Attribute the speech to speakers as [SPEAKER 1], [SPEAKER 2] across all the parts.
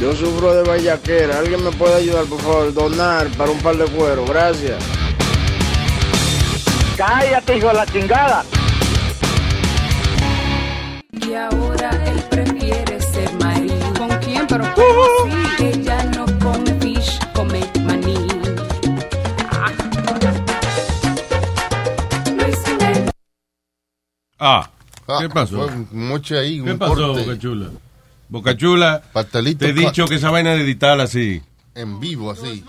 [SPEAKER 1] Yo sufro de vallaquera. ¿Alguien me puede ayudar, por favor? Donar para un par de cueros. Gracias.
[SPEAKER 2] Cállate, hijo de la chingada.
[SPEAKER 3] Y ahora él prefiere ser marín. ¿Con quién? Pero sí, ella no come fish, come maní. Ah. Luis Jiménez.
[SPEAKER 4] Ah, ¿qué pasó?
[SPEAKER 5] Fue mucho ahí,
[SPEAKER 4] ¿Qué
[SPEAKER 5] un
[SPEAKER 4] pasó,
[SPEAKER 5] corte.
[SPEAKER 4] Bocachula? Bocachula,
[SPEAKER 5] Pastelito
[SPEAKER 4] te he dicho que esa vaina de editar así.
[SPEAKER 5] en vivo, así.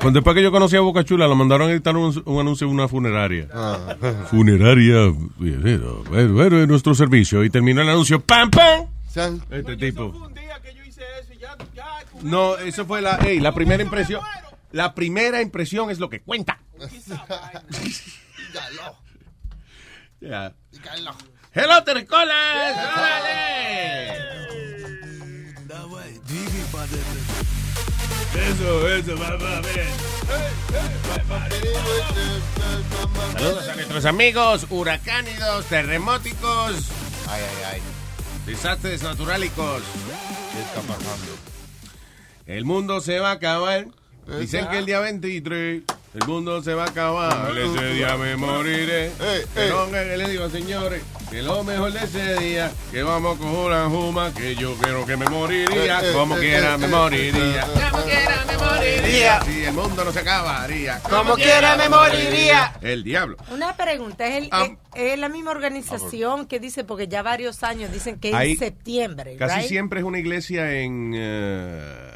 [SPEAKER 4] Cuando después que yo conocí a Bocachula, lo mandaron a editar un, un anuncio de una funeraria.
[SPEAKER 5] Ah.
[SPEAKER 4] Funeraria, bueno, bueno, en nuestro servicio. Y terminó el anuncio, ¡pam, pam!
[SPEAKER 5] San-
[SPEAKER 4] Este tipo. No, eso fue la, ey, la primera impresión. La primera impresión es lo que cuenta. Ya. Hello, Tercolas. ¡Órale! Eso, eso, vamos a ver. Saludos a nuestros amigos huracánidos, terremóticos,
[SPEAKER 5] Ay, ay, ay.
[SPEAKER 4] desastres naturales.
[SPEAKER 5] ¿Qué está pasando?
[SPEAKER 4] El mundo se va a acabar. Dicen que el día 23 el mundo se va a acabar. Ese día me moriré.
[SPEAKER 5] eh.
[SPEAKER 4] Pero que le digo, señores, que lo mejor de ese día, que vamos con una juma, que yo quiero que me moriría.
[SPEAKER 5] Eh, eh,
[SPEAKER 4] como
[SPEAKER 5] eh,
[SPEAKER 4] quiera
[SPEAKER 5] eh,
[SPEAKER 4] me
[SPEAKER 5] eh,
[SPEAKER 4] moriría.
[SPEAKER 5] eh,
[SPEAKER 4] como quiera me moriría. Si el mundo no se acabaría.
[SPEAKER 6] Como quiera me moriría.
[SPEAKER 4] El diablo.
[SPEAKER 7] Una pregunta, ¿es, el-
[SPEAKER 4] Ah.
[SPEAKER 7] es- es la misma organización que dice, porque ya varios años dicen que
[SPEAKER 4] Ahí-
[SPEAKER 7] en septiembre,
[SPEAKER 4] Casi
[SPEAKER 7] right?
[SPEAKER 4] siempre es una iglesia en. eh,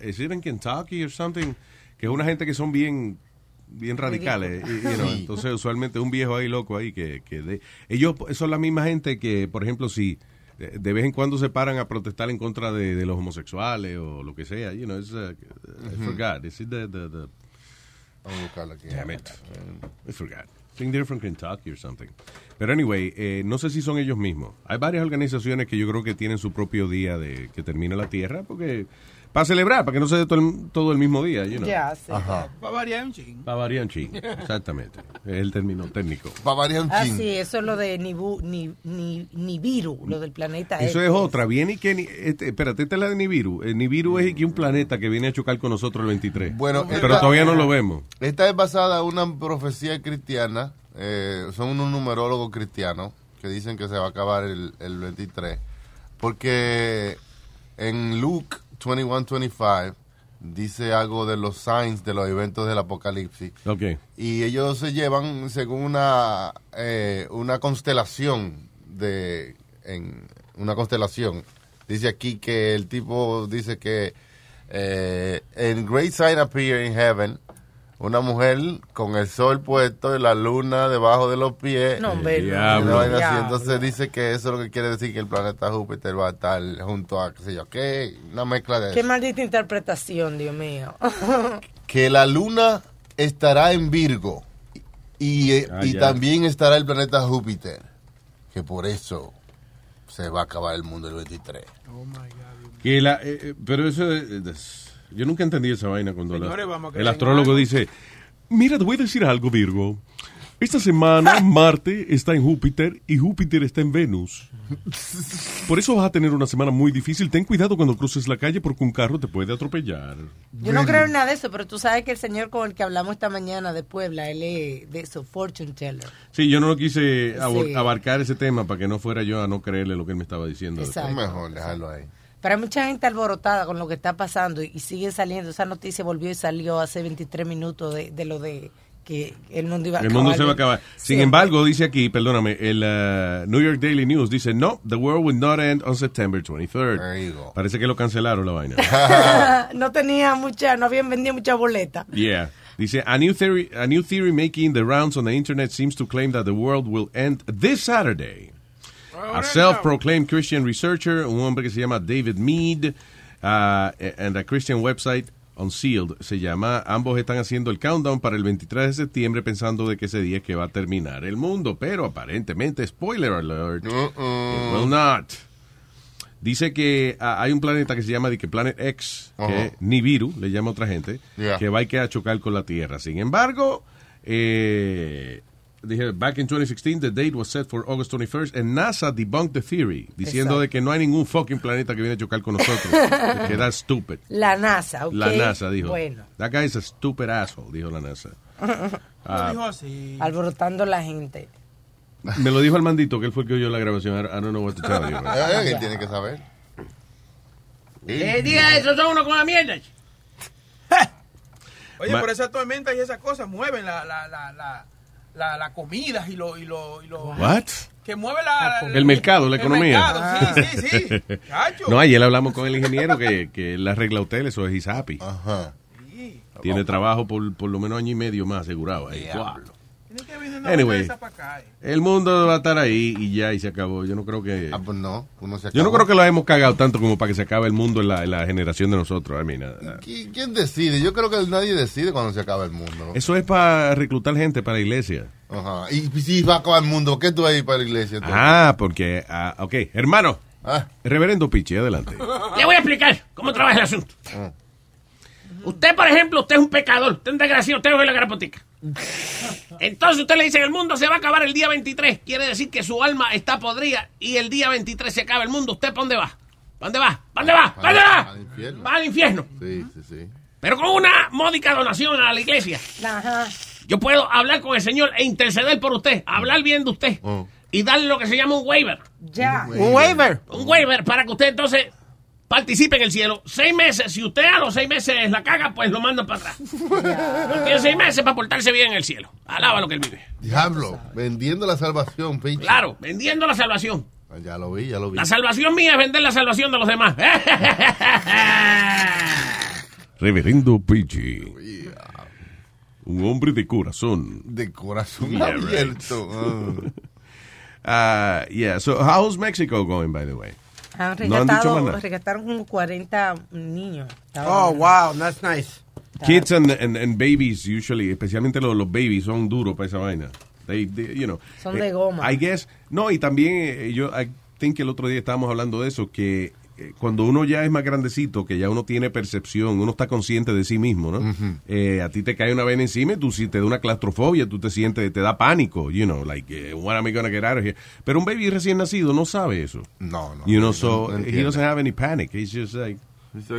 [SPEAKER 4] ¿Es it en Kentucky or something? Que es una gente que son bien bien radicales. y- you know,
[SPEAKER 5] Sí.
[SPEAKER 4] Entonces, usualmente un viejo ahí loco ahí que. que de- ellos son la misma gente que, por ejemplo, si eh, de vez en cuando se paran a protestar en contra de, de los homosexuales o lo que sea. You know, it's, uh, I forgot. Is it the- the- the-
[SPEAKER 5] Vamos a buscarla aquí.
[SPEAKER 4] Damn it. I forgot. I think they're from Kentucky or something. Pero anyway, eh, no sé si son ellos mismos. Hay varias organizaciones que yo creo que tienen su propio día de que termina la tierra, porque para celebrar, para que no sea todo el, todo el mismo día, you know.
[SPEAKER 7] Ya, sí.
[SPEAKER 5] Ajá.
[SPEAKER 6] Va a variar un ching.
[SPEAKER 4] Para variar un chin. Exactamente. Es el término técnico.
[SPEAKER 5] Pa' variar un
[SPEAKER 7] Ah,
[SPEAKER 5] chin.
[SPEAKER 7] sí, eso es lo de Nibu, ni, ni, Nibiru, lo del planeta.
[SPEAKER 4] Eso
[SPEAKER 7] este.
[SPEAKER 4] es otra. Viene y que. ni- este, espérate, esta es la de Nibiru. El Nibiru es y que un planeta que viene a chocar con nosotros el 23.
[SPEAKER 5] Bueno,
[SPEAKER 4] pero
[SPEAKER 5] esta-
[SPEAKER 4] todavía no lo vemos.
[SPEAKER 5] Esta es basada en una profecía cristiana. eh, son unos numerólogos cristianos que dicen que se va a acabar el, el 23. Porque en Luke 21-25 dice algo de los signs de los eventos del apocalipsis.
[SPEAKER 4] Ok.
[SPEAKER 5] Y ellos se llevan según una, eh, una constelación de en una constelación. Dice aquí que el tipo dice que eh, en Great Sign Appear in Heaven, una mujer con el sol puesto y la luna debajo de los pies.
[SPEAKER 7] No, hombre, no.
[SPEAKER 5] y una
[SPEAKER 4] Diablo.
[SPEAKER 5] vaina así.
[SPEAKER 7] Diablo.
[SPEAKER 5] Entonces dice que eso es lo que quiere decir que el planeta Júpiter va a estar junto a, qué sé yo, qué, una mezcla de
[SPEAKER 7] Qué
[SPEAKER 5] eso.
[SPEAKER 7] maldita interpretación, Dios mío.
[SPEAKER 5] que la luna estará en Virgo y, eh,
[SPEAKER 4] Ah,
[SPEAKER 5] y
[SPEAKER 4] ya.
[SPEAKER 5] también estará el planeta Júpiter, que por eso se va a acabar el mundo el 23.
[SPEAKER 4] Que la, eh, eh, pero eso, eh, des- yo nunca entendí esa vaina cuando la-
[SPEAKER 6] Señores, vamos a creer
[SPEAKER 4] el
[SPEAKER 6] en
[SPEAKER 4] astrólogo
[SPEAKER 6] algo.
[SPEAKER 4] dice, mira, te voy a decir algo, Virgo. Esta semana Marte está en Júpiter y Júpiter está en Venus. Por eso vas a tener una semana muy difícil. Ten cuidado cuando cruces la calle porque un carro te puede atropellar.
[SPEAKER 7] Yo no creo en nada de eso, pero tú sabes que el señor con el que hablamos esta mañana de Puebla, él es de eso, fortune teller.
[SPEAKER 4] Sí, yo no quise abor-
[SPEAKER 7] Sí.
[SPEAKER 4] abarcar ese tema para que no fuera yo a no creerle lo que él me estaba diciendo.
[SPEAKER 7] Exacto.
[SPEAKER 5] Es mejor dejarlo ahí.
[SPEAKER 7] Pero hay mucha gente alborotada con lo que está pasando y, y sigue saliendo. Esa noticia volvió y salió hace 23 minutos de, de lo de que el mundo iba a
[SPEAKER 4] El mundo se va a acabar. Sin
[SPEAKER 7] Sí.
[SPEAKER 4] embargo, dice aquí, perdóname, el eh, New York Daily News dice, no, the world will not end on September 23rd.
[SPEAKER 5] There you go.
[SPEAKER 4] Parece que lo cancelaron la vaina.
[SPEAKER 7] no tenía mucha, no habían vendido mucha boleta.
[SPEAKER 4] yeah. Dice, a new, theory, a new theory making the rounds on the internet seems to claim that the world will end this Saturday. A self-proclaimed Christian researcher, un hombre que se llama David Mead, uh, and a Christian website Unsealed se llama. Ambos están haciendo el countdown para el 23 de septiembre pensando de que ese día es que va a terminar el mundo, pero aparentemente, spoiler alert,
[SPEAKER 5] Mm.
[SPEAKER 4] it will not. Dice que ah, hay un planeta que se llama de que Planet X,
[SPEAKER 5] Ajá.
[SPEAKER 4] que es Nibiru, le llama otra gente,
[SPEAKER 5] Yeah.
[SPEAKER 4] que va a ir que a chocar con la Tierra. Sin embargo, eh, dije, back in 2016, the date was set for August 21st, and NASA debunked the theory, diciendo
[SPEAKER 7] Exacto.
[SPEAKER 4] de que no hay ningún fucking planeta que viene a chocar con nosotros. que that's stupid.
[SPEAKER 7] La NASA, ok.
[SPEAKER 4] La NASA dijo.
[SPEAKER 7] Bueno,
[SPEAKER 4] That guy is a stupid asshole, dijo la NASA. Ah,
[SPEAKER 8] dijo así.
[SPEAKER 7] alborotando la gente.
[SPEAKER 4] me lo dijo el mandito, que él fue el que oyó la grabación. I I don't know what to tell you. man.
[SPEAKER 5] Eh, que tiene que saber.
[SPEAKER 8] Eh, diga eso, son uno con la mierda.
[SPEAKER 9] Oye,
[SPEAKER 4] Ma-
[SPEAKER 9] por esas tormentas y esas cosas mueven la, la, la, la, la, la comida y lo, y lo, y lo-
[SPEAKER 4] What?
[SPEAKER 9] Que mueve Pues la, la-
[SPEAKER 4] Ah, El mercado, la
[SPEAKER 9] el
[SPEAKER 4] economía. Ah.
[SPEAKER 9] mercado, sí, sí, sí. Chacho.
[SPEAKER 4] no, ayer hablamos con el ingeniero que, que él arregla hoteles o es he's happy.
[SPEAKER 5] Ajá.
[SPEAKER 4] Tiene trabajo por, por lo menos año y medio más asegurado. ahí. Guau.
[SPEAKER 9] Tiene que venir una
[SPEAKER 4] Anyway,
[SPEAKER 9] bolsa para acá, eh.
[SPEAKER 4] el mundo va a estar ahí y ya, y se acabó. Yo no creo que...
[SPEAKER 5] Ah, pues no, uno se
[SPEAKER 4] Yo no
[SPEAKER 9] Oh,
[SPEAKER 5] acabó.
[SPEAKER 4] creo que lo hemos cagado tanto como para que se acabe el mundo en la, en la generación de nosotros. I mean, uh,
[SPEAKER 5] ¿Qui- ¿Quién decide? Yo creo que nadie decide cuando se acaba el mundo.
[SPEAKER 4] eso es para reclutar gente para la iglesia.
[SPEAKER 5] Ajá. Y si va a acabar el mundo, ¿qué tú ahí para la iglesia? tú?
[SPEAKER 4] Ah, porque... ah, ok, hermano.
[SPEAKER 5] Ah,
[SPEAKER 4] Reverendo Pichi, adelante.
[SPEAKER 8] Le voy a explicar cómo trabaja el asunto. Usted, por ejemplo, usted es un pecador, usted es un desgraciado, usted es la grapotica. Entonces usted le dice, el mundo se va a acabar el día 23. Quiere decir que su alma está podrida y el día 23 se acaba el mundo. ¿Usted para dónde va? ¿Para dónde va? ¿Para dónde va? ¿Para dónde va?
[SPEAKER 5] Al infierno.
[SPEAKER 8] Va al infierno.
[SPEAKER 5] sí, sí, sí.
[SPEAKER 8] Pero con una módica donación a la iglesia.
[SPEAKER 7] Ajá.
[SPEAKER 8] Yo puedo hablar con el Señor e interceder por usted, hablar bien de usted
[SPEAKER 5] Oh.
[SPEAKER 8] y darle lo que se llama un waiver.
[SPEAKER 7] Ya.
[SPEAKER 8] Un waiver. Un waiver para que usted entonces participe en el cielo. Seis meses. Si usted a los seis meses la caga, pues lo mandan para atrás. Pero Tiene seis meses para portarse bien en el cielo. Alaba lo que él vive.
[SPEAKER 5] Diablo, vendiendo la salvación, pinche.
[SPEAKER 8] Claro, vendiendo la salvación.
[SPEAKER 5] Ah, Ya lo vi, ya lo vi.
[SPEAKER 8] La salvación mía es vender la salvación de los demás.
[SPEAKER 4] Reverendo Pichi. Un hombre de corazón.
[SPEAKER 5] De corazón
[SPEAKER 4] Yeah, right.
[SPEAKER 5] abierto. Ah.
[SPEAKER 4] Ah, yeah, so how's Mexico going, by the way?
[SPEAKER 7] Han
[SPEAKER 4] No han dicho más
[SPEAKER 7] rescatado,
[SPEAKER 4] nada.
[SPEAKER 7] rescataron como 40 niños.
[SPEAKER 10] Oh, wow, that's nice.
[SPEAKER 4] Kids and, and, and babies usually, especialmente los, los babies, son duros para esa vaina. They- they- you know, Eh,
[SPEAKER 7] Son de goma.
[SPEAKER 4] I guess, no, y también eh, yo, I think que el otro día estábamos hablando de eso, que eh, cuando uno ya es más grandecito, que ya uno tiene percepción, uno está consciente de sí mismo, ¿no? Eh, a ti te cae una vaina encima y tú si te da una claustrofobia, tú te sientes, te da pánico, you know, like, eh, what am I gonna get out of here? Pero un baby recién nacido no sabe eso.
[SPEAKER 5] No, no.
[SPEAKER 4] You know,
[SPEAKER 5] no,
[SPEAKER 4] so
[SPEAKER 5] no
[SPEAKER 4] he
[SPEAKER 5] entiendo.
[SPEAKER 4] doesn't have any panic. He's just like,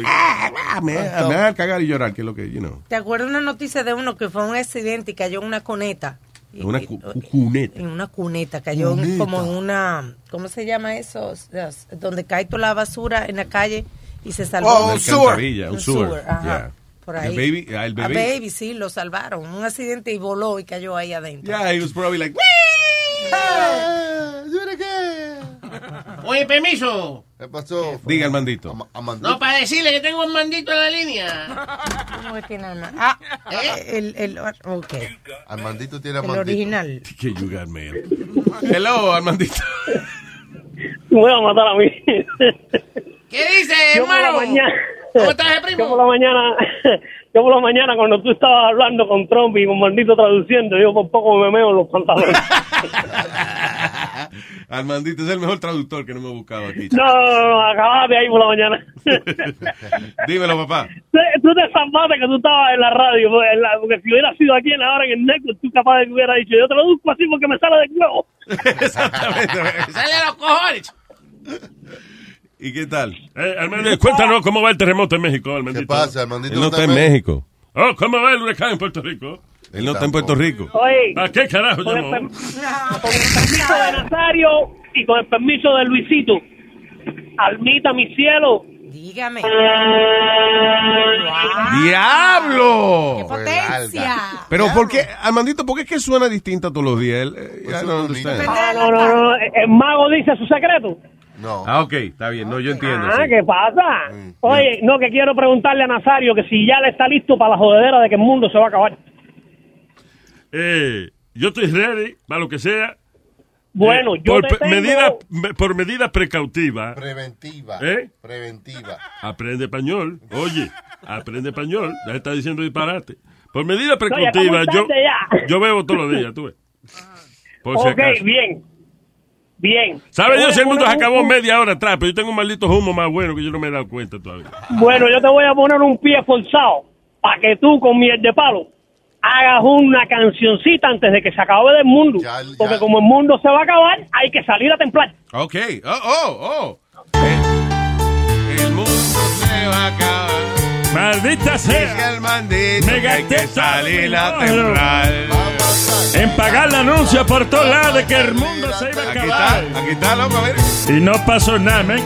[SPEAKER 4] ah, ah, me, me va a cagar y llorar, que es lo que, you know.
[SPEAKER 7] ¿Te acuerdas una noticia de uno que fue a un accidente y cayó en una cuneta? Y-
[SPEAKER 4] Una
[SPEAKER 7] y-
[SPEAKER 4] cu- cu- cuneta.
[SPEAKER 7] En una cuneta, cayó en-
[SPEAKER 5] Cuneta.
[SPEAKER 7] como en una, ¿cómo se llama eso? Las- Donde cae toda la basura en la calle y se salvó.
[SPEAKER 10] Oh,
[SPEAKER 4] Una
[SPEAKER 10] un sewer.
[SPEAKER 4] alcantarilla, Un sewer.
[SPEAKER 7] ajá,
[SPEAKER 4] yeah.
[SPEAKER 7] Por ahí.
[SPEAKER 4] El baby, ah, el
[SPEAKER 7] A
[SPEAKER 4] bebé.
[SPEAKER 7] baby, sí, lo salvaron. Un accidente y voló y cayó ahí adentro.
[SPEAKER 4] Yeah, he was probably like,
[SPEAKER 5] Ah, ¿y ahora qué?
[SPEAKER 8] Oye, permiso.
[SPEAKER 5] ¿Qué pasó?
[SPEAKER 4] diga el mandito.
[SPEAKER 5] Ama- amandú-
[SPEAKER 8] No, para decirle que tengo un mandito en la línea.
[SPEAKER 7] ¿Cómo es que nada más? Ah, el, el, ah, ok.
[SPEAKER 5] Armandito tiene
[SPEAKER 7] El
[SPEAKER 5] Armandito.
[SPEAKER 7] original.
[SPEAKER 4] Que you got mail. Hello, Armandito.
[SPEAKER 11] Me voy a matar a mí.
[SPEAKER 8] ¿Qué dice,
[SPEAKER 11] Yo por la
[SPEAKER 8] hermano?
[SPEAKER 11] mañana.
[SPEAKER 8] ¿Cómo estás, eh,
[SPEAKER 11] Yo por
[SPEAKER 8] primo?
[SPEAKER 11] la mañana. Yo por la mañana cuando tú estabas hablando con Trump y con maldito traduciendo, yo por poco me meo en los pantalones.
[SPEAKER 4] Armandito es el mejor traductor que no me he buscado aquí.
[SPEAKER 11] No, no, no, acabate ahí por la mañana.
[SPEAKER 4] Dímelo, papá.
[SPEAKER 11] Tú- tú te salvaste que tú estabas en la radio, porque, en la- porque si hubiera sido aquí en la hora en el Netflix, tú capaz de que hubiera dicho, yo traduzco así porque me sale de huevo.
[SPEAKER 4] Exactamente.
[SPEAKER 8] Sale a los cojones.
[SPEAKER 4] ¿Y qué tal?
[SPEAKER 12] Eh, Armando, cuéntanos cómo va el terremoto en México, Armandito.
[SPEAKER 5] ¿Qué pasa, Armandito?
[SPEAKER 4] Él no está en México.
[SPEAKER 12] Oh, ¿cómo va el huracán en Puerto Rico?
[SPEAKER 4] Él no está en Puerto Rico.
[SPEAKER 11] Oye,
[SPEAKER 12] ¿Para qué carajo
[SPEAKER 11] con el,
[SPEAKER 12] llamó?
[SPEAKER 11] per- con el permiso de Nazario y con el permiso de Luisito, almita mi cielo.
[SPEAKER 7] Dígame. ¡Qué
[SPEAKER 4] ¡Diablo!
[SPEAKER 7] potencia!
[SPEAKER 4] Pero, ¿por qué, Armandito, por qué es que suena distinta todos los días? Él, eh,
[SPEAKER 5] Pues
[SPEAKER 4] I
[SPEAKER 5] es
[SPEAKER 4] don't
[SPEAKER 5] bonito.
[SPEAKER 4] understand.
[SPEAKER 11] Ah, no, no, no, el mago dice su secreto.
[SPEAKER 5] No.
[SPEAKER 4] Ah, ok, está bien. No, yo entiendo.
[SPEAKER 11] Ah,
[SPEAKER 4] sí.
[SPEAKER 11] ¿qué pasa? Oye, no, que quiero preguntarle a Nazario que si ya le está listo para la jodedera de que el mundo se va a acabar.
[SPEAKER 12] Eh, yo estoy ready para lo que sea.
[SPEAKER 11] Bueno, yo
[SPEAKER 12] por
[SPEAKER 11] te
[SPEAKER 12] pe-
[SPEAKER 11] tengo-
[SPEAKER 12] medida me- por medida precautiva.
[SPEAKER 5] Preventiva.
[SPEAKER 12] ¿Eh?
[SPEAKER 5] Preventiva.
[SPEAKER 12] Aprende español. Oye, aprende español. Ya está diciendo disparate. Por medida
[SPEAKER 11] No, ya
[SPEAKER 12] precautiva,
[SPEAKER 11] está muy
[SPEAKER 12] yo,
[SPEAKER 11] tarde ya.
[SPEAKER 12] yo bebo todos los días, tú ves. Por si
[SPEAKER 11] ok,
[SPEAKER 12] acaso.
[SPEAKER 11] bien. Bien.
[SPEAKER 12] ¿Sabe
[SPEAKER 11] Te voy
[SPEAKER 12] Dios
[SPEAKER 11] a
[SPEAKER 12] si el mundo se
[SPEAKER 11] poner un-
[SPEAKER 12] acabó
[SPEAKER 11] un-
[SPEAKER 12] media hora atrás? Pero yo tengo un maldito humo más bueno que yo no me he dado cuenta todavía.
[SPEAKER 11] Bueno, yo te voy a poner un pie forzado para que tú con miel de palo hagas una cancioncita antes de que se acabe del mundo. Porque como el mundo se va a acabar, hay que salir a templar.
[SPEAKER 4] Ok. Oh, oh, oh. Eh, El, el mundo se va a acabar.
[SPEAKER 12] Maldita sea.
[SPEAKER 4] Dice el maldito
[SPEAKER 12] Me
[SPEAKER 4] que hay que salir a
[SPEAKER 12] templar. En pagar la anuncia por todos lados de que el mundo se iba a acabar.
[SPEAKER 5] Aquí está, loco, a ver.
[SPEAKER 12] Y no pasó nada, men.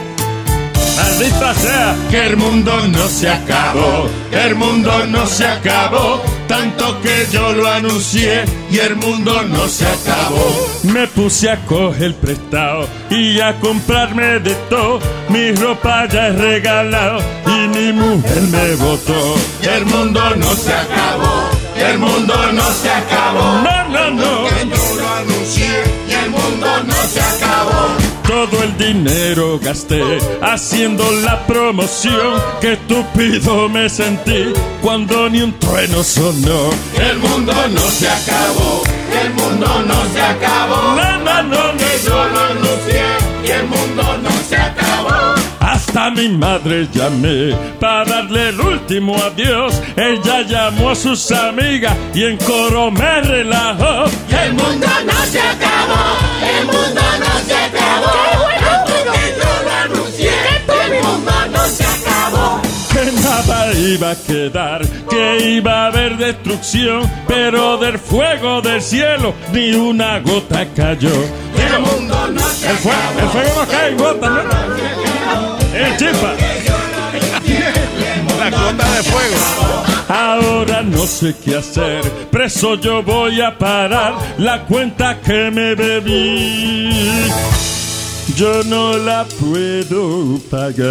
[SPEAKER 12] Maldita sea.
[SPEAKER 9] Que el mundo no se acabó, que el mundo no se acabó, tanto que yo lo anuncié y el mundo no se acabó.
[SPEAKER 12] Me puse a coger prestado y a comprarme de todo. Mi ropa ya es regalado y mi mujer me votó.
[SPEAKER 9] Y el mundo no se acabó, y el mundo no se acabó.
[SPEAKER 12] No, no, no.
[SPEAKER 9] Que yo lo anuncié y el mundo no se acabó.
[SPEAKER 12] Todo el dinero gasté haciendo la promoción. Que estúpido me sentí cuando ni un trueno sonó.
[SPEAKER 9] El mundo no se acabó, el mundo no se acabó.
[SPEAKER 12] No, no, no, no.
[SPEAKER 9] Que yo lo anuncié y el mundo no se acabó.
[SPEAKER 12] Hasta mi madre llamé para darle el último adiós. Ella llamó a sus amigas y en coro me relajó.
[SPEAKER 9] Y el mundo no se acabó, el mundo no se acabó. Tanto que yo lo anuncié, y el mundo no se acabó.
[SPEAKER 12] Que nada iba a quedar, que iba a haber destrucción, pero del fuego del cielo ni una gota cayó.
[SPEAKER 9] El mundo no se
[SPEAKER 12] El, fue- el fuego no cae en gota, ¿no? El chispa.
[SPEAKER 9] La gota de fuego.
[SPEAKER 12] Ahora no sé qué hacer, preso yo voy a parar la cuenta que me bebí. Yo no la puedo pagar.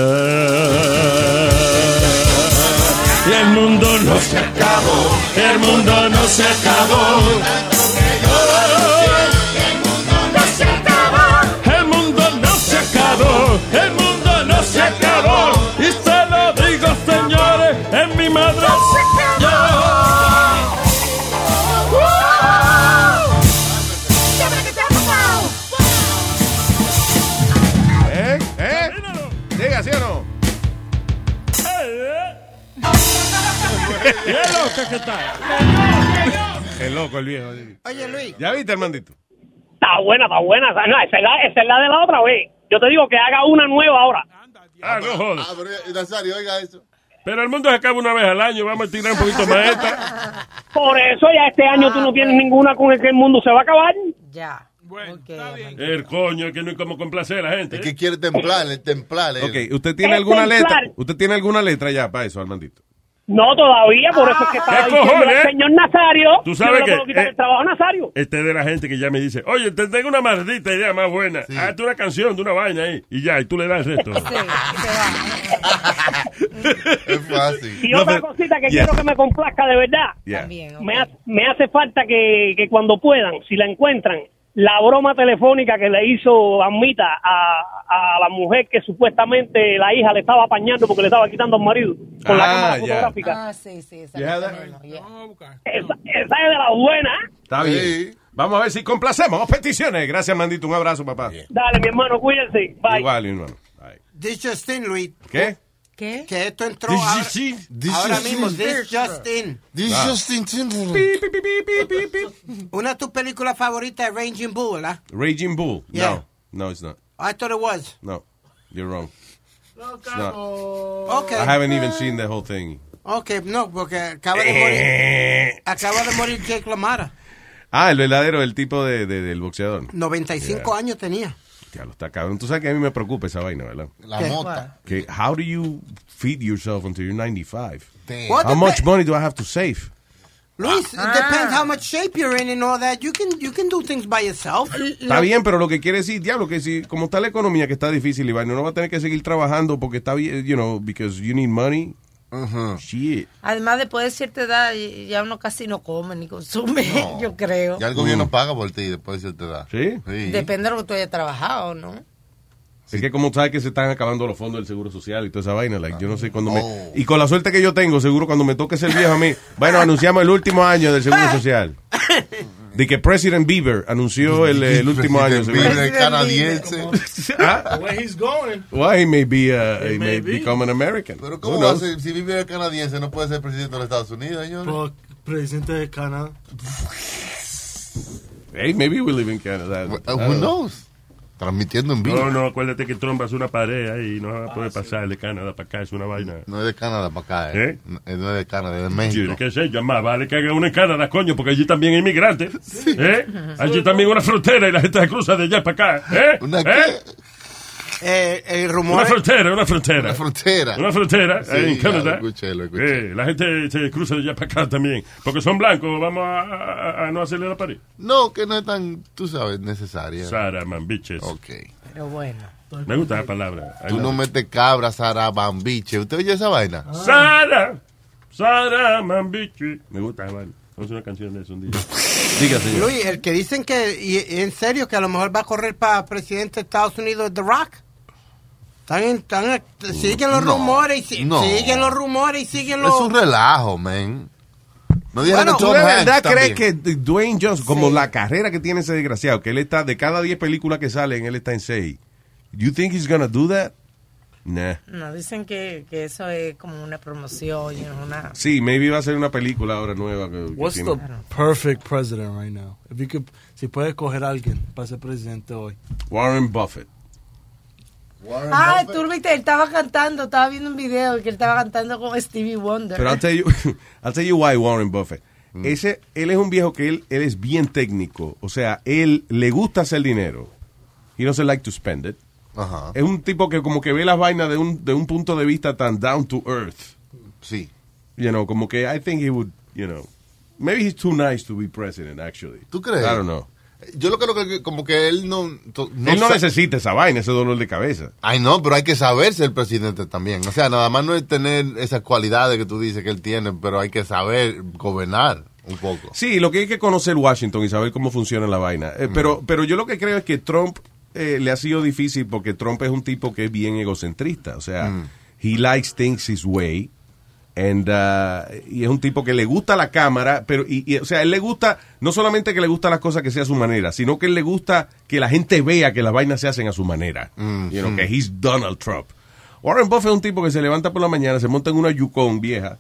[SPEAKER 9] Y el mundo no se acabó, el mundo no se acabó.
[SPEAKER 12] El mundo no se acabó, el mundo no se acabó. Y se lo digo, señores, en mi madre se
[SPEAKER 5] ¿Eh? ¿Eh? Diga, ¿sí o no?
[SPEAKER 4] Qué loca que está. El loco, el viejo.
[SPEAKER 10] Oye, Luis.
[SPEAKER 4] ¿Ya viste, hermandito?
[SPEAKER 11] Está buena, está buena. Esa- No, esa es la, esa es la de la otra vez. Yo te digo que haga una nueva ahora.
[SPEAKER 12] Ah, no jodas.
[SPEAKER 5] Ah, pero, eh, Nazario, oiga eso.
[SPEAKER 12] Pero el mundo se acaba una vez al año, vamos a tirar un poquito más esta.
[SPEAKER 11] Por eso ya este año tú no tienes ninguna con el que el mundo se va a acabar.
[SPEAKER 7] Ya.
[SPEAKER 12] El coño, es que no es como complacer a la gente. ¿eh?
[SPEAKER 5] Que quiere templar, el templar. eh.
[SPEAKER 4] Ok, ¿usted tiene
[SPEAKER 11] Es
[SPEAKER 4] alguna
[SPEAKER 11] templar.
[SPEAKER 4] letra? ¿Usted tiene alguna letra ya para eso, Armandito?
[SPEAKER 11] No, todavía, por eso es que estaba
[SPEAKER 12] Ah, ¿Qué
[SPEAKER 11] diciendo
[SPEAKER 12] cojones? ¿eh?
[SPEAKER 11] el señor Nazario.
[SPEAKER 12] Tú sabes
[SPEAKER 11] yo no le
[SPEAKER 12] que,
[SPEAKER 11] puedo quitar
[SPEAKER 12] eh,
[SPEAKER 11] el trabajo a Nazario.
[SPEAKER 12] Este es de la gente que ya me dice, oye, te tengo una maldita idea más buena. Hazte una canción de una vaina ahí. Y ya, y tú le das el resto.
[SPEAKER 5] es fácil.
[SPEAKER 11] Y otra cosita que quiero que me complazca de verdad. me, ha- me hace falta que, que cuando puedan, si la encuentran, la broma telefónica que le hizo Amita a, a la mujer que supuestamente la hija le estaba apañando porque le estaba quitando al marido con la
[SPEAKER 4] Ah,
[SPEAKER 11] cámara
[SPEAKER 4] ya.
[SPEAKER 11] fotográfica.
[SPEAKER 7] Ah, sí, sí. Esa
[SPEAKER 4] Yeah,
[SPEAKER 7] cosa
[SPEAKER 4] that-
[SPEAKER 7] mismo, yeah.
[SPEAKER 10] Eh,
[SPEAKER 11] Esa, esa es de la buena.
[SPEAKER 4] Está bien. Vamos a ver si complacemos peticiones. Gracias, Armandito. Un abrazo, papá.
[SPEAKER 11] Dale, mi hermano, cuídense. Bye.
[SPEAKER 4] Igual, hermano.
[SPEAKER 10] This Justin, Luis.
[SPEAKER 4] ¿Qué?
[SPEAKER 7] ¿Qué?
[SPEAKER 10] Que esto entró
[SPEAKER 4] This
[SPEAKER 10] ahora,
[SPEAKER 4] is it.
[SPEAKER 5] This
[SPEAKER 10] ahora
[SPEAKER 5] is
[SPEAKER 10] mismo.
[SPEAKER 5] it.
[SPEAKER 10] This Justin.
[SPEAKER 5] This
[SPEAKER 4] Ah.
[SPEAKER 5] Justin
[SPEAKER 10] Pi,
[SPEAKER 5] Timberlake.
[SPEAKER 10] pi, pi, pi, pi, pi. Una de tus películas favoritas es Raging Bull, ¿verdad?
[SPEAKER 4] Raging Bull.
[SPEAKER 10] Yeah.
[SPEAKER 4] No, no, it's not.
[SPEAKER 10] I thought it was.
[SPEAKER 4] No, you're wrong. It's not.
[SPEAKER 10] Okay.
[SPEAKER 4] I haven't even seen the whole thing.
[SPEAKER 10] Okay, no, porque acaba de
[SPEAKER 5] Eh.
[SPEAKER 10] morir. acaba de morir Jake LaMara.
[SPEAKER 4] Ah, el verdadero, el tipo de, de- del boxeador.
[SPEAKER 10] 95 años tenía.
[SPEAKER 4] Diablo, está cabrón. Tú sabes que a mí me preocupa esa vaina, ¿verdad?
[SPEAKER 5] La
[SPEAKER 10] ¿Qué?
[SPEAKER 5] mota.
[SPEAKER 4] Que, how do you feed yourself until you're 95?
[SPEAKER 5] Damn.
[SPEAKER 10] What
[SPEAKER 4] How
[SPEAKER 10] the
[SPEAKER 4] much money do I have to save?
[SPEAKER 10] Luis, it depends how much shape you're in and all that. You can you can do things by yourself.
[SPEAKER 4] Está bien, pero lo que quiere decir, diablo, que si como está la economía que está difícil y vaina, uno va a tener que seguir trabajando porque está bien, you know, because you need money Shit.
[SPEAKER 7] Además, después de cierta edad, ya uno casi no come ni consume, yo creo.
[SPEAKER 5] Ya el gobierno paga por ti después de cierta edad.
[SPEAKER 4] Mm. ¿Sí?
[SPEAKER 7] Depende de lo que tú hayas trabajado, ¿no?
[SPEAKER 4] Es que como sabes que se están acabando los fondos del Seguro Social y toda esa vaina, like, yo no sé cuándo
[SPEAKER 5] Ah,
[SPEAKER 4] me... Y con la suerte que yo tengo, seguro cuando me toque ser viejo a mí, bueno, anunciamos el último año del
[SPEAKER 5] Ah.
[SPEAKER 4] Seguro Social. De que President Bieber anunció el, el último año. del Seguro
[SPEAKER 5] Bieber, el canadiense.
[SPEAKER 4] ¿Ah?
[SPEAKER 8] Where he's going.
[SPEAKER 4] Why he may be, uh, he may become an American.
[SPEAKER 5] Pero
[SPEAKER 4] Who
[SPEAKER 5] ¿cómo va a
[SPEAKER 4] knows?
[SPEAKER 5] ser? Si vive el canadiense, no puede ser presidente de los Estados Unidos, señor.
[SPEAKER 13] Presidente de Canadá.
[SPEAKER 4] Hey, maybe we live in Canada.
[SPEAKER 5] Ah, Who knows? Transmitiendo en vivo.
[SPEAKER 9] No, no, acuérdate que Trump va a hacer una pared ahí y no va a poder pasar de Canadá para acá, es una vaina.
[SPEAKER 5] Ah, No es de Canadá para acá, ¿eh? No- No es de Canadá, es de México.
[SPEAKER 9] Sí, ¿Qué sé yo? Más vale que haga uno en Canadá, coño, porque allí también hay inmigrantes. ¿eh? Allí también hay una frontera y la gente se cruza de allá para acá. ¿eh? ¿Eh?
[SPEAKER 10] Eh, el rumor.
[SPEAKER 9] Una frontera, una frontera.
[SPEAKER 10] Una frontera.
[SPEAKER 9] Una frontera
[SPEAKER 10] Sí,
[SPEAKER 9] ahí en
[SPEAKER 10] ya, lo
[SPEAKER 9] Canadá.
[SPEAKER 5] escuché, lo
[SPEAKER 9] Eh, la gente se cruza de allá para acá también. Porque son blancos, vamos a, a- a- a no hacerle la pared.
[SPEAKER 5] No, que no es tan, tú sabes, necesaria.
[SPEAKER 9] Saramambiches.
[SPEAKER 5] Ok.
[SPEAKER 7] Pero bueno.
[SPEAKER 9] Me gusta la palabra.
[SPEAKER 5] Tú no metes cabra, sarabambiche. ¿Usted oye esa vaina?
[SPEAKER 9] Ah. Sara, Sara Mambiche. Me gusta, vale. Vamos a una canción de eso un día.
[SPEAKER 5] Diga,
[SPEAKER 10] Luis, el que dicen que, y, y en serio, que a lo mejor va a correr para presidente de Estados Unidos, The Rock. Están, en- están, en- siguen los
[SPEAKER 5] No,
[SPEAKER 10] rumores y si-
[SPEAKER 5] no.
[SPEAKER 10] siguen los rumores y siguen los.
[SPEAKER 5] Es un relajo, man. No dijeron
[SPEAKER 4] Bueno,
[SPEAKER 5] que
[SPEAKER 4] ¿tú
[SPEAKER 5] Tom
[SPEAKER 4] de
[SPEAKER 5] Hanks
[SPEAKER 4] verdad
[SPEAKER 5] también.
[SPEAKER 4] crees que Dwayne Johnson, como la carrera que tiene ese desgraciado, que él está, de cada 10 películas que salen, él está en 6. You think he's gonna do that? Nah.
[SPEAKER 7] No, dicen que, que eso es como una promoción, you know, una...
[SPEAKER 4] Sí, maybe va a ser una película ahora nueva. que- que
[SPEAKER 13] What's
[SPEAKER 4] tiene.
[SPEAKER 13] the perfect president right now? If you could, si puedes coger a alguien para ser presidente hoy.
[SPEAKER 4] Warren Buffett.
[SPEAKER 7] Ah, tú lo viste, él estaba cantando, estaba viendo un video que él estaba cantando con Stevie Wonder.
[SPEAKER 4] Pero I'll tell you, I'll tell you why Warren Buffett.
[SPEAKER 5] Mm.
[SPEAKER 4] Ese, él es un viejo que él, él es bien técnico. O sea, él le gusta hacer dinero. He doesn't like to spend it. Es un tipo que como que ve las vainas de un, de un punto de vista tan down to earth.
[SPEAKER 5] Sí.
[SPEAKER 4] You know, como que I think he would, you know, maybe he's too nice to be president, actually.
[SPEAKER 5] ¿Tú crees?
[SPEAKER 4] I don't know.
[SPEAKER 5] Yo lo creo que como que él no... to-
[SPEAKER 4] él no
[SPEAKER 5] sa-
[SPEAKER 4] necesita esa vaina, ese dolor de cabeza.
[SPEAKER 5] Ay, no, pero hay que saber ser presidente también. O sea, nada más no es tener esas cualidades que tú dices que él tiene, pero hay que saber gobernar un poco.
[SPEAKER 4] Sí, lo que hay que conocer Washington y saber cómo funciona la vaina. Eh, pero, pero yo lo que creo es que Trump eh, le ha sido difícil porque Trump es un tipo que es bien egocentrista. O sea, he likes things his way. And, uh, y es un tipo que le gusta la cámara, pero, y, y, o sea, él le gusta, no solamente que le gusta las cosas que sea a su manera, sino que él le gusta que la gente vea que las vainas se hacen a su manera. You know, que he's Donald Trump. Warren Buffett es un tipo que se levanta por la mañana, se monta en una Yukon vieja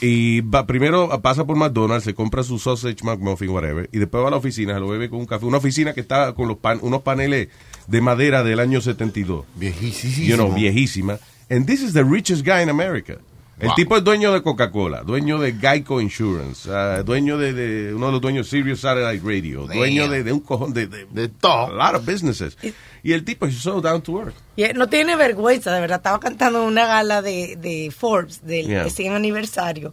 [SPEAKER 4] y va, primero pasa por McDonald's, se compra su sausage, McMuffin, whatever, y después va a la oficina, se lo bebe con un café. Una oficina que está con los pan- unos paneles de madera del año 72.
[SPEAKER 5] Viejísima.
[SPEAKER 4] You know, viejísima. And this is the richest guy in America. El
[SPEAKER 5] Wow.
[SPEAKER 4] tipo es dueño de Coca-Cola, dueño de Geico Insurance, ah, dueño de, de- uno de los dueños de Sirius Satellite Radio, dueño de, de un cojón de, de,
[SPEAKER 5] todo.
[SPEAKER 4] A lot of businesses. Y el tipo es so down to earth.
[SPEAKER 7] Y él no tiene vergüenza, de verdad. Estaba cantando en una gala de, de Forbes del
[SPEAKER 4] Yeah.
[SPEAKER 7] 100 aniversario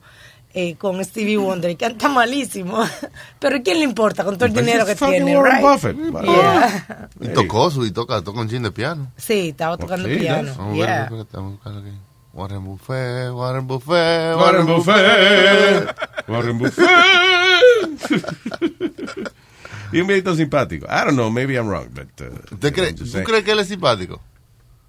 [SPEAKER 7] eh, con Stevie Wonder y canta malísimo. Pero ¿a quién le importa con todo el
[SPEAKER 5] Pues
[SPEAKER 7] dinero
[SPEAKER 5] es
[SPEAKER 7] que
[SPEAKER 5] fucking
[SPEAKER 7] tiene?
[SPEAKER 5] Warren
[SPEAKER 7] right? Mm,
[SPEAKER 5] Buffett.
[SPEAKER 7] Yeah.
[SPEAKER 5] Y tocó su y toca, toca un chin de piano.
[SPEAKER 7] Sí, estaba tocando piano.
[SPEAKER 5] Vamos a ver,
[SPEAKER 7] Yeah.
[SPEAKER 5] vamos a ver, vamos a buscar aquí. Warren Buffet, Warren Buffet, Warren
[SPEAKER 4] Warren Buffet,
[SPEAKER 5] Buffet.
[SPEAKER 4] Warren Buffet. y un viejito simpático. I don't know, maybe I'm wrong, but... uh,
[SPEAKER 5] ¿Usted cree-
[SPEAKER 4] I'm just
[SPEAKER 5] ¿Tú
[SPEAKER 4] saying.
[SPEAKER 5] crees que él es simpático?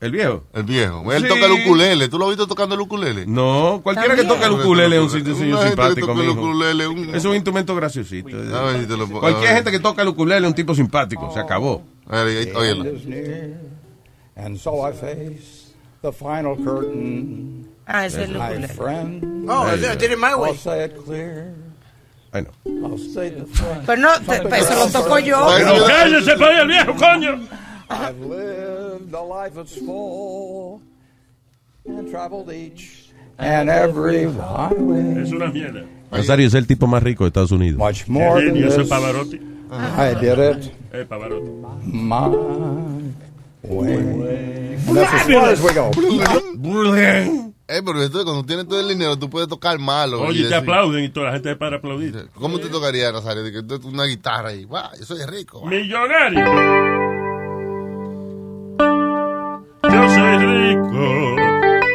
[SPEAKER 4] ¿El viejo?
[SPEAKER 5] El viejo. Él
[SPEAKER 4] Sí.
[SPEAKER 5] toca el ukulele. ¿Tú lo has visto tocando el ukulele?
[SPEAKER 4] No, cualquiera que toque el ukulele es un señor simpático,
[SPEAKER 5] el
[SPEAKER 4] mijo.
[SPEAKER 5] ukulele, un-
[SPEAKER 4] Es un instrumento graciosito.
[SPEAKER 5] A ver si te lo puedo- a
[SPEAKER 4] Cualquier
[SPEAKER 5] ver.
[SPEAKER 4] gente que toca el ukulele es un tipo simpático. Se acabó. Oh,
[SPEAKER 14] end is near, and so I face the final curtain.
[SPEAKER 7] Ah, es el
[SPEAKER 14] My
[SPEAKER 7] ukulele.
[SPEAKER 14] friend,
[SPEAKER 7] Oh, I did it my way.
[SPEAKER 14] I'll say it clear.
[SPEAKER 4] I know.
[SPEAKER 14] I'll say the front.
[SPEAKER 7] Pero no, te- pero eso lo toco yo.
[SPEAKER 14] Pero
[SPEAKER 9] cállese para allá el viejo, coño.
[SPEAKER 14] I've lived a life that's full and traveled each and every highway.
[SPEAKER 9] Es una mierda.
[SPEAKER 4] Rosario es el tipo más rico de Estados Unidos. Much
[SPEAKER 14] more than
[SPEAKER 9] Genio, ese
[SPEAKER 14] this.
[SPEAKER 9] Pavarotti.
[SPEAKER 14] I did it
[SPEAKER 9] Eh, Pavarotti.
[SPEAKER 14] my way. And that's as far as we go.
[SPEAKER 5] Eh, pero esto, cuando tienes todo el dinero, tú puedes tocar malo.
[SPEAKER 9] Oye,
[SPEAKER 5] y
[SPEAKER 9] te
[SPEAKER 5] decir-
[SPEAKER 9] aplauden y toda la gente para aplaudir.
[SPEAKER 5] ¿Cómo te tocaría, Rosario? De que tú- tú una guitarra y, wow, yo soy rico.
[SPEAKER 9] Millonario. Yo soy rico.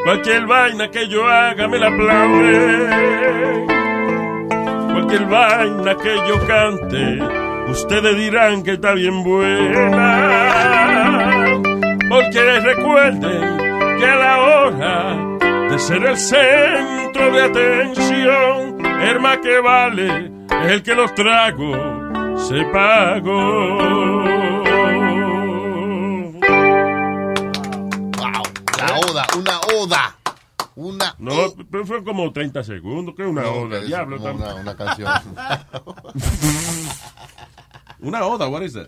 [SPEAKER 4] Cualquier vaina que yo haga me la aplaude. Cualquier vaina que yo cante, ustedes dirán que está bien buena. Porque recuerden que a la hora de ser el centro de atención, el más que vale es el que los trago se pagó.
[SPEAKER 5] La oda, una oda. Una
[SPEAKER 4] No, pero fue como 30 segundos, que una
[SPEAKER 5] No,
[SPEAKER 4] oda,
[SPEAKER 5] es
[SPEAKER 4] diablo.
[SPEAKER 5] como
[SPEAKER 4] tam-
[SPEAKER 5] una- una canción.
[SPEAKER 4] una oda, what is that?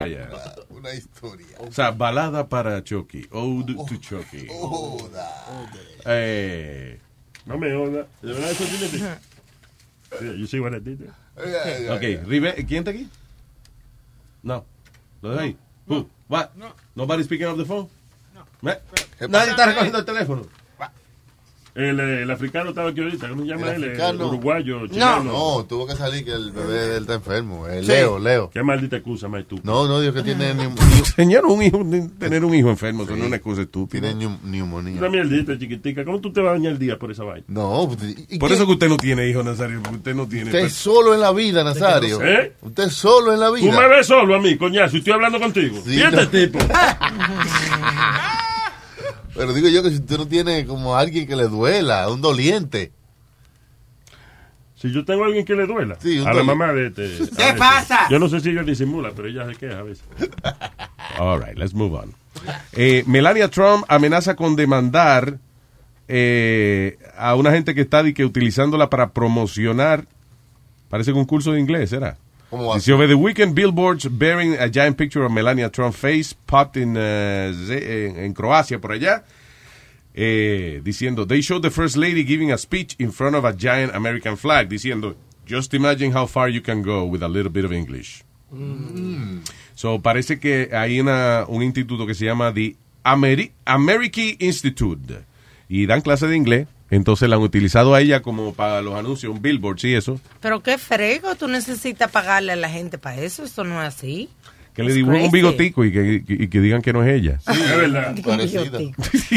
[SPEAKER 4] Una historia. O sea, balada para Chucky. Ode to Chucky. Eh, no me oda. ¿De verdad eso tiene que- Yeah, You see what I did there?
[SPEAKER 5] Yeah, yeah,
[SPEAKER 4] ok,
[SPEAKER 5] yeah.
[SPEAKER 4] Rive- ¿quién está aquí? No. ¿Lo de ahí? Who? What? Nobody speaking up the phone? No. Nadie está recogiendo el teléfono. El, eh, el africano estaba aquí ahorita. ¿Cómo se llama él? El uruguayo, chileno. Eh,
[SPEAKER 5] No, tuvo que salir que el bebé de él está enfermo. Eh,
[SPEAKER 4] Sí.
[SPEAKER 5] Leo, Leo.
[SPEAKER 4] Qué maldita excusa, más estúpida.
[SPEAKER 5] No, no, Dios que tiene neum-
[SPEAKER 4] Señor, un hijo, tener un hijo enfermo eso no es una cosa estúpida.
[SPEAKER 5] Tiene neum- neumonía.
[SPEAKER 4] Una mierdita chiquitica. ¿Cómo tú te vas a dañar el día por esa vaina?
[SPEAKER 5] No, pues,
[SPEAKER 4] Por eso que usted no tiene hijo, Nazario. porque Usted no tiene.
[SPEAKER 5] Usted es solo en la vida, Nazario.
[SPEAKER 4] ¿Eh?
[SPEAKER 5] Usted es solo en la
[SPEAKER 4] Tú me
[SPEAKER 5] vida.
[SPEAKER 4] ves solo a mí, coñazo, y estoy hablando contigo.
[SPEAKER 5] Sí,
[SPEAKER 4] ¿Y este
[SPEAKER 5] no.
[SPEAKER 4] tipo?
[SPEAKER 5] Pero digo yo que si usted no tiene como alguien que le duela, un doliente.
[SPEAKER 4] Si yo tengo a alguien que le duela,
[SPEAKER 5] Sí, un
[SPEAKER 4] a la
[SPEAKER 5] doli-
[SPEAKER 4] mamá de este. a
[SPEAKER 5] ¿Qué
[SPEAKER 4] este.
[SPEAKER 5] pasa?
[SPEAKER 4] Yo no sé si ella disimula, pero ella se queja a veces. All right, let's move on. Eh, Melania Trump amenaza con demandar eh, a una gente que está di que utilizándola para promocionar, parece que un curso de inglés, ¿era?
[SPEAKER 5] ¿Cómo va?
[SPEAKER 4] Dice, over the weekend, billboards bearing a giant picture of Melania Trump face popped in, eh, Ze- en, en Croacia, por allá, eh, diciendo, they showed the first lady giving a speech in front of a giant American flag, diciendo, just imagine how far you can go with a little bit of English. So, parece que hay una- un instituto que se llama The Ameri American Institute y dan clases de inglés. Entonces la han utilizado a ella como para los anuncios, un billboard, sí, eso.
[SPEAKER 7] Pero qué frego, tú necesitas pagarle a la gente para eso, esto no es así.
[SPEAKER 4] Que le dibujan un
[SPEAKER 7] crazy.
[SPEAKER 4] bigotico y que, y que digan que no es ella.
[SPEAKER 5] es
[SPEAKER 4] verdad.
[SPEAKER 5] Parecida.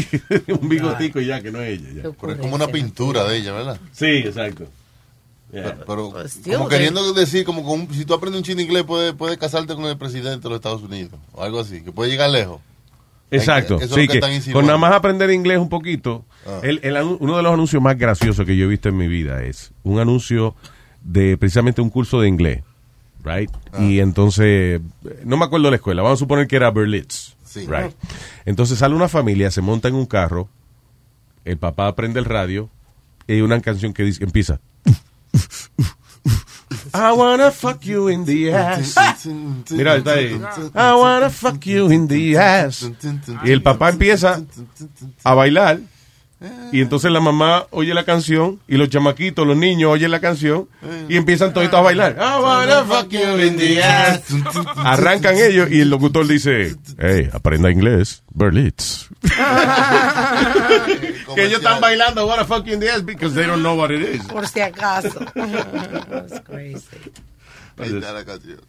[SPEAKER 4] un bigotico y ya, que no es ella. ya.
[SPEAKER 5] Pero es como una pintura de ella, ¿verdad?
[SPEAKER 4] Sí, exacto.
[SPEAKER 5] Pero,
[SPEAKER 7] tío,
[SPEAKER 5] como
[SPEAKER 7] que-
[SPEAKER 5] queriendo decir, como con un- si tú aprendes un chino inglés, puedes puedes casarte con el presidente de los Estados Unidos o algo así, que puede llegar lejos.
[SPEAKER 4] Exacto.
[SPEAKER 5] Eso es
[SPEAKER 4] sí,
[SPEAKER 5] lo que
[SPEAKER 4] que
[SPEAKER 5] están
[SPEAKER 4] con
[SPEAKER 5] insinuando.
[SPEAKER 4] nada más aprender inglés un poquito.
[SPEAKER 5] Ah.
[SPEAKER 4] el- el anu- uno de los anuncios más graciosos que yo he visto en mi vida es un anuncio de precisamente un curso de inglés. Right?
[SPEAKER 5] Ah.
[SPEAKER 4] Y entonces, no me acuerdo la escuela, vamos a suponer que era Berlitz.
[SPEAKER 5] Sí.
[SPEAKER 4] Right. Entonces sale una familia, se monta en un carro, el papá prende el radio y hay una canción que dice, empieza. I wanna fuck you in the ass. Mira, está ahí. I wanna fuck you in the ass. Y el papá empieza a bailar.
[SPEAKER 5] Eh.
[SPEAKER 4] Y entonces la mamá oye la canción y los chamaquitos, los niños oyen la canción
[SPEAKER 5] Eh.
[SPEAKER 4] y empiezan toditos a bailar.
[SPEAKER 5] Ah,
[SPEAKER 4] I wanna fuck you in the ass. Arrancan ellos y el locutor dice, hey, aprenda inglés, Berlitz. que ellos están bailando I wanna fuck you in the ass because they don't know what it is.
[SPEAKER 7] Por si acaso.
[SPEAKER 5] Ahí está la canción.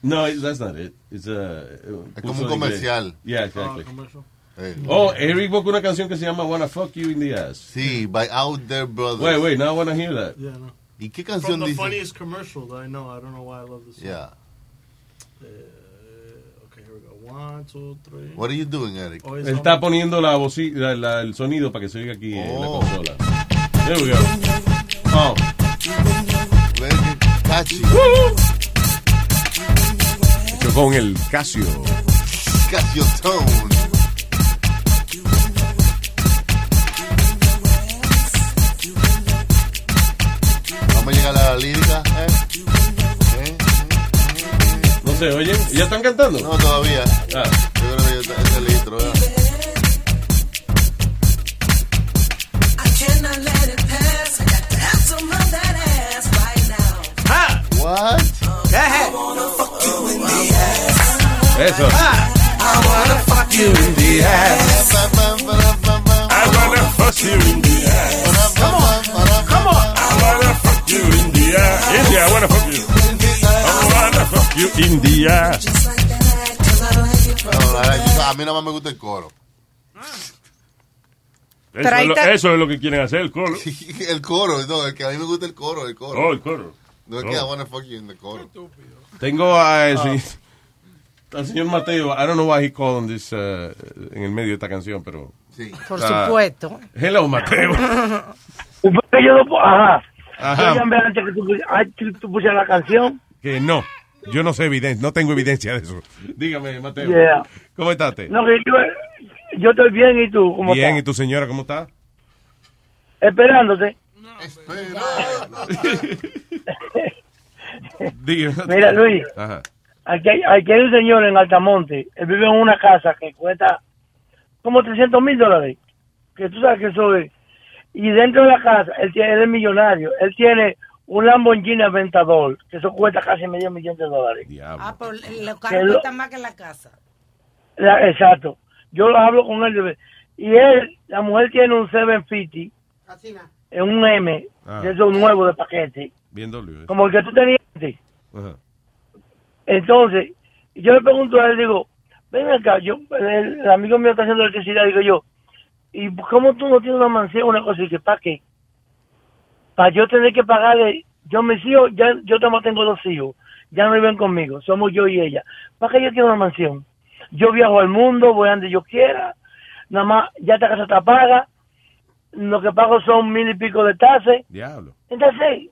[SPEAKER 4] No, that's not it. It's uh, a,
[SPEAKER 5] Es como un comercial.
[SPEAKER 4] Yeah,
[SPEAKER 6] Ah,
[SPEAKER 4] exactly.
[SPEAKER 5] Eh.
[SPEAKER 4] Oh, Eric busca una canción que se llama Wanna Fuck You in the Ass.
[SPEAKER 5] Sí, by Out There Brothers.
[SPEAKER 4] Wait, wait, now I wanna hear that.
[SPEAKER 6] Yeah, no.
[SPEAKER 5] ¿Y qué
[SPEAKER 6] From
[SPEAKER 5] canción
[SPEAKER 6] the
[SPEAKER 5] dice?
[SPEAKER 6] funniest commercial that I know. I don't know why I love this song.
[SPEAKER 5] Yeah.
[SPEAKER 6] Uh, okay, here we go. One, two, three.
[SPEAKER 5] What are you doing, Eric?
[SPEAKER 6] Oh, it's
[SPEAKER 4] Él
[SPEAKER 6] on-
[SPEAKER 4] está poniendo la voci- la- la- el sonido para que se oiga aquí en
[SPEAKER 5] Oh.
[SPEAKER 4] la consola. There we go. Oh.
[SPEAKER 5] Very catchy.
[SPEAKER 4] Hecho con el Casio.
[SPEAKER 5] Casio Tone. Vamos a llegar a la lírica. ¿eh?
[SPEAKER 4] No sé, oye, ¿ya están cantando?
[SPEAKER 5] No, todavía.
[SPEAKER 4] Ah.
[SPEAKER 5] Yo creo que ya está- es el intro. ¿eh?
[SPEAKER 4] Ah. Eso.
[SPEAKER 12] I wanna fuck you in the ass. I wanna fuck you in the ass. Come on, come on. I wanna fuck you in the ass. In the, I wanna fuck you. I wanna fuck you in the ass.
[SPEAKER 5] No, la verdad, a mí nada más me gusta el coro.
[SPEAKER 15] Eso,
[SPEAKER 5] ahí
[SPEAKER 15] es lo,
[SPEAKER 5] está-
[SPEAKER 15] eso es lo que quieren hacer, el coro.
[SPEAKER 5] El coro, no, el que a mí me gusta el coro, el coro.
[SPEAKER 15] Oh, el coro.
[SPEAKER 5] No es que I
[SPEAKER 15] Oh.
[SPEAKER 5] wanna fuck you in the coro.
[SPEAKER 4] Tengo a
[SPEAKER 16] Ah.
[SPEAKER 4] ese. Al señor Mateo, I don't know why he called on this, uh, en el medio de esta canción, pero.
[SPEAKER 5] Sí.
[SPEAKER 7] Por supuesto.
[SPEAKER 4] Hello, Mateo.
[SPEAKER 16] Pero yo no puedo- Ajá.
[SPEAKER 4] Ajá.
[SPEAKER 16] Yo llamé antes que tú, pus- antes que tú pusieras la canción.
[SPEAKER 4] que no, yo no sé evidencia, no tengo evidencia de eso. Dígame, Mateo.
[SPEAKER 16] Yeah.
[SPEAKER 4] ¿Cómo estás? te?
[SPEAKER 16] No, que yo, yo estoy bien y tú, ¿cómo
[SPEAKER 4] Bien,
[SPEAKER 16] estás?
[SPEAKER 4] ¿y tu señora cómo está?
[SPEAKER 16] Esperándote.
[SPEAKER 4] Dígame.
[SPEAKER 16] Mira, Luis.
[SPEAKER 4] Ajá.
[SPEAKER 16] Aquí hay, aquí hay un señor en Altamonte. Él vive en una casa que cuesta como 300 mil dólares. Que tú sabes que eso es. Y dentro de la casa, él, tiene, él es millonario. Él tiene un Lamborghini Aventador, que eso cuesta casi medio millón de dólares.
[SPEAKER 7] Ah, pero los
[SPEAKER 16] Que
[SPEAKER 7] carros
[SPEAKER 16] lo-
[SPEAKER 7] cuestan más que la casa.
[SPEAKER 16] La- exacto. Yo lo hablo con él. de vez- Y él, la mujer tiene un 750, eh, un M,
[SPEAKER 4] Ah.
[SPEAKER 16] de esos nuevos de paquete,
[SPEAKER 4] Bien, W. ¿eh?
[SPEAKER 16] como el que tú tenías antes.
[SPEAKER 4] Ajá.
[SPEAKER 16] Entonces, yo le pregunto a él, digo, ven acá, yo, el, el amigo mío está haciendo electricidad, digo yo, ¿y cómo tú no tienes una mansión, una cosa? Y que, ¿para qué? Para yo tener que pagarle, yo mis hijos, ya, yo tampoco tengo dos hijos, ya no viven conmigo, somos yo y ella. ¿Para qué yo quiero una mansión? Yo viajo al mundo, voy a donde yo quiera, nada más, ya esta casa está paga, lo que pago son mil y pico de tasas,
[SPEAKER 4] Diablo.
[SPEAKER 16] entonces,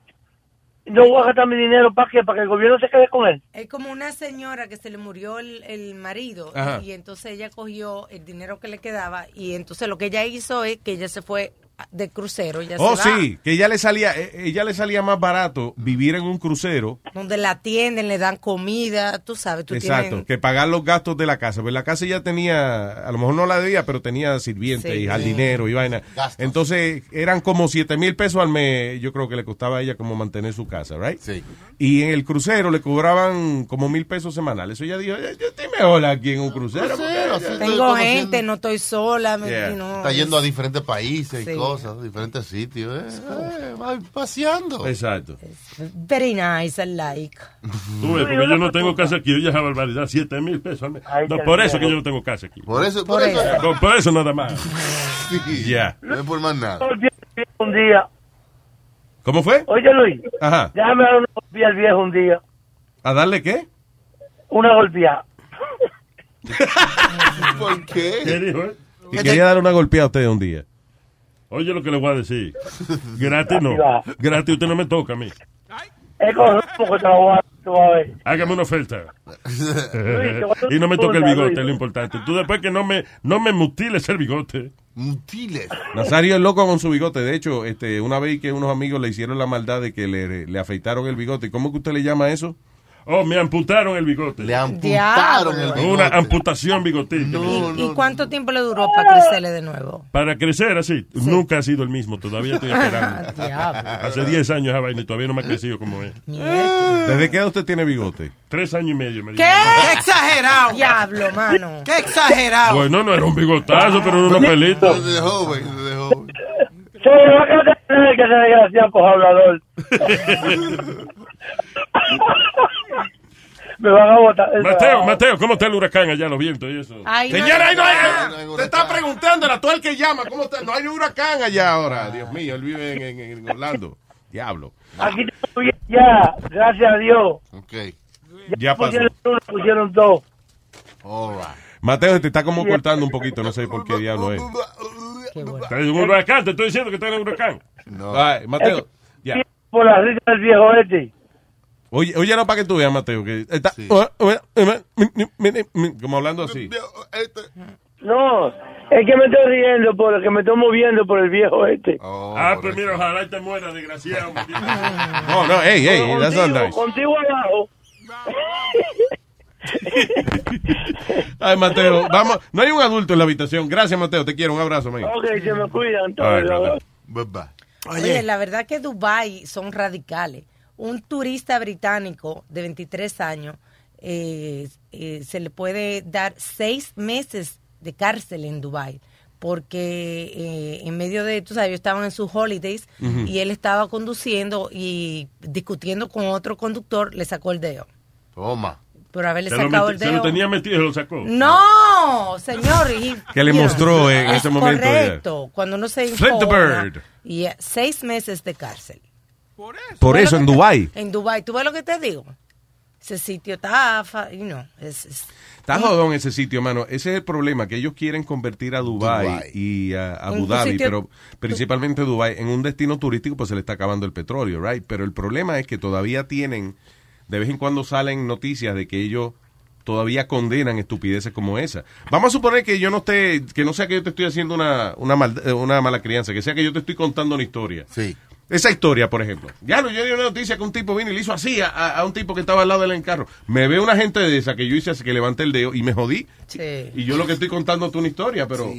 [SPEAKER 16] no voy a gastar mi dinero, ¿para qué? Para que el gobierno se quede con él.
[SPEAKER 7] Es como una señora que se le murió el, el marido
[SPEAKER 16] Ajá.
[SPEAKER 7] y entonces ella cogió el dinero que le quedaba y entonces lo que ella hizo es que ella se fue de crucero. Ella
[SPEAKER 4] Oh,
[SPEAKER 7] se va
[SPEAKER 4] sí, que ya le salía, eh, eh, ya le salía más barato vivir en un crucero,
[SPEAKER 7] donde la atienden, le dan comida, tú sabes, tú
[SPEAKER 4] exacto,
[SPEAKER 7] tienes...
[SPEAKER 4] que pagar los gastos de la casa. Pues la casa ya tenía, a lo mejor no la debía, pero tenía sirviente
[SPEAKER 7] Sí.
[SPEAKER 4] y jardinero y vaina. Entonces eran como 7 mil pesos al mes, yo creo que le costaba a ella como mantener su casa, ¿right? Sí. Y en el crucero le cobraban como mil pesos semanales. Eso ella dijo, "Eh, yo estoy mejor aquí en un
[SPEAKER 7] Pues
[SPEAKER 4] crucero.
[SPEAKER 5] Crucero, sí, estoy
[SPEAKER 7] Tengo
[SPEAKER 5] conociendo-
[SPEAKER 7] gente, no estoy sola. me-
[SPEAKER 4] Yeah.
[SPEAKER 7] no,
[SPEAKER 5] Está yendo a diferentes países
[SPEAKER 7] Sí.
[SPEAKER 5] y cosas, diferentes sitios, eh. Eh, va paseando.
[SPEAKER 4] Exacto.
[SPEAKER 7] Very nice, I like.
[SPEAKER 12] Tú ves, porque yo no tengo casa aquí, oye esa barbaridad, 7 mil pesos al mes. No,
[SPEAKER 7] está
[SPEAKER 12] por
[SPEAKER 7] el
[SPEAKER 12] eso que
[SPEAKER 7] dinero.
[SPEAKER 12] yo no tengo casa aquí.
[SPEAKER 5] Por eso- por Por eso. eso.
[SPEAKER 12] No, por eso nada más.
[SPEAKER 4] Ya.
[SPEAKER 5] No es por más nada.
[SPEAKER 16] un día.
[SPEAKER 4] ¿Cómo fue?
[SPEAKER 16] Oye, Luis.
[SPEAKER 4] Ajá.
[SPEAKER 16] Déjame dar una golpeada al viejo un día.
[SPEAKER 4] ¿A darle qué?
[SPEAKER 16] Una golpeada.
[SPEAKER 5] ¿Por qué?
[SPEAKER 12] ¿Qué dijo él?
[SPEAKER 4] Y quería dar una golpeada a usted un día.
[SPEAKER 12] Oye lo que le voy a decir. Gratis no. Gratis usted no me toca a mí.
[SPEAKER 16] Es correcto que te lo voy a tú vas a ver.
[SPEAKER 12] Hágame una oferta.
[SPEAKER 16] te voy a hacer
[SPEAKER 12] y no me
[SPEAKER 16] una
[SPEAKER 12] toque el
[SPEAKER 16] pregunta,
[SPEAKER 12] bigote,
[SPEAKER 16] Luis.
[SPEAKER 12] es lo importante. Tú después que no me, no me mutiles el bigote.
[SPEAKER 5] Mutiles.
[SPEAKER 4] Nazario es loco con su bigote. De hecho, este, una vez que unos amigos le hicieron la maldad de que le, le afeitaron el bigote. ¿Cómo que usted le llama eso?
[SPEAKER 12] Oh, me amputaron el bigote. Le
[SPEAKER 7] amputaron el bigote.
[SPEAKER 12] Una amputación bigotil.
[SPEAKER 7] ¿Y, y cuánto tiempo le duró para crecerle de nuevo?
[SPEAKER 12] Para crecer así, nunca ha sido el mismo, todavía estoy esperando.
[SPEAKER 7] Diablo.
[SPEAKER 12] Hace 10 años esa vaina y todavía no me ha crecido como es.
[SPEAKER 4] ¿Desde qué edad usted tiene bigote?
[SPEAKER 12] Tres años y medio, me
[SPEAKER 7] ¿Qué?
[SPEAKER 10] ¡Qué exagerado!
[SPEAKER 7] Diablo, mano.
[SPEAKER 10] ¡Qué exagerado!
[SPEAKER 12] Bueno, no era un bigotazo, pero unos pelitos.
[SPEAKER 5] Desde joven, desde joven.
[SPEAKER 16] Sí, me va a quedar con él, que se desgracia, por hablador. me van a botar. Eso,
[SPEAKER 12] Mateo, Mateo, ¿cómo está el huracán allá, los vientos y eso?
[SPEAKER 4] Ay, no
[SPEAKER 12] Señora,
[SPEAKER 4] hay
[SPEAKER 12] ahí no
[SPEAKER 4] huracán.
[SPEAKER 12] hay.
[SPEAKER 4] Te está preguntando la el que llama. ¿Cómo está? No hay huracán allá ahora. Dios mío, él vive en, en- en Orlando. Diablo.
[SPEAKER 16] Aquí estoy bien ya, gracias a Dios.
[SPEAKER 5] Ok.
[SPEAKER 4] Ya pasó.
[SPEAKER 16] Pusieron uno, pusieron dos.
[SPEAKER 5] All right.
[SPEAKER 4] Mateo, te está como cortando un poquito. No sé por qué diablo es.
[SPEAKER 12] Está en un huracán, te estoy diciendo que está en un huracán.
[SPEAKER 4] Ay, Mateo, ya.
[SPEAKER 16] Por la risa del viejo este.
[SPEAKER 4] Oye, oye, no para que tú veas, Mateo. Que está, Oh, como hablando así.
[SPEAKER 16] No, es que me estoy riendo por el que me estoy moviendo por el viejo este.
[SPEAKER 4] Oh.
[SPEAKER 12] Ah, pues mira, ojalá y te muera, desgraciado.
[SPEAKER 4] No, Oh, no, hey, hey, that's not nice.
[SPEAKER 16] Contigo abajo.
[SPEAKER 4] Ay, Mateo, vamos. No hay un adulto en la habitación. Gracias, Mateo. Te quiero. Un abrazo, amigo.
[SPEAKER 16] Ok, se me cuidan
[SPEAKER 4] All right,
[SPEAKER 16] todos.
[SPEAKER 4] brother.
[SPEAKER 7] Oye. la verdad que Dubai son radicales. Un turista británico de 23 años eh, eh, se le puede dar seis meses de cárcel en Dubai porque eh, en medio de, tú sabes, ellos estaban en sus holidays
[SPEAKER 17] Ujú.
[SPEAKER 7] y él estaba conduciendo y discutiendo con otro conductor, le sacó el dedo.
[SPEAKER 5] Toma.
[SPEAKER 7] Por haberle
[SPEAKER 12] Se lo,
[SPEAKER 7] sacado
[SPEAKER 12] meti-
[SPEAKER 7] el
[SPEAKER 12] se
[SPEAKER 7] dedo.
[SPEAKER 12] lo tenía metido y se lo sacó.
[SPEAKER 7] No, señor. y-
[SPEAKER 12] Oh. Que le
[SPEAKER 7] you know,
[SPEAKER 12] mostró en
[SPEAKER 7] es
[SPEAKER 12] ese momento, ya.
[SPEAKER 7] Correcto. Cuando uno se
[SPEAKER 12] Flip the
[SPEAKER 7] impone,
[SPEAKER 12] bird.
[SPEAKER 7] y eh, seis meses de cárcel.
[SPEAKER 4] Por eso en Dubái.
[SPEAKER 7] En Dubai, ¿tú ves lo que te digo? Ese sitio está, fa- you know, es- es-
[SPEAKER 4] Está jodón ese sitio, mano. Ese es el problema, que ellos quieren convertir a Dubái
[SPEAKER 7] Dubái.
[SPEAKER 4] y a a
[SPEAKER 7] Un
[SPEAKER 4] Abu Dhabi,
[SPEAKER 7] sitio-
[SPEAKER 4] pero principalmente Dubái, en un destino turístico, pues se le está acabando el petróleo, right? Pero el problema es que todavía tienen, de vez en cuando salen noticias de que ellos todavía condenan estupideces como esa. Vamos a suponer que yo no esté, que no sea que yo te estoy haciendo una, una, mal- eh, una mala crianza, que sea que yo te estoy contando una historia.
[SPEAKER 5] Sí.
[SPEAKER 4] Esa historia, por ejemplo. Ya lo, yo di una noticia que un tipo vino y le hizo así a, a- a un tipo que estaba al lado del encarro. Me ve una gente de esa que yo hice así que levanté el dedo y me jodí. Y yo lo que estoy contando es una historia, pero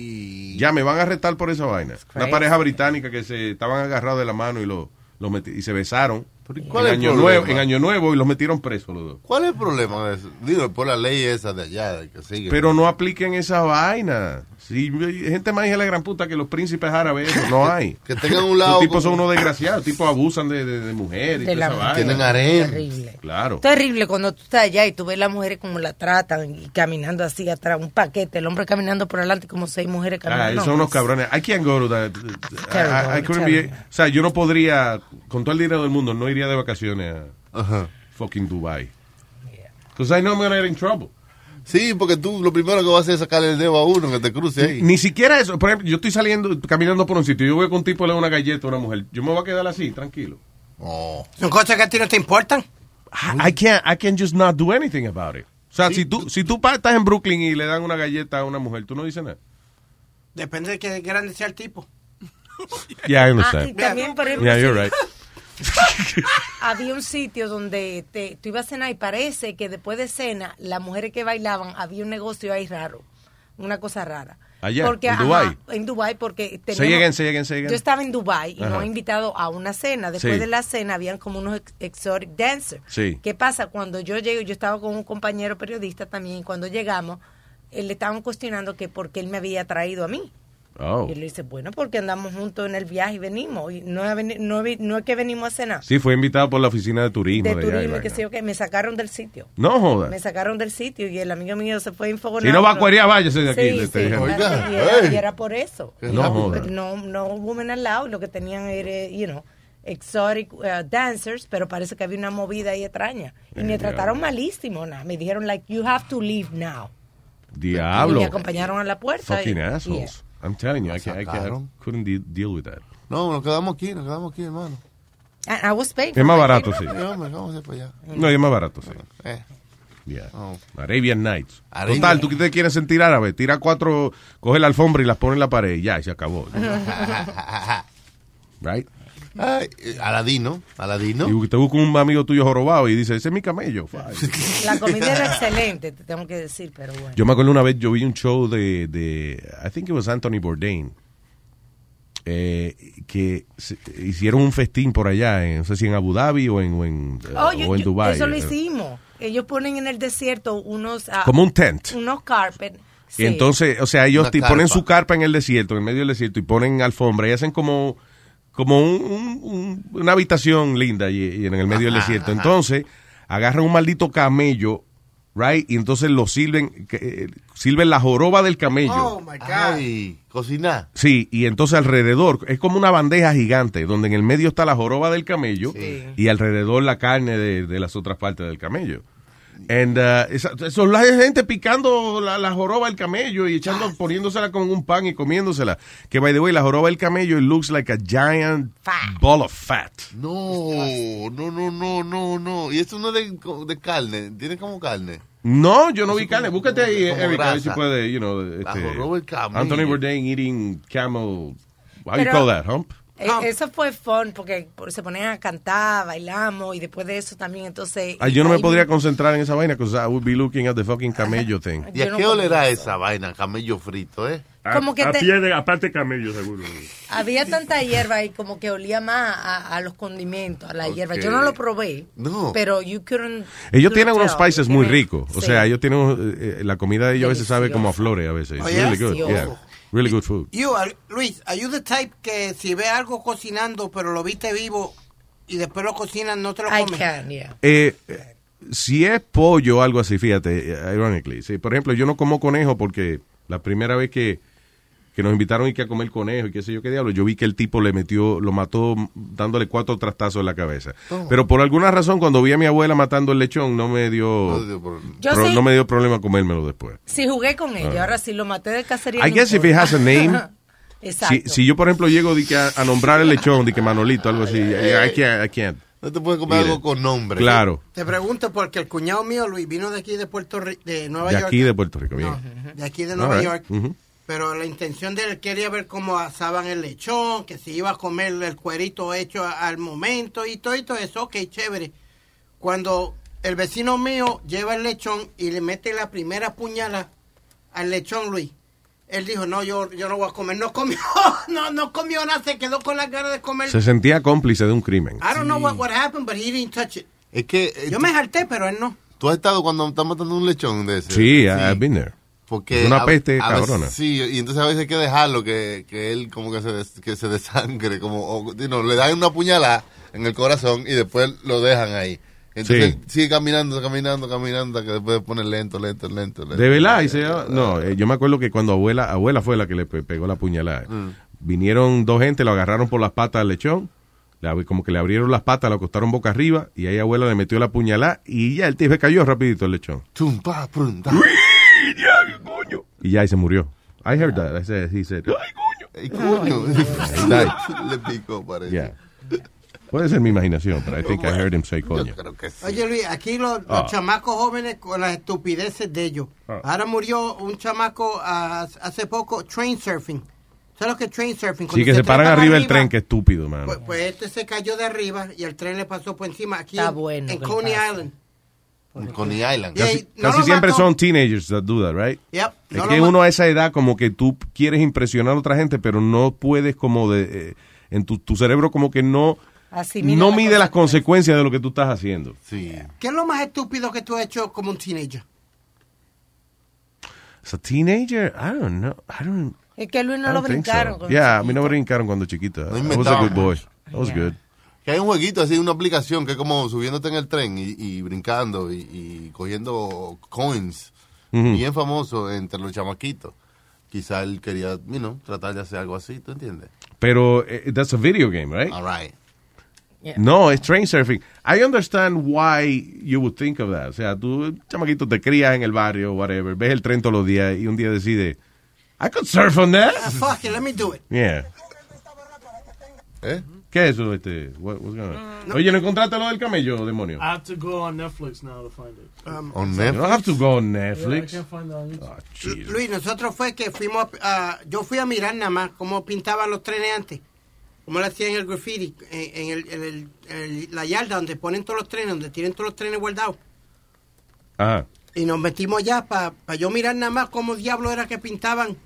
[SPEAKER 4] ya me van a arrestar por esa vaina. Una
[SPEAKER 5] crazy.
[SPEAKER 4] pareja británica que se estaban agarrados de la mano y lo, lo meti- y se besaron.
[SPEAKER 5] cuál
[SPEAKER 4] en,
[SPEAKER 5] es el
[SPEAKER 4] año
[SPEAKER 5] problema?
[SPEAKER 4] nuevo, en Año Nuevo y los metieron presos los dos.
[SPEAKER 5] ¿Cuál es el problema? de eso? Digo, por la ley esa de allá de que sigue.
[SPEAKER 4] Pero no apliquen esa vaina. Si hay gente más hija de la gran puta que los príncipes árabes, eso no hay.
[SPEAKER 5] Que tengan un lado
[SPEAKER 4] Los tipos
[SPEAKER 5] como-
[SPEAKER 4] son unos desgraciados, tipos abusan de, de, de mujeres. y
[SPEAKER 7] De
[SPEAKER 4] toda
[SPEAKER 7] la-
[SPEAKER 4] esa vaina.
[SPEAKER 5] Tienen harem.
[SPEAKER 7] Terrible.
[SPEAKER 4] Claro.
[SPEAKER 7] terrible cuando tú estás allá y tú ves las mujeres como la tratan y caminando así atrás, un paquete, el hombre caminando por adelante y como seis mujeres
[SPEAKER 4] Ah,
[SPEAKER 7] caminando.
[SPEAKER 4] esos son unos cabrones. I can't go to that. I- I- I couldn't be-
[SPEAKER 7] terrible.
[SPEAKER 4] o sea, yo no podría, con todo el dinero del mundo, no iría de vacaciones a fucking Dubai. Because I know I'm gonna get in trouble.
[SPEAKER 5] Sí, porque tú lo primero que vas a hacer es sacarle el dedo a uno que te cruce ahí.
[SPEAKER 4] Ni siquiera eso. Por ejemplo, yo estoy saliendo, caminando por un sitio, yo veo que un tipo le da una galleta a una mujer. Yo me voy a quedar así, tranquilo.
[SPEAKER 10] Son cosas que a ti no te importan.
[SPEAKER 4] I, I can't, I can just not do anything about it. O sea, si tú, si tú pa- estás en Brooklyn y le dan una galleta a una mujer, tú no dices nada.
[SPEAKER 10] Depende de qué grande sea el tipo.
[SPEAKER 4] Yeah, I
[SPEAKER 7] Ah, y
[SPEAKER 4] understand.
[SPEAKER 7] también, por ejemplo,
[SPEAKER 4] Yeah, you're right.
[SPEAKER 7] había un sitio donde te, tú ibas a cenar y parece que después de cena, las mujeres que bailaban, había un negocio ahí raro, una cosa rara.
[SPEAKER 4] Allá,
[SPEAKER 7] porque,
[SPEAKER 4] en
[SPEAKER 7] ajá,
[SPEAKER 4] Dubái.
[SPEAKER 7] en Dubái, porque
[SPEAKER 4] Say
[SPEAKER 7] teníamos-
[SPEAKER 4] again, say again, say again.
[SPEAKER 7] Yo estaba en Dubai y nos
[SPEAKER 4] Ajá.
[SPEAKER 7] han invitado a una cena. Después
[SPEAKER 4] Sí.
[SPEAKER 7] de la cena habían como unos ex- exotic dancers.
[SPEAKER 4] Sí.
[SPEAKER 7] ¿Qué pasa? Cuando yo llego, yo estaba con un compañero periodista también. y Cuando llegamos, él le estaban cuestionando que por qué él me había traído a mí.
[SPEAKER 4] Oh.
[SPEAKER 7] Y le dice, bueno, porque andamos juntos en el viaje y venimos. Y no, he veni- no, he vi- no es que venimos a cenar.
[SPEAKER 4] Sí, fue invitado por la oficina de turismo.
[SPEAKER 7] de
[SPEAKER 4] de allá y
[SPEAKER 7] turismo, y
[SPEAKER 4] vaina.
[SPEAKER 7] que sé yo, que me sacaron del sitio.
[SPEAKER 4] No jodas.
[SPEAKER 7] Me sacaron del sitio y el amigo mío se fue infogonado.
[SPEAKER 4] Si no va a cuerear, váyase de aquí,
[SPEAKER 7] Sí,
[SPEAKER 4] le- te
[SPEAKER 7] sí,
[SPEAKER 4] dijeron.
[SPEAKER 7] oiga,
[SPEAKER 4] Oiga,
[SPEAKER 7] y, era,
[SPEAKER 4] ey.
[SPEAKER 7] y era por eso.
[SPEAKER 4] Qué No rápido. joda.
[SPEAKER 7] No, no hubo men al lado, lo que tenían era, you know, exotic uh, dancers, pero parece que había una movida ahí extraña. Y me
[SPEAKER 4] Eh,
[SPEAKER 7] trataron malísimo, na. me dijeron, like, you have to leave now.
[SPEAKER 4] Diablo.
[SPEAKER 7] Y me acompañaron a la puerta.
[SPEAKER 4] Fucking
[SPEAKER 7] y-
[SPEAKER 4] assholes. I'm telling you, I, can't, I can't, couldn't de- deal with that.
[SPEAKER 5] No, nos quedamos aquí, nos quedamos aquí, hermano.
[SPEAKER 7] yeah. I- I was paying
[SPEAKER 4] Es
[SPEAKER 7] for
[SPEAKER 4] más
[SPEAKER 7] my
[SPEAKER 4] barato,
[SPEAKER 7] dinner.
[SPEAKER 4] sí.
[SPEAKER 5] Sí, hombre, vamos a ir para allá.
[SPEAKER 4] No, y es más barato, sí.
[SPEAKER 5] Pues Eh. Oh.
[SPEAKER 4] Yeah. Arabian Nights.
[SPEAKER 5] Arabian-
[SPEAKER 4] Total, tú que te quieres sentir árabe, tira cuatro, coge la alfombra y las pone en la pared, ya, y se acabó. right?
[SPEAKER 5] Ay, eh, Aladino, Aladino.
[SPEAKER 4] Y te busca un amigo tuyo jorobado y dice, ese es mi camello.
[SPEAKER 7] La comida era excelente, te tengo que decir, pero bueno.
[SPEAKER 4] Yo me acuerdo una vez, yo vi un show de, de I think it was Anthony Bourdain, eh, que se- hicieron un festín por allá, en, no sé si en Abu Dhabi o en, o en, eh,
[SPEAKER 7] Oh, yo-
[SPEAKER 4] o en
[SPEAKER 7] yo-
[SPEAKER 4] Dubái.
[SPEAKER 7] Eso lo
[SPEAKER 4] Eh,
[SPEAKER 7] hicimos. Ellos ponen en el desierto unos... ah,
[SPEAKER 4] Como un tent.
[SPEAKER 7] Unos carpet.
[SPEAKER 4] Y entonces, o sea, ellos
[SPEAKER 5] Una
[SPEAKER 4] te- ponen
[SPEAKER 5] carpa.
[SPEAKER 4] su carpa en el desierto, en medio del desierto, y ponen alfombra y hacen como, como un- un- un- una habitación linda y, y en el medio del
[SPEAKER 5] Ajá, ajá.
[SPEAKER 4] desierto. Entonces, agarran un maldito camello, right? Y entonces lo sirven, que, eh, sirven la joroba del camello.
[SPEAKER 7] Oh,
[SPEAKER 5] Ay, cocinar.
[SPEAKER 4] Sí, y entonces alrededor, es como una bandeja gigante, donde en el medio está la joroba del camello y alrededor la carne de, de las otras partes del camello. And, uh, esa- eso, la gente picando la, la joroba del camello y
[SPEAKER 5] Ah,
[SPEAKER 4] echando, poniéndosela con un pan y comiéndosela. Que, by the way, la joroba del camello it looks like a giant ball of fat.
[SPEAKER 5] No, no, no, no, no, no. Y esto no es de, de carne, tiene como carne.
[SPEAKER 4] No, yo no vi carne. Búscate ahí,
[SPEAKER 5] como
[SPEAKER 4] Eric, a ver si
[SPEAKER 5] grasa.
[SPEAKER 4] puede, you know, este,
[SPEAKER 5] joroba del camello.
[SPEAKER 4] Anthony Bourdain eating camel, how you
[SPEAKER 7] Pero-
[SPEAKER 4] call that, hump?
[SPEAKER 7] Eh, Eso fue fun porque por- se ponían a cantar, bailamos y después de eso también entonces...
[SPEAKER 4] Ah, yo no me
[SPEAKER 7] ahí-
[SPEAKER 4] podría concentrar en esa vaina because I would be looking at the fucking camello thing.
[SPEAKER 5] ¿Y a qué olerá esa vaina, camello frito, eh?
[SPEAKER 4] Ah,
[SPEAKER 7] Como que a te- pie
[SPEAKER 12] Este
[SPEAKER 18] aparte camello, seguro.
[SPEAKER 7] Había tanta hierba y como que olía más a, a los condimentos, a la hierba. Yo no lo probé,
[SPEAKER 4] No.
[SPEAKER 7] pero you couldn't...
[SPEAKER 4] Ellos
[SPEAKER 7] couldn't
[SPEAKER 4] tienen unos
[SPEAKER 7] tell.
[SPEAKER 4] spices muy ricos. O
[SPEAKER 7] Sí.
[SPEAKER 4] sea, ellos tienen. eh, eh, la comida de ellos a veces sabe como a flores a veces. It's
[SPEAKER 10] Oh, yeah?
[SPEAKER 4] really good.
[SPEAKER 10] Delicioso.
[SPEAKER 4] Yeah. Really good food.
[SPEAKER 10] You are, Luis, are you the type que si ve algo cocinando, pero lo viste vivo y después lo cocinan, no te lo comes?
[SPEAKER 4] Eh, eh, si es pollo o algo así, fíjate, eh, ironically. sí. Por ejemplo, yo no como conejo porque la primera vez que, que nos invitaron y que a comer conejo y qué sé yo qué diablo, yo vi que el tipo le metió, lo mató dándole cuatro trastazos en la cabeza.
[SPEAKER 7] Oh.
[SPEAKER 4] Pero por alguna razón, cuando vi a mi abuela matando el lechón, no me dio,
[SPEAKER 7] No dio problema. Yo
[SPEAKER 4] pro-
[SPEAKER 7] sí.
[SPEAKER 4] no me dio problema comérmelo después.
[SPEAKER 7] Sí, jugué con ella.
[SPEAKER 4] Ah.
[SPEAKER 7] Ahora sí lo maté de cacería.
[SPEAKER 4] I
[SPEAKER 7] no
[SPEAKER 4] guess if it
[SPEAKER 7] importa.
[SPEAKER 4] has a name.
[SPEAKER 7] Exacto.
[SPEAKER 4] Si, si yo, por ejemplo, llego di que a, a nombrar el lechón, di que Manolito, algo así, I can't- I can't.
[SPEAKER 5] No te puedes comer
[SPEAKER 4] Mire.
[SPEAKER 5] algo con nombre. ¿eh?
[SPEAKER 4] Claro,
[SPEAKER 10] Te pregunto porque el cuñado mío, Luis, vino de aquí de Puerto Ri- de Nueva
[SPEAKER 4] de
[SPEAKER 10] York.
[SPEAKER 4] aquí de Puerto Rico, bien.
[SPEAKER 10] de aquí de
[SPEAKER 4] All
[SPEAKER 10] Nueva
[SPEAKER 4] right. Mm-hmm.
[SPEAKER 10] York.
[SPEAKER 4] Ujú.
[SPEAKER 10] Pero la intención de él quería ver cómo asaban el lechón, que si iba a comer el cuerito hecho a- al momento y todo, y todo eso. Ok, chévere. Cuando el vecino mío lleva el lechón y le mete la primera puñalada al lechón, Luis, él dijo, no, yo, yo no voy a comer. No comió, no, no comió nada, se quedó con las ganas de
[SPEAKER 7] Pues
[SPEAKER 10] comer.
[SPEAKER 4] Se sentía cómplice de un crimen.
[SPEAKER 10] I don't know what, what happened, but he didn't touch it.
[SPEAKER 5] Es que...
[SPEAKER 4] eh,
[SPEAKER 10] Yo me jalté, pero él no.
[SPEAKER 5] ¿Tú has estado cuando están matando un lechón de ese?
[SPEAKER 4] Sí, I've been there.
[SPEAKER 5] Porque
[SPEAKER 4] Es una
[SPEAKER 5] a-
[SPEAKER 4] peste
[SPEAKER 5] a veces-
[SPEAKER 4] cabrona.
[SPEAKER 5] sí, y entonces a veces hay que dejarlo, que, que él como que se, des- que se desangre, como o, you know, le dan una puñalada en el corazón y después lo dejan ahí. Entonces
[SPEAKER 4] Sí.
[SPEAKER 5] él sigue caminando, caminando, caminando, hasta que después pone lento, lento, lento. lento.
[SPEAKER 4] De verdad, y se- no, eh, yo me acuerdo que cuando abuela, abuela fue la que le pe- pegó la puñalada.
[SPEAKER 5] Mm.
[SPEAKER 4] Vinieron dos gente, lo agarraron por las patas al lechón, le abri- como que le abrieron las patas, lo acostaron boca arriba, y ahí abuela le metió la puñalada, y ya el tío se cayó rapidito el lechón.
[SPEAKER 5] Chum, pa, prum, ta.
[SPEAKER 4] Y ya, y se murió. I heard that. I said, he said, "Ay,
[SPEAKER 5] Ay, coño.
[SPEAKER 4] Nice.
[SPEAKER 5] Le picó, parece.
[SPEAKER 4] Yeah. Puede ser mi imaginación, pero I think I heard him say coño.
[SPEAKER 10] Oye, Luis, aquí los, los
[SPEAKER 4] Ah.
[SPEAKER 10] chamacos jóvenes con las estupideces de ellos.
[SPEAKER 4] Ah.
[SPEAKER 10] Ahora murió un chamaco ah, hace poco, train surfing. ¿Sabes lo que es train surfing?
[SPEAKER 4] Sí,
[SPEAKER 10] Cuando
[SPEAKER 4] que se paran
[SPEAKER 10] trepan
[SPEAKER 4] arriba el tren, que estúpido, mano.
[SPEAKER 10] Pues, pues este se cayó de arriba y el tren le pasó por encima. Aquí
[SPEAKER 7] Está
[SPEAKER 10] en,
[SPEAKER 7] bueno
[SPEAKER 10] en
[SPEAKER 7] que le
[SPEAKER 10] Coney
[SPEAKER 7] pase.
[SPEAKER 10] Island.
[SPEAKER 5] Coney Island.
[SPEAKER 10] Yeah,
[SPEAKER 4] Casi,
[SPEAKER 10] no
[SPEAKER 4] casi
[SPEAKER 10] lo
[SPEAKER 4] siempre
[SPEAKER 10] mató.
[SPEAKER 4] son teenagers that do that, right?
[SPEAKER 10] Yep,
[SPEAKER 4] Es
[SPEAKER 10] no
[SPEAKER 4] que
[SPEAKER 10] lo
[SPEAKER 4] uno a esa edad como que tú quieres impresionar a otra gente, pero no puedes como de... eh, en tu, tu cerebro como que no...
[SPEAKER 7] Así, mira
[SPEAKER 4] No
[SPEAKER 7] la
[SPEAKER 4] mide
[SPEAKER 7] cosa.
[SPEAKER 4] las consecuencias de lo que tú estás haciendo.
[SPEAKER 5] Sí.
[SPEAKER 10] ¿Qué es lo más estúpido que tú has hecho como un teenager?
[SPEAKER 4] As a teenager, I don't know. I don't,
[SPEAKER 7] Es que a Luis
[SPEAKER 4] I
[SPEAKER 7] no lo
[SPEAKER 4] don't think so.
[SPEAKER 7] brincaron. con-
[SPEAKER 4] Yeah, a mí no me brincaron cuando chiquito. I was a
[SPEAKER 5] inventaban
[SPEAKER 4] good boy.
[SPEAKER 5] mucho.
[SPEAKER 4] I was
[SPEAKER 5] Yeah.
[SPEAKER 4] good.
[SPEAKER 5] Que hay un jueguito así, una aplicación que es como subiéndote en el tren y, y brincando y, y cogiendo coins.
[SPEAKER 4] Ujú.
[SPEAKER 5] Bien famoso entre los chamaquitos. Quizá él quería, you know, tratar de hacer algo así, ¿tú entiendes?
[SPEAKER 4] Pero eh, that's a video game, right?
[SPEAKER 5] All right.
[SPEAKER 4] No, es train surfing. I understand why you would think of that. O sea, tú, chamaquito, te crías en el barrio, whatever, ves el tren todos los días y un día decides, I could surf on that.
[SPEAKER 10] Ah, fuck it, let me do it. Eh?
[SPEAKER 4] Yeah. ¿Qué es eso? Este? What- what's going on? Oye, ¿no encontraste lo del camello, demonio?
[SPEAKER 10] Ah,
[SPEAKER 6] I have to go on Netflix now to find it.
[SPEAKER 4] On Netflix? You don't have to go on Netflix.
[SPEAKER 6] Yeah, I can't find it on YouTube.
[SPEAKER 4] Ah,
[SPEAKER 10] Lu- Luis, nosotros fue que fuimos a, a- yo fui a mirar nada más cómo pintaban los trenes antes, cómo lo hacían el graffiti en, en el- en el- en la yarda donde ponen todos los trenes, donde tienen todos los trenes guardados.
[SPEAKER 4] Ajá.
[SPEAKER 10] Y nos metimos allá para yo mirar nada más cómo diablo era que pintaban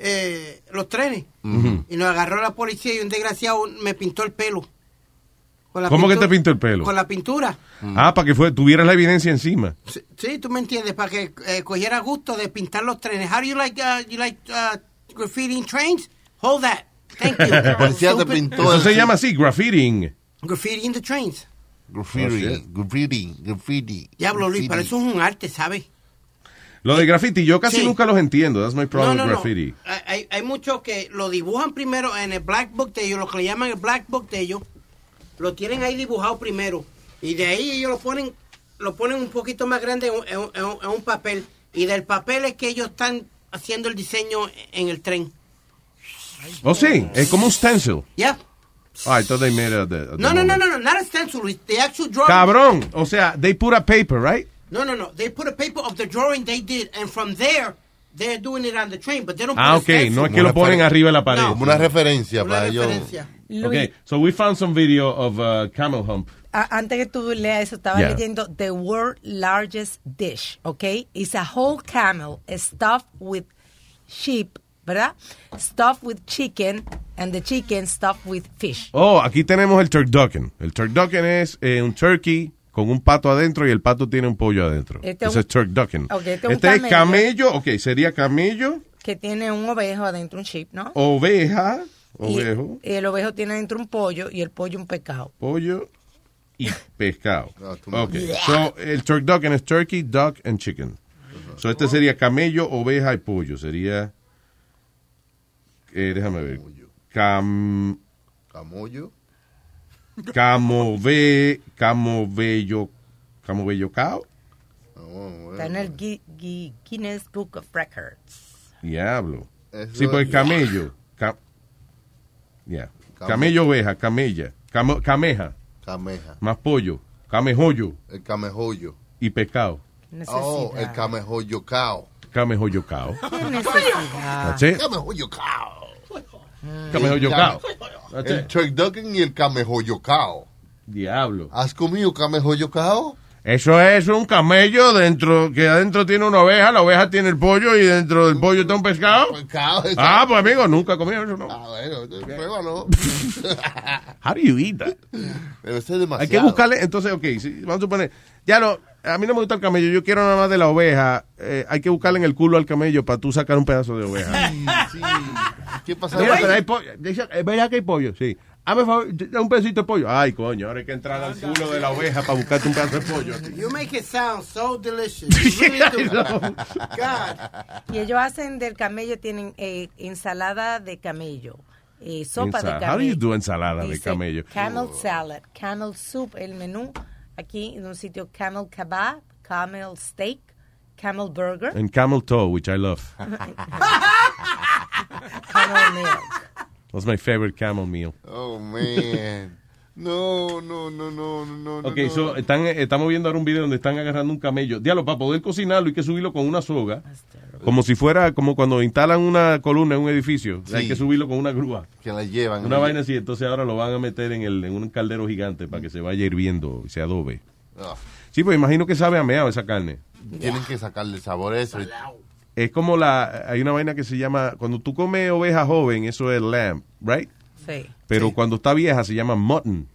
[SPEAKER 10] eh, los trenes.
[SPEAKER 4] Ujú.
[SPEAKER 10] Y nos agarró la policía y un desgraciado me pintó el pelo. Con la
[SPEAKER 4] ¿Cómo que
[SPEAKER 10] pintu-
[SPEAKER 4] te pintó el pelo?
[SPEAKER 10] Con la pintura.
[SPEAKER 4] Ah, para que fue, tuvieras la evidencia encima.
[SPEAKER 10] Mm. Sí, tú me entiendes, para que eh, cogiera gusto de pintar los trenes. How do you like, uh, you like uh, graffitiing trains? Hold that. Thank you. Stupid.
[SPEAKER 4] Eso se llama así, graffitiing.
[SPEAKER 10] Graffitiing the trains.
[SPEAKER 5] Graffiti,
[SPEAKER 4] Oh, shit.
[SPEAKER 5] graffiti, graffiti.
[SPEAKER 10] Diablo, Luis, pero eso es un arte, ¿sabes?
[SPEAKER 4] Lo de graffiti, yo casi
[SPEAKER 10] Sí.
[SPEAKER 4] nunca los entiendo. That's my problem
[SPEAKER 10] no,
[SPEAKER 4] with
[SPEAKER 10] no.
[SPEAKER 4] graffiti.
[SPEAKER 10] Hay- Hay, hay muchos que lo dibujan primero en el black book de ellos, lo que le llaman el black book de ellos. Lo tienen ahí dibujado primero. Y de ahí ellos lo ponen lo ponen un poquito más grande en, un- en un- en un- en un papel. Y del papel es que ellos están haciendo el diseño en el tren.
[SPEAKER 4] Oh, sí, es como un stencil.
[SPEAKER 10] Yeah.
[SPEAKER 4] Ah, entonces made a- the- a- the
[SPEAKER 10] No, no, no,
[SPEAKER 4] moment.
[SPEAKER 10] no, no, not a stencil, it's the actual drawing.
[SPEAKER 4] Cabrón, o sea, they put a paper, right?
[SPEAKER 10] No, no, no, they put a paper of the drawing they did, and from there, they're doing it on the train, but they don't
[SPEAKER 4] Ah,
[SPEAKER 10] put a
[SPEAKER 4] ok,
[SPEAKER 10] stencil.
[SPEAKER 4] no es que lo ponen arriba de la pared.
[SPEAKER 5] Como una referencia
[SPEAKER 10] Una
[SPEAKER 5] para ellos.
[SPEAKER 10] referencia.
[SPEAKER 7] Luis,
[SPEAKER 4] Okay, so we found some video of uh, camel hump.
[SPEAKER 7] a- antes que tú leas eso, estaba
[SPEAKER 4] Yeah.
[SPEAKER 7] leyendo The World Largest Dish, ¿ok? It's a whole camel stuffed with sheep, ¿verdad? Stuffed with chicken and the chicken stuffed with fish.
[SPEAKER 4] Oh, aquí tenemos el turducken. El turducken es eh, un turkey con un pato adentro y el pato tiene un pollo adentro.
[SPEAKER 7] Este es
[SPEAKER 4] Ese
[SPEAKER 7] un-
[SPEAKER 4] es turducken.
[SPEAKER 7] Ok, este es un
[SPEAKER 4] este es
[SPEAKER 7] camello.
[SPEAKER 4] camello, ok, sería camello,
[SPEAKER 7] Que tiene un ovejo adentro un sheep, ¿no?
[SPEAKER 4] oveja,
[SPEAKER 7] Y-
[SPEAKER 4] ovejo,
[SPEAKER 7] Y, el ovejo tiene adentro un pollo y el pollo un pescado.
[SPEAKER 4] pollo y pescado. Ok,
[SPEAKER 7] much.
[SPEAKER 4] so el turducken es turkey, duck and chicken. So este sería camello, oveja y pollo. Sería, eh, déjame ver, cam...
[SPEAKER 5] Camollo.
[SPEAKER 4] Camove, camovello, camovellocao. Ah,
[SPEAKER 7] Está en el Gui- Gui- Guinness Book of Records.
[SPEAKER 4] Diablo.
[SPEAKER 7] Eso
[SPEAKER 4] sí, pues
[SPEAKER 7] es-
[SPEAKER 4] camello. Ca- yeah.
[SPEAKER 5] Camo-
[SPEAKER 4] Camello, oveja, camella. Camo- cameja.
[SPEAKER 5] Cameja.
[SPEAKER 4] Más pollo. Camejollo.
[SPEAKER 5] El camejollo.
[SPEAKER 4] Y pescado.
[SPEAKER 5] Oh, el camejollo cao.
[SPEAKER 4] Camejoyocao.
[SPEAKER 5] necesidad?
[SPEAKER 4] That's it.
[SPEAKER 5] Camejollo cao.
[SPEAKER 4] Camejollo cao. That's
[SPEAKER 5] El
[SPEAKER 4] it.
[SPEAKER 5] turducken y el camejollo cao.
[SPEAKER 4] Diablo.
[SPEAKER 5] ¿Has comido camejollo cao?
[SPEAKER 4] Eso es un camello dentro que adentro tiene una oveja, la oveja tiene el pollo y dentro del pollo está un pescado.
[SPEAKER 5] Pescado, exacto.
[SPEAKER 4] Ah, pues amigo, nunca comí eso, no.
[SPEAKER 5] Ah, bueno, eh, pruébalo.
[SPEAKER 4] How do you eat that?
[SPEAKER 5] Pero eso es demasiado.
[SPEAKER 4] Hay que buscarle, entonces, ok, sí, vamos a suponer, ya no, a mí no me gusta el camello, yo quiero nada más de la oveja, eh, hay que buscarle en el culo al camello para tú sacar un pedazo de oveja.
[SPEAKER 5] ¿Qué pasa?
[SPEAKER 4] Mira, pero hay pollo, dice, "Es verdad que hay pollo, sí. Hazme favor, da un pedacito de pollo. Ay, coño, ahora hay que entrar al culo de la oveja para buscarte un pedazo de pollo.
[SPEAKER 10] You make it sound so delicious. You really do. God.
[SPEAKER 7] Y ellos hacen del camello, tienen eh, ensalada de camello, eh, sopa de
[SPEAKER 4] Ensalada. How do you
[SPEAKER 7] camello.
[SPEAKER 4] do ensalada de
[SPEAKER 7] Dice
[SPEAKER 4] camello? Oh.
[SPEAKER 7] Camel salad, camel soup, el menú. Aquí en un sitio camel kebab, camel steak, camel burger,
[SPEAKER 4] And camel toe, which I love.
[SPEAKER 7] camel meal.
[SPEAKER 4] That's my favorite camel meal.
[SPEAKER 5] Oh, man. No, no, no, no, no, no.
[SPEAKER 4] Ok,
[SPEAKER 5] no.
[SPEAKER 4] so, están, eh, estamos viendo ahora un video donde están agarrando un camello. Diablo, para poder cocinarlo hay que subirlo con una soga.
[SPEAKER 7] Ah,
[SPEAKER 4] Como si fuera, como cuando instalan una columna en un edificio.
[SPEAKER 5] Sí.
[SPEAKER 4] Hay que subirlo con una grúa.
[SPEAKER 5] Que la llevan.
[SPEAKER 4] Una vaina así. Entonces ahora lo van a meter en, el, en un caldero gigante para que se vaya hirviendo y se adobe.
[SPEAKER 5] Ah,
[SPEAKER 4] Sí, pues imagino que sabe a meado esa carne.
[SPEAKER 5] tienen que sacarle el sabor a eso.
[SPEAKER 4] Es como la... Hay una vaina que se llama... Cuando tú comes oveja joven, eso es lamb, right?
[SPEAKER 7] Sí.
[SPEAKER 4] Pero cuando está vieja se llama mutton.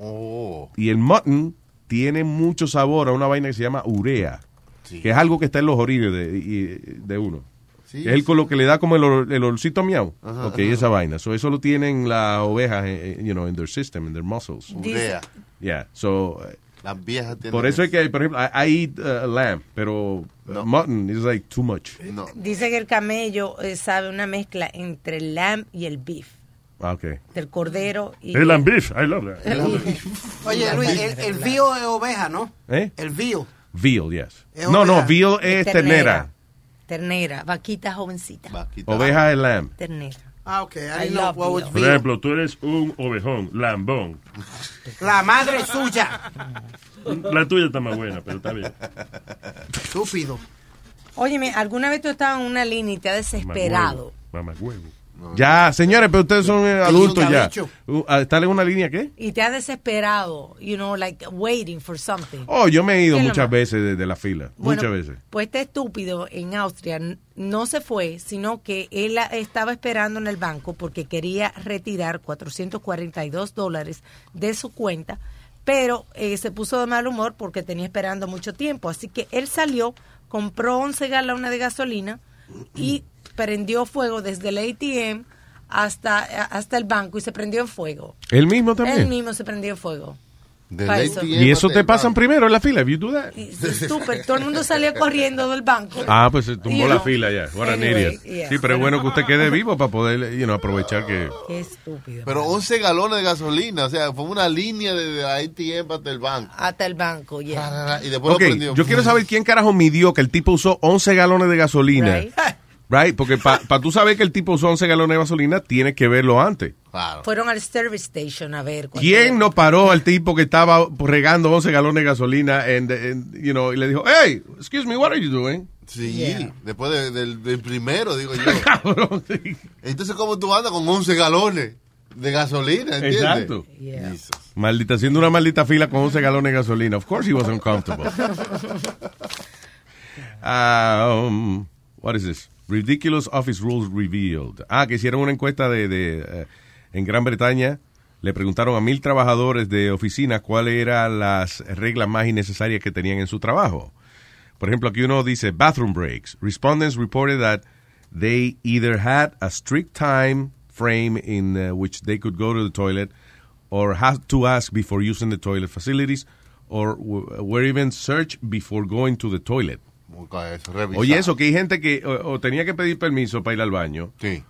[SPEAKER 5] Oh,
[SPEAKER 4] Y el mutton tiene mucho sabor a una vaina que se llama urea, que es algo que está en los orillos de, y- de uno.
[SPEAKER 5] Sí,
[SPEAKER 4] es el
[SPEAKER 5] sí.
[SPEAKER 4] color que le da como el, olor- el olorcito a miau.
[SPEAKER 5] Ajá,
[SPEAKER 4] ok,
[SPEAKER 5] ajá.
[SPEAKER 4] esa vaina. So, eso lo tienen las ovejas, eh, eh, you know, in their system, in their muscles.
[SPEAKER 5] urea.
[SPEAKER 4] Yeah, so... eh,
[SPEAKER 5] Las viejas tienen
[SPEAKER 4] Por eso es que, por ejemplo, I, I eat uh, lamb, pero uh, mutton is like too much.
[SPEAKER 5] No.
[SPEAKER 7] Dice que el camello eh, sabe una mezcla entre el lamb y el beef,
[SPEAKER 4] Okay.
[SPEAKER 7] del cordero y
[SPEAKER 19] El ambish, I love that.
[SPEAKER 10] Oye, Luis, el, el bio es oveja, ¿no?
[SPEAKER 4] ¿Eh?
[SPEAKER 10] El bio.
[SPEAKER 4] Veal, yes.
[SPEAKER 10] Es
[SPEAKER 4] No, no,
[SPEAKER 10] oveja.
[SPEAKER 4] veal es
[SPEAKER 7] Es
[SPEAKER 4] ternera.
[SPEAKER 7] ternera, vaquita jovencita.
[SPEAKER 4] Oveja es lamb.
[SPEAKER 7] Ternera.
[SPEAKER 10] Ah, ok. I,
[SPEAKER 7] I
[SPEAKER 10] know
[SPEAKER 7] love
[SPEAKER 10] what was
[SPEAKER 19] Por
[SPEAKER 10] bio.
[SPEAKER 19] ejemplo, tú eres un ovejón, lambón.
[SPEAKER 10] La madre suya.
[SPEAKER 19] La tuya está más buena, pero está bien.
[SPEAKER 10] Estúpido.
[SPEAKER 7] Óyeme, ¿alguna vez tú estabas en una línea y te has desesperado?
[SPEAKER 19] Mamá huevo.
[SPEAKER 4] Ya, señores, pero ustedes son eh, adultos ya. Uh, ah, ¿Están en una línea qué?
[SPEAKER 7] Y te has desesperado, you know, like waiting for something.
[SPEAKER 4] Oh, yo me he ido
[SPEAKER 7] ¿Qué es lo
[SPEAKER 4] muchas
[SPEAKER 7] más?
[SPEAKER 4] veces de, de la fila.
[SPEAKER 7] Bueno,
[SPEAKER 4] muchas veces.
[SPEAKER 7] Pues este estúpido en Austria n- no se fue, sino que él a- estaba esperando en el banco porque quería retirar 442 dólares de su cuenta, pero eh, se puso de mal humor porque tenía esperando mucho tiempo. Así que él salió, compró 11 galones de gasolina y prendió fuego desde el ATM hasta, hasta el banco y se prendió en fuego.
[SPEAKER 4] ¿El mismo también?
[SPEAKER 7] Él mismo se prendió en fuego.
[SPEAKER 5] Del
[SPEAKER 7] Pa'
[SPEAKER 4] y eso te pasan primero en la fila, if you do that.
[SPEAKER 7] Y- y Súper, todo el mundo salió corriendo del banco.
[SPEAKER 4] Ah, pues se tumbó
[SPEAKER 7] You
[SPEAKER 4] la
[SPEAKER 7] know.
[SPEAKER 4] fila ya. What an
[SPEAKER 7] Anyway,
[SPEAKER 4] idiot.
[SPEAKER 7] yeah.
[SPEAKER 4] Sí, pero es bueno que usted quede vivo para poder you know, aprovechar que.
[SPEAKER 7] Qué estúpido.
[SPEAKER 5] Pero 11 galones de gasolina, o sea, fue una línea desde la ATM hasta el banco. Ah,
[SPEAKER 7] Hasta el banco, ya.
[SPEAKER 5] Y después lo
[SPEAKER 4] Ok,
[SPEAKER 5] prendió.
[SPEAKER 4] yo quiero saber quién carajo midió que el tipo usó 11 galones de gasolina.
[SPEAKER 7] Right.
[SPEAKER 4] Right, porque para tú saber que el tipo usó 11 galones de gasolina, tienes que verlo antes.
[SPEAKER 7] Fueron al service station a ver. cuánto
[SPEAKER 4] ¿Quién no paró al tipo que estaba regando 11 galones de gasolina and- and, you know, y le dijo, hey, excuse me, what are you doing?
[SPEAKER 5] Sí,
[SPEAKER 4] Yeah.
[SPEAKER 5] después de- del, del primero, digo yo. Entonces, ¿cómo tú andas con 11 galones? De gasolina, ¿entiendes?
[SPEAKER 4] Exacto. Maldita, haciendo una maldita fila con 11 galones de gasolina. Of course he was uncomfortable. Ah, um, what is this? Ridiculous office rules revealed. Ah, que hicieron una encuesta de, de, eh, en Gran Bretaña. Le preguntaron a mil trabajadores de oficina cuáles eran las reglas más innecesarias que tenían en su trabajo. Por ejemplo, aquí uno dice bathroom breaks. Respondents reported that they either had a strict time frame in uh, which they could go to the toilet or had to ask before using the toilet facilities or w- were even searched before going to the toilet. Oye, eso, que hay gente que o, o tenía que pedir permiso para ir al baño. Sí.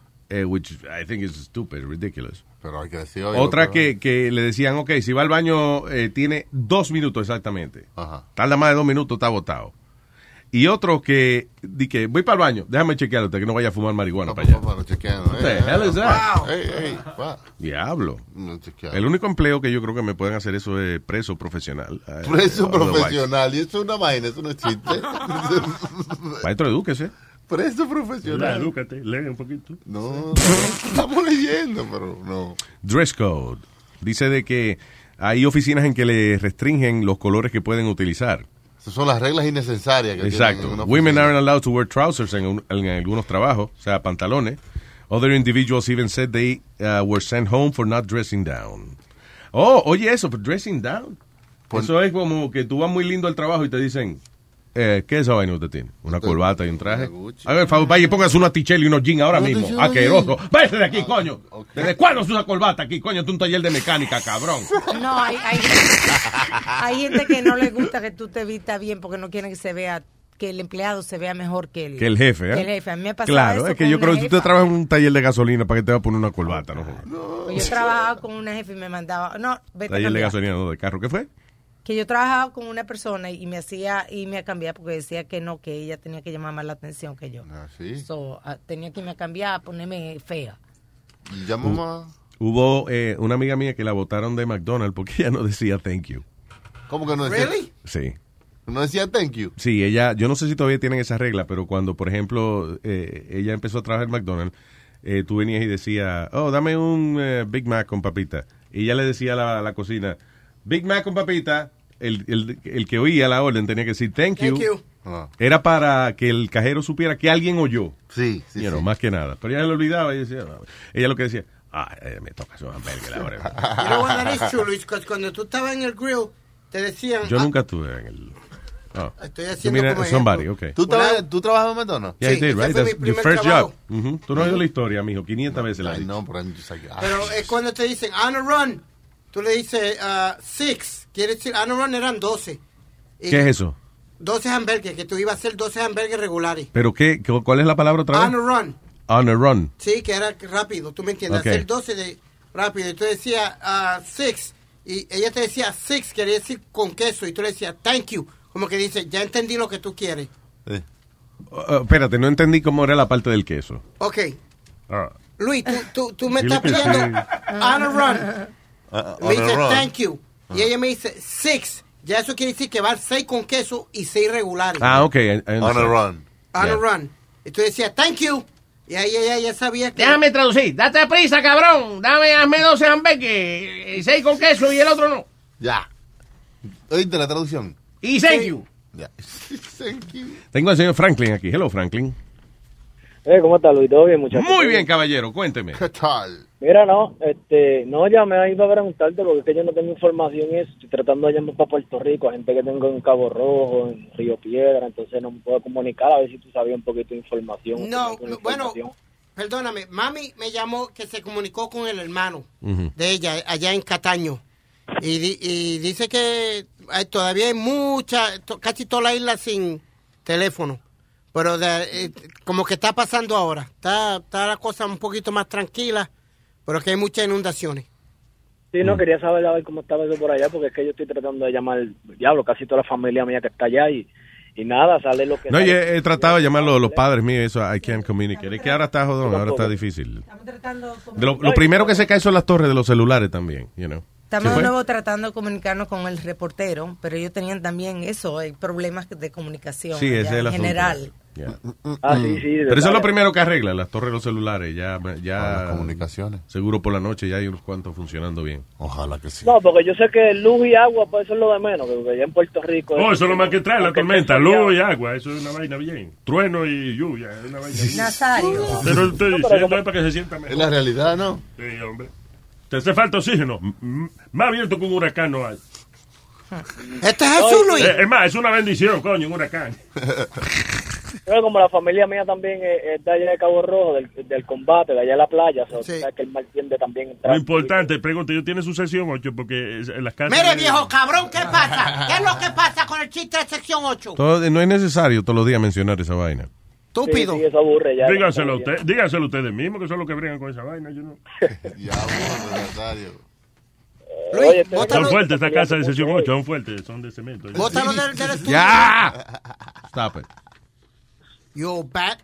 [SPEAKER 4] which I think is stupid, ridiculous.
[SPEAKER 5] Pero hay que decir, oye,
[SPEAKER 4] Otra
[SPEAKER 5] pero-
[SPEAKER 4] que, que le decían, ok, si va al baño eh, tiene dos minutos exactamente. Tarda más de dos minutos, está botado. Y otro que, di que voy para el baño, déjame chequearlo, hasta que no vaya a fumar marihuana para allá. What the hell is that?
[SPEAKER 5] eh. Wow.
[SPEAKER 4] Eh,
[SPEAKER 5] Hey, hey, wow.
[SPEAKER 4] Diablo.
[SPEAKER 5] No chequeado.
[SPEAKER 4] El único empleo que yo creo que me pueden hacer eso es preso profesional. Eh,
[SPEAKER 5] Preso
[SPEAKER 4] otherwise.
[SPEAKER 5] profesional. Y eso es una vaina, eso no existe.
[SPEAKER 4] Maestro, edúquese.
[SPEAKER 5] Preso profesional.
[SPEAKER 4] Ya,
[SPEAKER 5] Edúcate, lee un poquito. No, no, estamos leyendo, pero no.
[SPEAKER 4] Dress code. Dice de que hay oficinas en que le restringen los colores que pueden utilizar.
[SPEAKER 5] Esas son las reglas innecesarias que
[SPEAKER 4] Exacto.
[SPEAKER 5] tienen en una
[SPEAKER 4] Women aren't allowed to wear trousers en, un- en algunos trabajos, o sea, pantalones. Other individuals even said they uh, were sent home for not dressing down. Oh, oye eso, for dressing down. eso es como que tú vas muy lindo al trabajo y te dicen, eh, ¿qué es esa vaina usted tiene? Una corbata y un traje. A ver, favor, vaya, póngase una tichela y unos jeans ahora
[SPEAKER 9] No,
[SPEAKER 4] mismo.
[SPEAKER 9] no, no,
[SPEAKER 4] Aqueroso. Váyase de aquí, coño. ¿Desde cuándo se usa corbata aquí, coño? Tú un taller de mecánica, cabrón.
[SPEAKER 7] No, hay, hay, hay gente que no le gusta que tú te vistas bien porque no quieren que se vea que el empleado se vea mejor que el,
[SPEAKER 4] Que el jefe, ¿eh?
[SPEAKER 7] que el jefe. A mí me pasó
[SPEAKER 4] Claro, es que yo creo que tú te trabajas en un taller de gasolina, ¿para que te va a poner una corbata? No, jodas.
[SPEAKER 7] Yo trabajaba con una jefe y me mandaba, no, vete a
[SPEAKER 4] taller de
[SPEAKER 7] cambiar.
[SPEAKER 4] gasolina, no, de carro. ¿Qué fue?
[SPEAKER 7] que yo trabajaba con una persona y me hacía y me cambiaba porque decía que no, que ella tenía que llamar más la atención que yo.
[SPEAKER 5] sí.
[SPEAKER 7] So, ah, tenía que irme a cambiar, a ponerme fea.
[SPEAKER 5] Ya,
[SPEAKER 4] Uh.
[SPEAKER 5] mamá.
[SPEAKER 4] Hubo eh, una amiga mía que la votaron de McDonald's porque ella no decía thank you.
[SPEAKER 5] ¿Cómo que no decía?
[SPEAKER 4] Sí.
[SPEAKER 5] ¿No decía thank you?
[SPEAKER 4] Sí, ella, yo no sé si todavía tienen esa regla, pero cuando, por ejemplo, eh, ella empezó a trabajar en McDonald's, eh, tú venías y decías, oh, dame un eh, Big Mac con papita. Y ella le decía a la, a la cocina, Big Mac con papita. El, el- el que oía la orden tenía que decir thank you.
[SPEAKER 10] Thank you.
[SPEAKER 4] Era para que el cajero supiera que alguien oyó.
[SPEAKER 5] Sí, sí.
[SPEAKER 4] You know, Más que nada. Pero ella se lo olvidaba y decía, no. ella lo que decía, ah, eh, me toca su hamburguesa
[SPEAKER 10] You know what
[SPEAKER 4] ahora.
[SPEAKER 10] that is true, Luis, 'cause cuando tú estabas en el grill, te decían... ah,
[SPEAKER 4] Yo nunca estuve en el. Oh.
[SPEAKER 10] Estoy
[SPEAKER 4] You
[SPEAKER 10] haciendo
[SPEAKER 4] mean,
[SPEAKER 10] como
[SPEAKER 4] somebody,
[SPEAKER 10] ejemplo.
[SPEAKER 4] okay.
[SPEAKER 5] ¿Tú, traba- ¿Tú trabajas en McDonald's?
[SPEAKER 4] Yeah, I did, right? That's your first
[SPEAKER 10] trabajo.
[SPEAKER 4] job. Mhm. Tú no has oído la historia, mijo. 500 veces la has dicho.
[SPEAKER 10] ah, Pero es cuando te dicen on a run, tú le dices ah, six, quiere decir on a run eran 12. Y
[SPEAKER 4] ¿Qué es eso?
[SPEAKER 10] 12 hamburgues, que tú ibas a hacer 12 hamburgues regulares.
[SPEAKER 4] ¿Pero qué? ¿Cu- ¿Cuál es la palabra otra
[SPEAKER 10] On
[SPEAKER 4] vez?
[SPEAKER 10] a run,
[SPEAKER 4] On a run.
[SPEAKER 10] sí, que era rápido, tú me entiendes,
[SPEAKER 4] Ok.
[SPEAKER 10] hacer 12 de rápido. Y tú decías ah, six, y ella te decía six, quería decir con queso, y tú le decías thank you, como que dice, ya entendí lo que tú quieres.
[SPEAKER 4] Uh, uh, espérate, no entendí cómo era la parte del queso.
[SPEAKER 10] Ok,
[SPEAKER 4] Ah.
[SPEAKER 10] Luis, tú, tú, tú me
[SPEAKER 4] Dile
[SPEAKER 10] estás
[SPEAKER 4] que sí.
[SPEAKER 10] pidiendo on a run.
[SPEAKER 5] Ah,
[SPEAKER 4] Uh,
[SPEAKER 10] Me dice thank you. Y
[SPEAKER 4] Ah.
[SPEAKER 10] ella me dice six. Ya eso quiere decir que va seis con queso y seis regulares.
[SPEAKER 4] Ah, ok. I- I understand.
[SPEAKER 5] a run.
[SPEAKER 10] On
[SPEAKER 4] Yeah.
[SPEAKER 10] a run. Y tú decías thank you. Y ahí ella ya sabía que.
[SPEAKER 6] Déjame traducir. Date prisa, cabrón. Dame, hazme 12 hamburgues. eh, Seis con queso y el otro no.
[SPEAKER 5] Ya. ¿Oíste la traducción?
[SPEAKER 6] Y thank you.
[SPEAKER 5] Ya. Thank you.
[SPEAKER 4] Tengo al señor Franklin aquí. Hello, Franklin.
[SPEAKER 20] Eh, ¿Cómo está Luis? ¿Todo bien, muchachos?
[SPEAKER 4] Muy bien, caballero. Cuénteme.
[SPEAKER 5] ¿Qué tal?
[SPEAKER 20] Mira, no, este, no, ya me iba a preguntarte porque es que yo no tengo información y eso. Estoy tratando de llamar para Puerto Rico, a gente que tengo en Cabo Rojo, en Río Piedra, entonces no me puedo comunicar a ver si tú sabías un poquito de información. o
[SPEAKER 10] No,
[SPEAKER 20] tenías alguna
[SPEAKER 10] bueno.
[SPEAKER 20] información.
[SPEAKER 10] Perdóname, mami me llamó que se comunicó con el hermano de ella allá en Cataño. Y, di- y dice que hay- todavía hay mucha, to- casi toda la isla sin teléfono. Pero de- eh, como que está pasando ahora. Está, está la cosa un poquito más tranquila, pero que hay muchas inundaciones.
[SPEAKER 20] Sí, no, quería saber a ver cómo estaba eso por allá porque es que yo estoy tratando de llamar, diablo, casi toda la familia mía que está allá y, y nada, sale lo que
[SPEAKER 4] No, eh,
[SPEAKER 20] sale.
[SPEAKER 4] yo he, he tratado de llamarlo a los padres míos, eso, I can't communicate. Es que ahora está jodón, ahora está difícil. De lo, lo primero que se cae son las torres de los celulares también, you know. ¿Se
[SPEAKER 7] Estamos
[SPEAKER 4] fue?
[SPEAKER 7] de nuevo tratando de comunicarnos con el reportero, pero ellos tenían también eso, eh, problemas de comunicación
[SPEAKER 4] Sí,
[SPEAKER 7] allá
[SPEAKER 4] ese es el
[SPEAKER 7] en
[SPEAKER 4] asunto.
[SPEAKER 7] general.
[SPEAKER 4] Yeah.
[SPEAKER 21] Ah, sí, sí, de
[SPEAKER 4] Pero eso
[SPEAKER 21] verdad.
[SPEAKER 4] es lo primero que arregla, las torres de los celulares. Ya, ya
[SPEAKER 5] las comunicaciones.
[SPEAKER 4] Seguro por la noche ya hay unos cuantos funcionando bien.
[SPEAKER 5] Ojalá que sí.
[SPEAKER 21] No, porque yo sé que luz y agua, pues eso es lo de menos, porque allá en Puerto Rico...
[SPEAKER 9] Oh, eso es lo más que trae la
[SPEAKER 21] Aunque
[SPEAKER 9] tormenta,
[SPEAKER 21] esté soleado.
[SPEAKER 9] luz y agua, eso es una vaina bien. Trueno y lluvia, es una vaina bien.
[SPEAKER 7] Nazario.
[SPEAKER 9] Pero estoy
[SPEAKER 7] No, pero
[SPEAKER 9] diciendo
[SPEAKER 7] como-
[SPEAKER 9] es para que se sienta mejor.
[SPEAKER 5] Es la realidad, ¿no?
[SPEAKER 9] Sí, hombre. Te hace falta oxígeno. M- m- Más abierto que un huracán no hay.
[SPEAKER 21] Este es Jesús, Luis.
[SPEAKER 9] Eh, es más, es una bendición, coño, un huracán.
[SPEAKER 21] Pero como la familia mía también eh, es de allá de Cabo Rojo, del, del combate, de allá de la playa, o sea, que el mar tiende también a
[SPEAKER 9] Lo
[SPEAKER 21] entrar.
[SPEAKER 9] importante, pregunta, yo tiene su sesión 8 porque es- en las casas.
[SPEAKER 10] Mire, viejo cabrón, ¿qué pasa? ¿Qué es lo que pasa con el chiste de sección 8?
[SPEAKER 4] Todo- no es necesario todos los días mencionar esa vaina.
[SPEAKER 10] Estúpido.
[SPEAKER 9] Dígaselo a usted, dígaselo a ustedes mismos que son los que bregan con esa vaina. Yo no.
[SPEAKER 21] Oye,
[SPEAKER 9] son fuertes esta casa de sesión 8, son fuertes, son de cemento.
[SPEAKER 10] Bótalo del, del estudio.
[SPEAKER 9] ¡Ya! Stop it.
[SPEAKER 10] Yo back.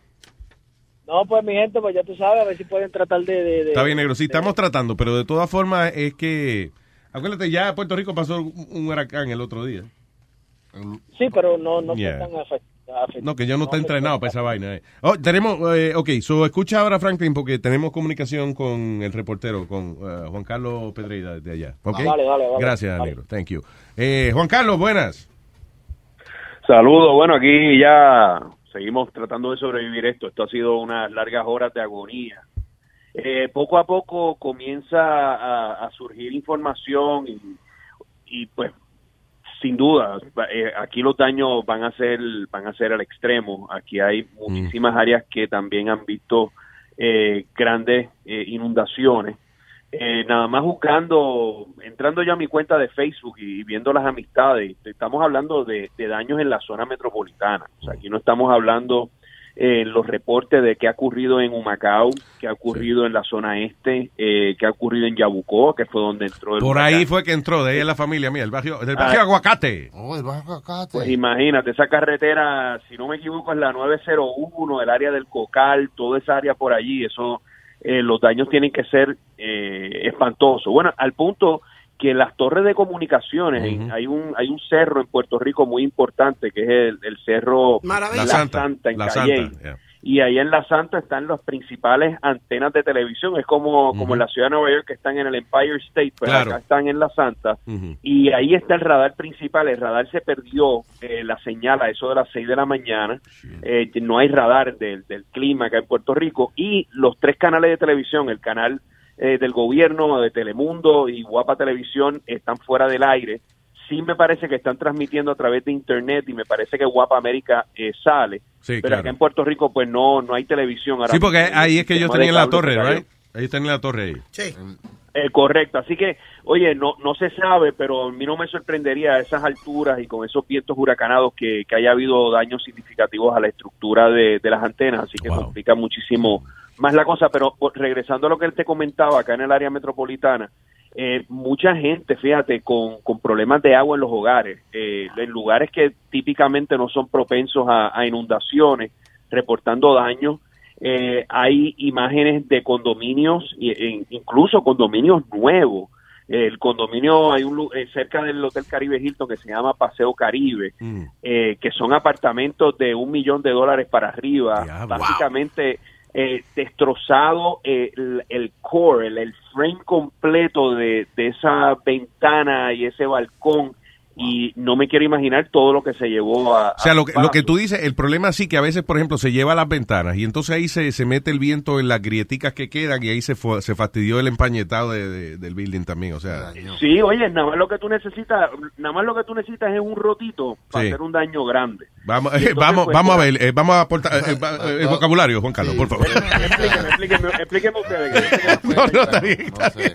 [SPEAKER 21] No, pues mi gente, pues ya tú sabes, a ver si pueden tratar de... de- de-
[SPEAKER 4] Está bien, negro. Sí, estamos tratando, pero de todas formas es que. Acuérdate, ya Puerto Rico pasó un un huracán el otro día.
[SPEAKER 21] Sí, pero no, no
[SPEAKER 4] Yeah.
[SPEAKER 21] están afectados.
[SPEAKER 4] No, que yo no está entrenado para esa vaina. eh. Oh, tenemos, eh, ok, so escucha ahora Franklin porque tenemos comunicación con el reportero, con eh, Juan Carlos Pedreira desde allá. ok?
[SPEAKER 16] Ah, vale, vale, vale.
[SPEAKER 4] Gracias,
[SPEAKER 16] Vale.
[SPEAKER 4] negro. Thank you. Eh, Juan Carlos, buenas.
[SPEAKER 22] Saludos, bueno, aquí ya seguimos tratando de sobrevivir esto. Esto ha sido unas largas horas de agonía. Eh, poco a poco comienza a, a surgir información y, y, pues sin duda eh, aquí los daños van a ser van a ser al extremo. Aquí hay
[SPEAKER 4] Mm.
[SPEAKER 22] muchísimas áreas que también han visto eh, grandes eh, inundaciones. Eh, nada más buscando, entrando yo a mi cuenta de Facebook y viendo las amistades, estamos hablando de, de daños en la zona metropolitana. O sea, aquí no estamos hablando eh, los reportes de qué ha ocurrido en Humacao, qué ha ocurrido en la zona este, eh, qué ha ocurrido en Yabucoa, que fue donde entró el
[SPEAKER 4] Por
[SPEAKER 22] huracán.
[SPEAKER 4] ahí fue que entró, de ahí es la familia mía, el barrio, del barrio
[SPEAKER 22] Ah.
[SPEAKER 4] Aguacate.
[SPEAKER 22] Pues imagínate, esa carretera, si no me equivoco, es la 901, el área del Cocal, toda esa área por allí, eso, eh, los daños tienen que ser eh, espantosos. Bueno, al punto que las torres de comunicaciones, en- hay un hay un cerro en Puerto Rico muy importante, que es el, el cerro
[SPEAKER 4] La Santa.
[SPEAKER 22] en
[SPEAKER 4] la
[SPEAKER 22] Calley.
[SPEAKER 4] Santa. yeah.
[SPEAKER 22] Y ahí en La Santa están las principales antenas de televisión, es como, como
[SPEAKER 4] Ujú.
[SPEAKER 22] en la ciudad de Nueva York que están en el Empire State, pero
[SPEAKER 4] Claro.
[SPEAKER 22] acá están en La Santa
[SPEAKER 4] Ujú.
[SPEAKER 22] y ahí está el radar principal. El radar se perdió eh, la señal a eso de las 6 de la mañana. Eh, no hay radar del, del clima acá en Puerto Rico. Y los tres canales de televisión, el canal eh, del gobierno, de Telemundo y Guapa Televisión, están fuera del aire. Sí me parece que están transmitiendo a través de Internet y me parece que Guapa América eh, sale.
[SPEAKER 4] Sí,
[SPEAKER 22] Pero
[SPEAKER 4] claro.
[SPEAKER 22] acá en Puerto Rico, pues no, no hay televisión. Ahora
[SPEAKER 4] Sí, porque
[SPEAKER 22] mismo.
[SPEAKER 4] ahí es que ellos
[SPEAKER 22] El sistema de
[SPEAKER 4] tenían la
[SPEAKER 22] cable se
[SPEAKER 4] torre,
[SPEAKER 22] cayó.
[SPEAKER 4] ¿right? Ellos tenían la torre ahí.
[SPEAKER 22] Eh, correcto, así que, oye, no, no se sabe, pero a mí no me sorprendería a esas alturas y con esos vientos huracanados que, que haya habido daños significativos a la estructura de, de las antenas, así que complica muchísimo más la cosa, pero o, regresando a lo que él te comentaba acá en el área metropolitana, eh, mucha gente, fíjate, con, con problemas de agua en los hogares, eh, en lugares que típicamente no son propensos a, a inundaciones, reportando daños. Eh, hay imágenes de condominios, y- e incluso condominios nuevos. El condominio, hay un lu- eh, cerca del Hotel Caribe Hilton que se llama Paseo Caribe, eh, que son apartamentos de un millón de dólares para arriba, básicamente eh, destrozado eh, el, el core, el, el frame completo de, de esa ventana y ese balcón, y no me quiero imaginar todo lo que se llevó a...
[SPEAKER 4] O sea, lo que, lo que
[SPEAKER 22] a-
[SPEAKER 4] tú dices, el problema sí que a veces, por ejemplo, se lleva a las ventanas y entonces ahí se, se mete el viento en las grieticas que quedan y ahí se, fue- se fastidió el empañetado de- de- del building también, o sea.
[SPEAKER 22] Sí, oye, nada más lo que tú necesitas, nada más lo que tú necesitas es un rotito para
[SPEAKER 4] Sí.
[SPEAKER 22] hacer un daño grande.
[SPEAKER 4] Vamos, eh,
[SPEAKER 22] Y entonces,
[SPEAKER 4] vamos,
[SPEAKER 22] pues,
[SPEAKER 4] vamos a ver, eh, vamos a aportar eh, eh, va- eh, el vocabulario, Juan Carlos, por favor.
[SPEAKER 22] Explíqueme, explíqueme, explíqueme ustedes. que yo tengo-
[SPEAKER 4] No, no, está bien, está bien.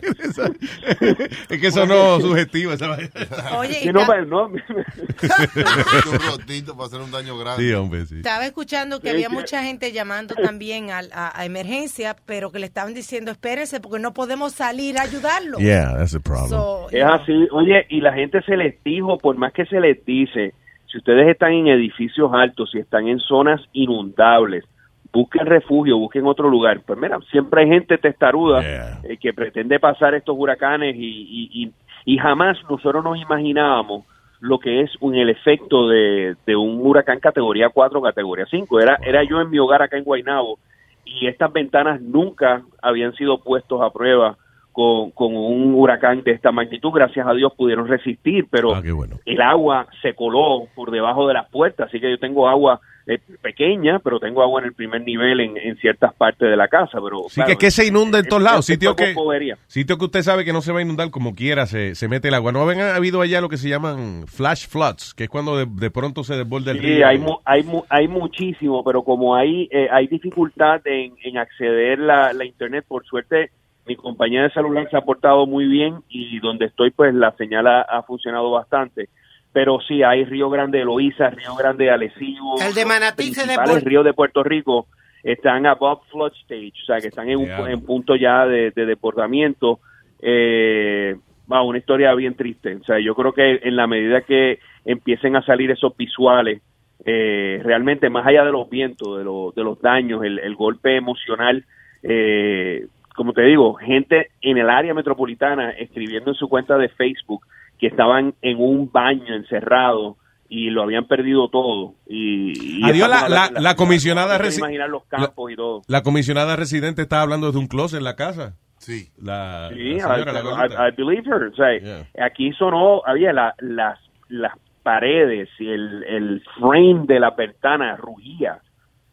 [SPEAKER 4] Es que eso no es subjetivo, esa vaina.
[SPEAKER 7] Oye,
[SPEAKER 22] Sí,
[SPEAKER 7] y
[SPEAKER 22] no, pues,
[SPEAKER 7] ta-
[SPEAKER 22] pero no.
[SPEAKER 5] Un rotito para hacer un daño grande.
[SPEAKER 4] Sí, hombre, sí.
[SPEAKER 7] Estaba escuchando que
[SPEAKER 5] Sí,
[SPEAKER 7] había
[SPEAKER 5] sí.
[SPEAKER 7] mucha gente llamando también al- a, a emergencia, pero que le estaban diciendo, espérense, porque no podemos salir a ayudarlo.
[SPEAKER 4] Yeah, that's the
[SPEAKER 7] So,
[SPEAKER 22] Es así, oye, y la gente se les dijo, por más que se les dice, si ustedes están en edificios altos, si están en zonas inundables, busquen refugio, busquen otro lugar. Pues mira, siempre hay gente testaruda eh, que pretende pasar estos huracanes y, y- y- y jamás nosotros nos imaginábamos lo que es un, el efecto de, de un huracán categoría 4 o categoría 5. Era, era yo en mi hogar acá en Guaynabo y estas ventanas nunca habían sido puestos a prueba con, con un huracán de esta magnitud. Gracias a Dios pudieron resistir,
[SPEAKER 4] Ah,
[SPEAKER 22] pero el agua se coló por debajo de las puertas, así que yo tengo agua eh, pequeña, pero tengo agua en el primer nivel en, en ciertas partes de la casa. Pero,
[SPEAKER 4] Sí, que, que se inunda en todos lados. Sitio que,
[SPEAKER 22] bobería.
[SPEAKER 4] sitio que usted sabe que no se va a inundar como quiera, se, se mete el agua. No habían habido allá lo que se llaman flash floods, que es cuando de, de pronto se desborda el
[SPEAKER 22] Sí,
[SPEAKER 4] río.
[SPEAKER 22] hay, mu- hay, mu- hay muchísimo, pero como hay, eh, hay dificultad en, en acceder la, la internet, por suerte mi compañía de celular se ha portado muy bien y donde estoy pues la señal ha, ha funcionado bastante. Pero sí, hay Río Grande de Loíza, Río Grande de Arecibo,
[SPEAKER 10] El de Manatí se
[SPEAKER 22] principales
[SPEAKER 10] desbordó.
[SPEAKER 22] ríos de Puerto Rico están above flood stage, o sea que están en, un,
[SPEAKER 4] Diablo.
[SPEAKER 22] en punto ya de, de desbordamiento. Eh, va, una historia bien triste. O sea, yo creo que en la medida que empiecen a salir esos visuales, eh, realmente más allá de los vientos, de, lo- de los daños, el, el golpe emocional, eh, como te digo, gente en el área metropolitana escribiendo en su cuenta de Facebook que estaban en un baño encerrado y lo habían perdido todo. Y, y
[SPEAKER 4] Adiós, la,
[SPEAKER 22] estamos
[SPEAKER 4] la,
[SPEAKER 22] hablando-
[SPEAKER 4] la comisionada
[SPEAKER 22] no puedes
[SPEAKER 4] resi-
[SPEAKER 22] imaginar los campos y todo.
[SPEAKER 4] La comisionada residente estaba hablando de un closet en la casa. Sí. La,
[SPEAKER 22] Sí,
[SPEAKER 4] la señora,
[SPEAKER 22] I-
[SPEAKER 4] la
[SPEAKER 22] I-
[SPEAKER 4] gordita.
[SPEAKER 22] I believe her. O sea, Aquí sonó, había la- las, las paredes y el, el frame de la ventana rugía.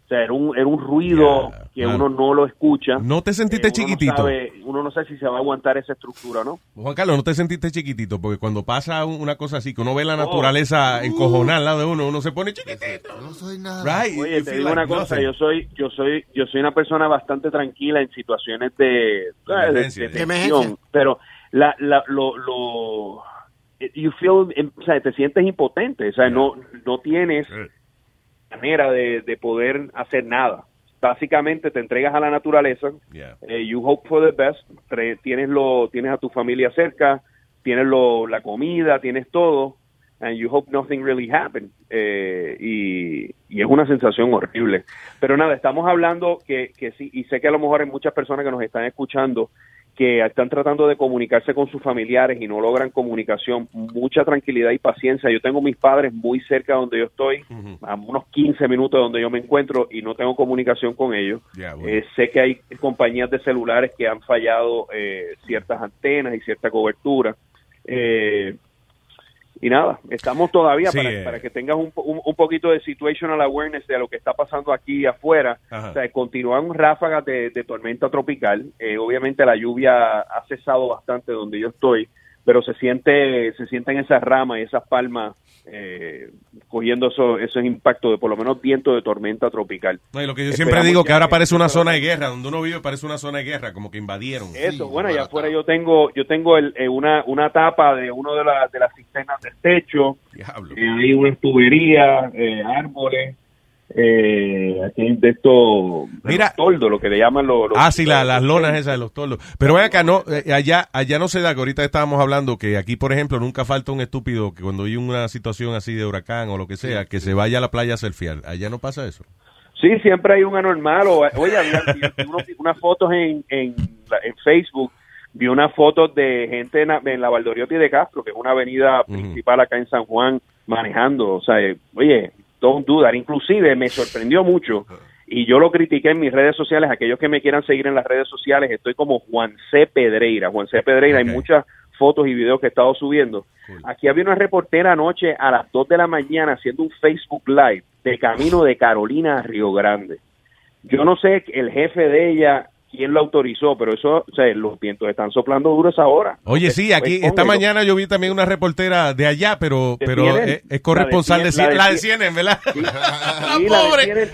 [SPEAKER 22] O sea, era un, era un ruido que
[SPEAKER 4] man.
[SPEAKER 22] uno no lo escucha.
[SPEAKER 4] ¿No te sentiste
[SPEAKER 22] Eh, uno no
[SPEAKER 4] chiquitito?
[SPEAKER 22] sabe- uno no sabe si se va a aguantar esa estructura, ¿no?
[SPEAKER 4] Juan Carlos, ¿no te sentiste chiquitito? Porque cuando pasa un- una cosa así, que uno ve
[SPEAKER 22] Oh.
[SPEAKER 4] la naturaleza encojonada al lado de uno, uno se pone chiquitito. No soy nada. Right?
[SPEAKER 22] Oye,
[SPEAKER 4] You
[SPEAKER 22] te
[SPEAKER 4] feel
[SPEAKER 22] digo
[SPEAKER 4] like
[SPEAKER 22] una cosa,
[SPEAKER 4] nothing.
[SPEAKER 22] yo soy, yo soy, yo soy una persona bastante tranquila en situaciones de, de,
[SPEAKER 4] emergencia,
[SPEAKER 22] de
[SPEAKER 4] de
[SPEAKER 22] tensión,
[SPEAKER 4] emergencia.
[SPEAKER 22] pero la, la, lo, lo, you feel, em, o sea, te sientes impotente, o sea, no, no tienes manera de, de poder hacer nada. Básicamente te entregas a la naturaleza,
[SPEAKER 4] Yeah.
[SPEAKER 22] eh, you hope for the best, tre- tienes lo, tienes a tu familia cerca, tienes lo, la comida, tienes todo, and you hope nothing really happens. Eh, y, y es una sensación horrible. Pero nada, estamos hablando que, que sí, y sé que a lo mejor hay muchas personas que nos están escuchando que están tratando de comunicarse con sus familiares y no logran comunicación, mucha tranquilidad y paciencia. Yo tengo mis padres muy cerca de donde yo estoy, a unos 15 minutos de donde yo me encuentro y no tengo comunicación con ellos.
[SPEAKER 4] Yeah, bueno.
[SPEAKER 22] Eh, sé que hay compañías de celulares que han fallado eh, ciertas antenas y cierta cobertura. Eh, y nada, estamos todavía
[SPEAKER 4] Sí,
[SPEAKER 22] para,
[SPEAKER 4] eh.
[SPEAKER 22] para que tengas un, po- un, un poquito de situational awareness de lo que está pasando aquí afuera.
[SPEAKER 4] Ajá.
[SPEAKER 22] O sea, continúan ráfagas de, de tormenta tropical. Eh, obviamente la lluvia ha cesado bastante donde yo estoy, pero se siente se sienten esas ramas y esas palmas eh, cogiendo eso- esos impactos de por lo menos viento de tormenta tropical.
[SPEAKER 4] No, y lo que yo siempre
[SPEAKER 22] Esperamos
[SPEAKER 4] digo, que
[SPEAKER 22] ya
[SPEAKER 4] ahora
[SPEAKER 22] que-
[SPEAKER 4] parece una zona de guerra. Donde uno vive parece una zona de guerra, como que invadieron.
[SPEAKER 22] Eso, bueno, allá afuera yo tengo, yo tengo el, eh, una, una tapa de uno de, la- de las cisternas del techo,
[SPEAKER 4] Diablo.
[SPEAKER 22] eh, hay una tubería, eh, árboles, eh, aquí hay de esto, Mira, toldo, lo que le llaman los... los-
[SPEAKER 4] Ah, sí, la- las lonas esas de los tordos. Pero ven acá, no, eh, allá, allá no se da, que ahorita estábamos hablando que aquí, por ejemplo, nunca falta un estúpido que cuando hay una situación así de huracán o lo que sea, que se vaya a la playa a surfear. Allá no pasa eso.
[SPEAKER 22] Sí, siempre hay un anormal. O, oye, había, vi uno- unas fotos en, en, la- en Facebook, vi unas fotos de gente en, la- en la Valdoriotti de Castro, que es una avenida principal acá en San Juan, manejando. O sea, eh, oye, don't do that. Inclusive me sorprendió mucho y yo lo critiqué en mis redes sociales. Aquellos que me quieran seguir en las redes sociales, estoy como Juan C. Pedreira. Juan C. Pedreira, hay muchas fotos y videos que he estado subiendo. Aquí había una reportera anoche a las 2 de la mañana haciendo un Facebook Live de camino de Carolina a Río Grande. Yo no sé el jefe de ella quién lo autorizó, pero eso, o sea, los vientos están soplando duro esa hora.
[SPEAKER 4] Oye, sí, aquí,
[SPEAKER 22] Pues,
[SPEAKER 4] esta
[SPEAKER 22] póngalo.
[SPEAKER 4] mañana yo vi también una reportera de allá, pero,
[SPEAKER 22] ¿De
[SPEAKER 4] pero eh,
[SPEAKER 22] CNN?
[SPEAKER 4] es, es corresponsal de
[SPEAKER 22] La de
[SPEAKER 4] CNN, la de
[SPEAKER 22] CNN,
[SPEAKER 4] CNN, ¿verdad?
[SPEAKER 22] Sí, la detienen.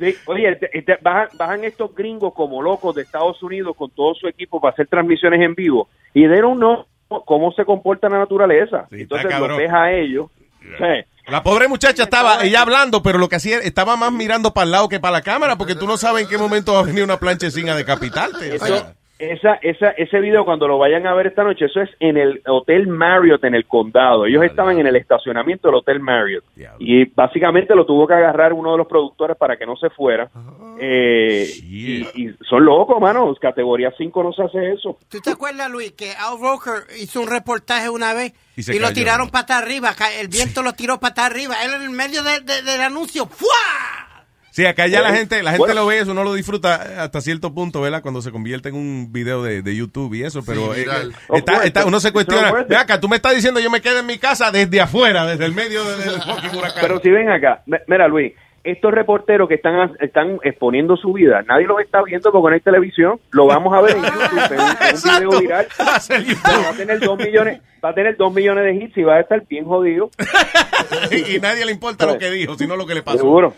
[SPEAKER 22] Sí, oye, te- te- bajan, bajan estos gringos como locos de Estados Unidos con todo su equipo para hacer transmisiones en vivo y de no cómo se comporta la naturaleza. Entonces
[SPEAKER 4] cabrón.
[SPEAKER 22] los deja a ellos. Sí.
[SPEAKER 4] La pobre muchacha estaba ella hablando, pero lo que hacía estaba más mirando para el lado que para la cámara, porque tú no sabes en qué momento va a venir una planchecina a decapitarte. o sea.
[SPEAKER 22] Eso, Esa, esa, ese video cuando lo vayan a ver esta noche, eso es en el Hotel Marriott en el condado. Ellos estaban en el estacionamiento del Hotel Marriott y básicamente lo tuvo que agarrar uno de los productores para que no se fuera. Eh, y, y son locos, mano. Categoría 5 no se hace eso.
[SPEAKER 10] ¿Tú te acuerdas, Luis, que Al Roker hizo un reportaje una vez
[SPEAKER 22] Y
[SPEAKER 10] y,
[SPEAKER 22] se
[SPEAKER 10] lo
[SPEAKER 22] cayó.
[SPEAKER 10] tiraron pata arriba? ca- El viento lo tiró pata arriba. Él en el medio de- de- del anuncio. ¡Fua!
[SPEAKER 4] Sí, acá ya la
[SPEAKER 10] Bueno,
[SPEAKER 4] gente, la gente
[SPEAKER 10] bueno.
[SPEAKER 4] lo ve, eso no lo disfruta eh, hasta cierto punto, ¿verdad? Cuando se convierte en un video de, de YouTube y eso, pero
[SPEAKER 23] Sí,
[SPEAKER 4] eh,
[SPEAKER 23] viral.
[SPEAKER 4] está, está- uno se cuestiona.
[SPEAKER 22] Pero fuerte.
[SPEAKER 4] Ve acá, tú me estás diciendo yo me quedé en mi casa desde afuera, desde el medio de- del fucking huracán.
[SPEAKER 22] Pero si ven acá, m- mira Luis, estos reporteros que están, están exponiendo su vida, nadie los está viendo porque no hay televisión, lo vamos a ver en YouTube, en un- en un video viral. Va a tener dos millones, va a tener dos millones de hits y va a estar bien jodido.
[SPEAKER 4] y nadie le importa lo que dijo, sino lo que le pasó.
[SPEAKER 22] Seguro.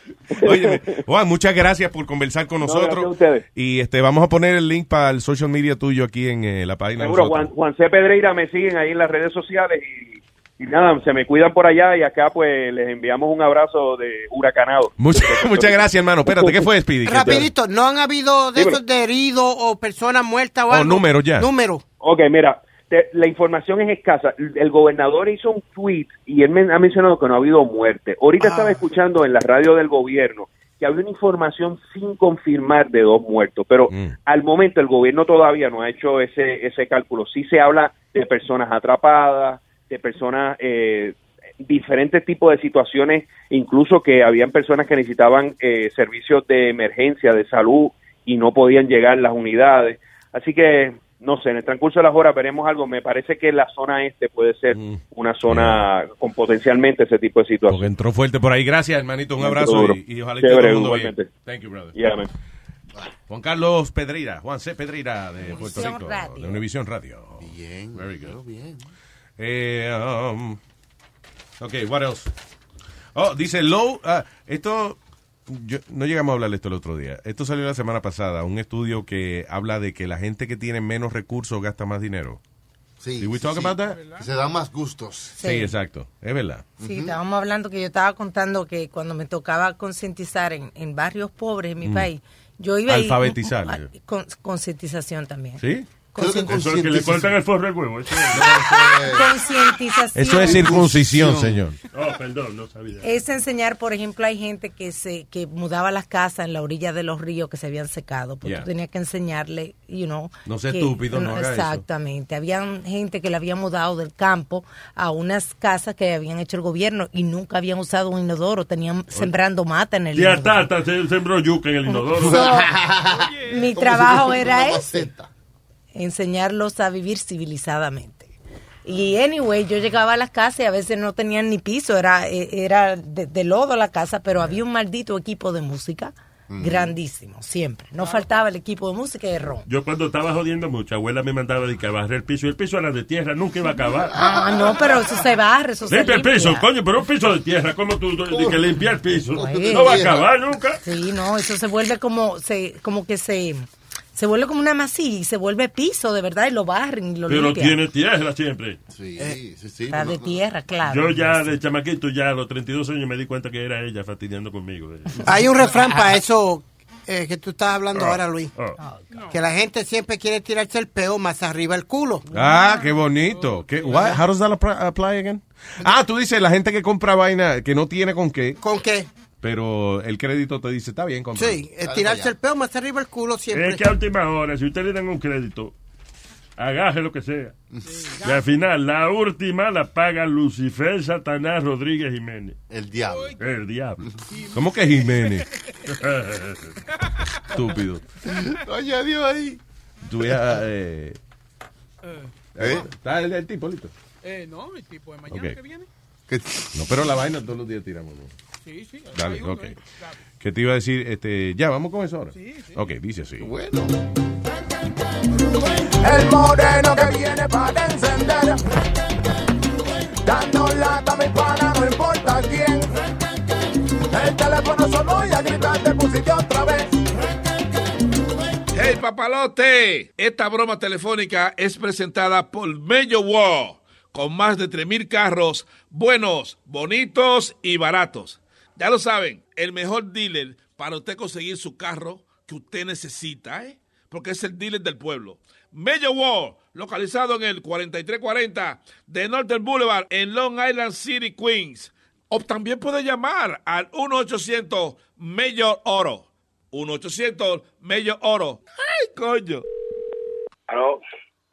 [SPEAKER 4] Óyeme, Juan, muchas gracias por conversar con nosotros.
[SPEAKER 22] gracias a ustedes.
[SPEAKER 4] y este vamos a poner el link para el social media tuyo aquí en eh, la página. de
[SPEAKER 22] Seguro,
[SPEAKER 4] nosotros.
[SPEAKER 22] Juan, Juan C. Pedreira me siguen ahí en las redes sociales y, y nada, se me cuidan por allá y acá pues les enviamos un abrazo de huracanado.
[SPEAKER 4] Muchas, muchas gracias, hermano. Espérate, ¿qué fue, Speedy?
[SPEAKER 10] Rapidito, ¿no han habido de
[SPEAKER 22] Dímelo.
[SPEAKER 10] esos de heridos o personas muertas o
[SPEAKER 4] Oh,
[SPEAKER 10] algo?
[SPEAKER 4] número ya.
[SPEAKER 10] Número.
[SPEAKER 22] Ok, mira, te- la información es escasa. El gobernador hizo un tweet y él men- ha mencionado que no ha habido muerte. Ahorita
[SPEAKER 10] Ah.
[SPEAKER 22] estaba escuchando en la radio del gobierno que había una información sin confirmar de dos muertos, pero
[SPEAKER 4] Mm.
[SPEAKER 22] al momento el gobierno todavía no ha hecho ese, ese cálculo. Sí se habla de personas atrapadas, de personas, eh, diferentes tipos de situaciones, incluso que habían personas que necesitaban eh, servicios de emergencia, de salud, y no podían llegar las unidades. Así que, no sé, en el transcurso de las horas veremos algo. Me parece que la zona este puede ser una zona con potencialmente ese tipo de situación.
[SPEAKER 4] Entró fuerte por ahí. Gracias, hermanito. Un abrazo
[SPEAKER 22] Seguro.
[SPEAKER 4] y, y ojalá esté todo
[SPEAKER 22] Chévere,
[SPEAKER 4] el mundo bien.
[SPEAKER 22] igualmente.
[SPEAKER 4] Thank you, brother.
[SPEAKER 22] Yeah, man.
[SPEAKER 4] Juan Carlos Pedreira, Juan C. Pedreira de Puerto
[SPEAKER 23] Univisión
[SPEAKER 4] Rico,
[SPEAKER 23] Radio.
[SPEAKER 4] de Univisión Radio. Bien. Very good. Bien. Eh, um, ok, what else? Oh, dice Low. ah, esto. yo- no llegamos a hablar de esto el otro día. Esto salió la semana pasada. Un estudio que habla de que la gente que tiene menos recursos gasta más dinero.
[SPEAKER 5] Sí.
[SPEAKER 4] Did we
[SPEAKER 5] sí,
[SPEAKER 4] talk
[SPEAKER 5] sí.
[SPEAKER 4] about that?
[SPEAKER 5] Se dan más gustos.
[SPEAKER 4] Sí, exacto. Es verdad.
[SPEAKER 7] Sí, estábamos hablando que yo estaba contando que cuando me tocaba concientizar en, en barrios pobres en mi
[SPEAKER 4] Mm.
[SPEAKER 7] país, yo iba y-
[SPEAKER 4] Alfabetizar.
[SPEAKER 7] a- con- concientización también.
[SPEAKER 4] ¿Sí?
[SPEAKER 7] Concientización.
[SPEAKER 12] que le cortan el forro al huevo. Eso,
[SPEAKER 7] Concientización.
[SPEAKER 4] Eso es circuncisión, señor.
[SPEAKER 12] Oh, perdón, no sabía.
[SPEAKER 7] Es enseñar, por ejemplo, hay gente que se que mudaba las casas en la orilla de los ríos que se habían secado, porque
[SPEAKER 4] Yeah.
[SPEAKER 7] tú tenías que enseñarle, you know,
[SPEAKER 4] No sea
[SPEAKER 7] que-
[SPEAKER 4] estúpido, no haga eso.
[SPEAKER 7] Exactamente. Habían gente que la había mudado del campo a unas casas que habían hecho el gobierno y nunca habían usado un inodoro, tenían sembrando mata en el
[SPEAKER 12] Y
[SPEAKER 7] inodoro.
[SPEAKER 12] hasta, hasta se sembró yuca en el inodoro.
[SPEAKER 7] So, mi
[SPEAKER 12] como
[SPEAKER 7] trabajo
[SPEAKER 12] si fuese
[SPEAKER 7] era
[SPEAKER 12] una
[SPEAKER 7] ese, enseñarlos a vivir civilizadamente. Y anyway, yo llegaba a las casas y a veces no tenían ni piso, era, eh, era de, de lodo la casa, pero había un maldito equipo de música
[SPEAKER 12] Ujú.
[SPEAKER 7] grandísimo, siempre. No faltaba el equipo de música y el ron.
[SPEAKER 12] Yo cuando estaba jodiendo mucho, abuela me mandaba de que a barrer el piso. Y el piso era de tierra, nunca iba a acabar.
[SPEAKER 7] Ah, no, pero eso se barre, eso se
[SPEAKER 12] Limpia el piso,
[SPEAKER 7] limpia.
[SPEAKER 12] coño, pero un piso de tierra, ¿cómo tú de que limpia el piso?
[SPEAKER 7] Ay,
[SPEAKER 12] No va a
[SPEAKER 7] vieja.
[SPEAKER 12] acabar nunca.
[SPEAKER 7] Sí, no, eso se vuelve como, se, como que se, se vuelve como una masilla y se vuelve piso, de verdad, y lo barren y lo
[SPEAKER 12] Pero
[SPEAKER 7] limpian.
[SPEAKER 12] tiene tierra siempre.
[SPEAKER 5] Sí, sí, sí.
[SPEAKER 7] Está de tierra, claro.
[SPEAKER 12] Yo ya de chamaquito, ya a los 32 años me di cuenta que era ella fastidiando conmigo. eh.
[SPEAKER 10] Hay un refrán para eso eh, que tú estás
[SPEAKER 4] Ah,
[SPEAKER 10] hablando ahora, Luis. Que la gente siempre quiere tirarse el peo más arriba el culo.
[SPEAKER 4] Ah, qué bonito. ¿Qué, what? How does that apply apply again? Ah, tú dices la gente que compra vaina que no tiene con qué,
[SPEAKER 10] ¿Con qué?
[SPEAKER 4] pero el crédito te dice, está bien, compra.
[SPEAKER 10] Sí, eh, tirarse el peo más arriba el culo siempre.
[SPEAKER 12] Es que a última hora, si usted le dan un crédito, agaje lo que sea. Y al final, la última la paga Lucifer Satanás Rodríguez Jiménez.
[SPEAKER 5] El diablo.
[SPEAKER 12] El diablo.
[SPEAKER 4] ¿Cómo que Jiménez? Estúpido.
[SPEAKER 5] Lo añadió ahí.
[SPEAKER 4] Tú ya, eh,
[SPEAKER 5] ¿Eh?
[SPEAKER 4] ¿Está el, el tipo listo?
[SPEAKER 9] Eh, no, mi tipo de mañana
[SPEAKER 4] Ok.
[SPEAKER 9] que viene.
[SPEAKER 4] No, pero la vaina todos los días tiramos. ¿no?
[SPEAKER 9] Sí, sí.
[SPEAKER 4] Dale, ok. ¿Qué te iba a decir? Este, ya, vamos con eso ahora. Ok, dice así. Bueno.
[SPEAKER 23] El moreno que viene para encender. Dando lata a mi pana, no importa quién. El teléfono sonó y a gritar te pusiste otra vez.
[SPEAKER 24] Hey papalote, esta broma telefónica es presentada por Mello Wow, con más de 3.000 carros buenos, bonitos y baratos. Ya lo saben, el mejor dealer para usted conseguir su carro que usted necesita, ¿eh? porque es el dealer del pueblo. Major Wall, localizado en el 4340 de Northern Boulevard en Long Island City, Queens. O también puede llamar al 1-800 Major Oro. 1-800 Major Oro. ¡Ay, coño!
[SPEAKER 25] Hello.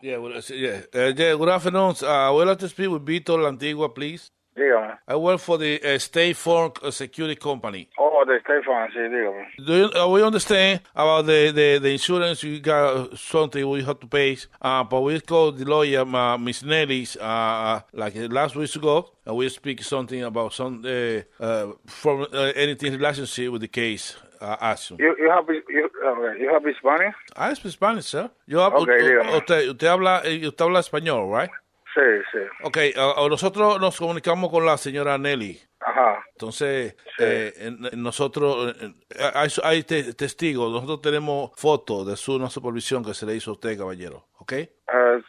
[SPEAKER 24] Yeah, well, it's- yeah. Uh, yeah, good afternoon. Uh, I would like to speak with Vitor Lantigua, please.
[SPEAKER 25] Dígame.
[SPEAKER 24] I work for the uh, State Farm uh, Security Company.
[SPEAKER 25] Oh, de Stefan, sí, dígame.
[SPEAKER 24] Do you, uh, we understand about the, the, the insurance? You got something we have to pay, uh, but we called the lawyer, uh, Miss Nelly's, uh, like uh, last week ago, and we speak something about some uh, uh, from uh, anything relationship with the case uh, action.
[SPEAKER 25] You, you have, you, okay, you have Spanish?
[SPEAKER 24] I speak Spanish, sir. You have,
[SPEAKER 25] Okay,
[SPEAKER 24] u- u-
[SPEAKER 25] dígame.
[SPEAKER 24] usted, usted habla, eh, usted habla español, right?
[SPEAKER 25] Sí, sí.
[SPEAKER 24] Ok, uh, uh, nosotros nos comunicamos con la señora Nelly.
[SPEAKER 25] Ajá.
[SPEAKER 24] Entonces, eh, en- en nosotros, eh, eh, hay, hay te- testigos, nosotros tenemos fotos de su una supervisión que se le hizo a usted, caballero, ¿ok?
[SPEAKER 25] Eh,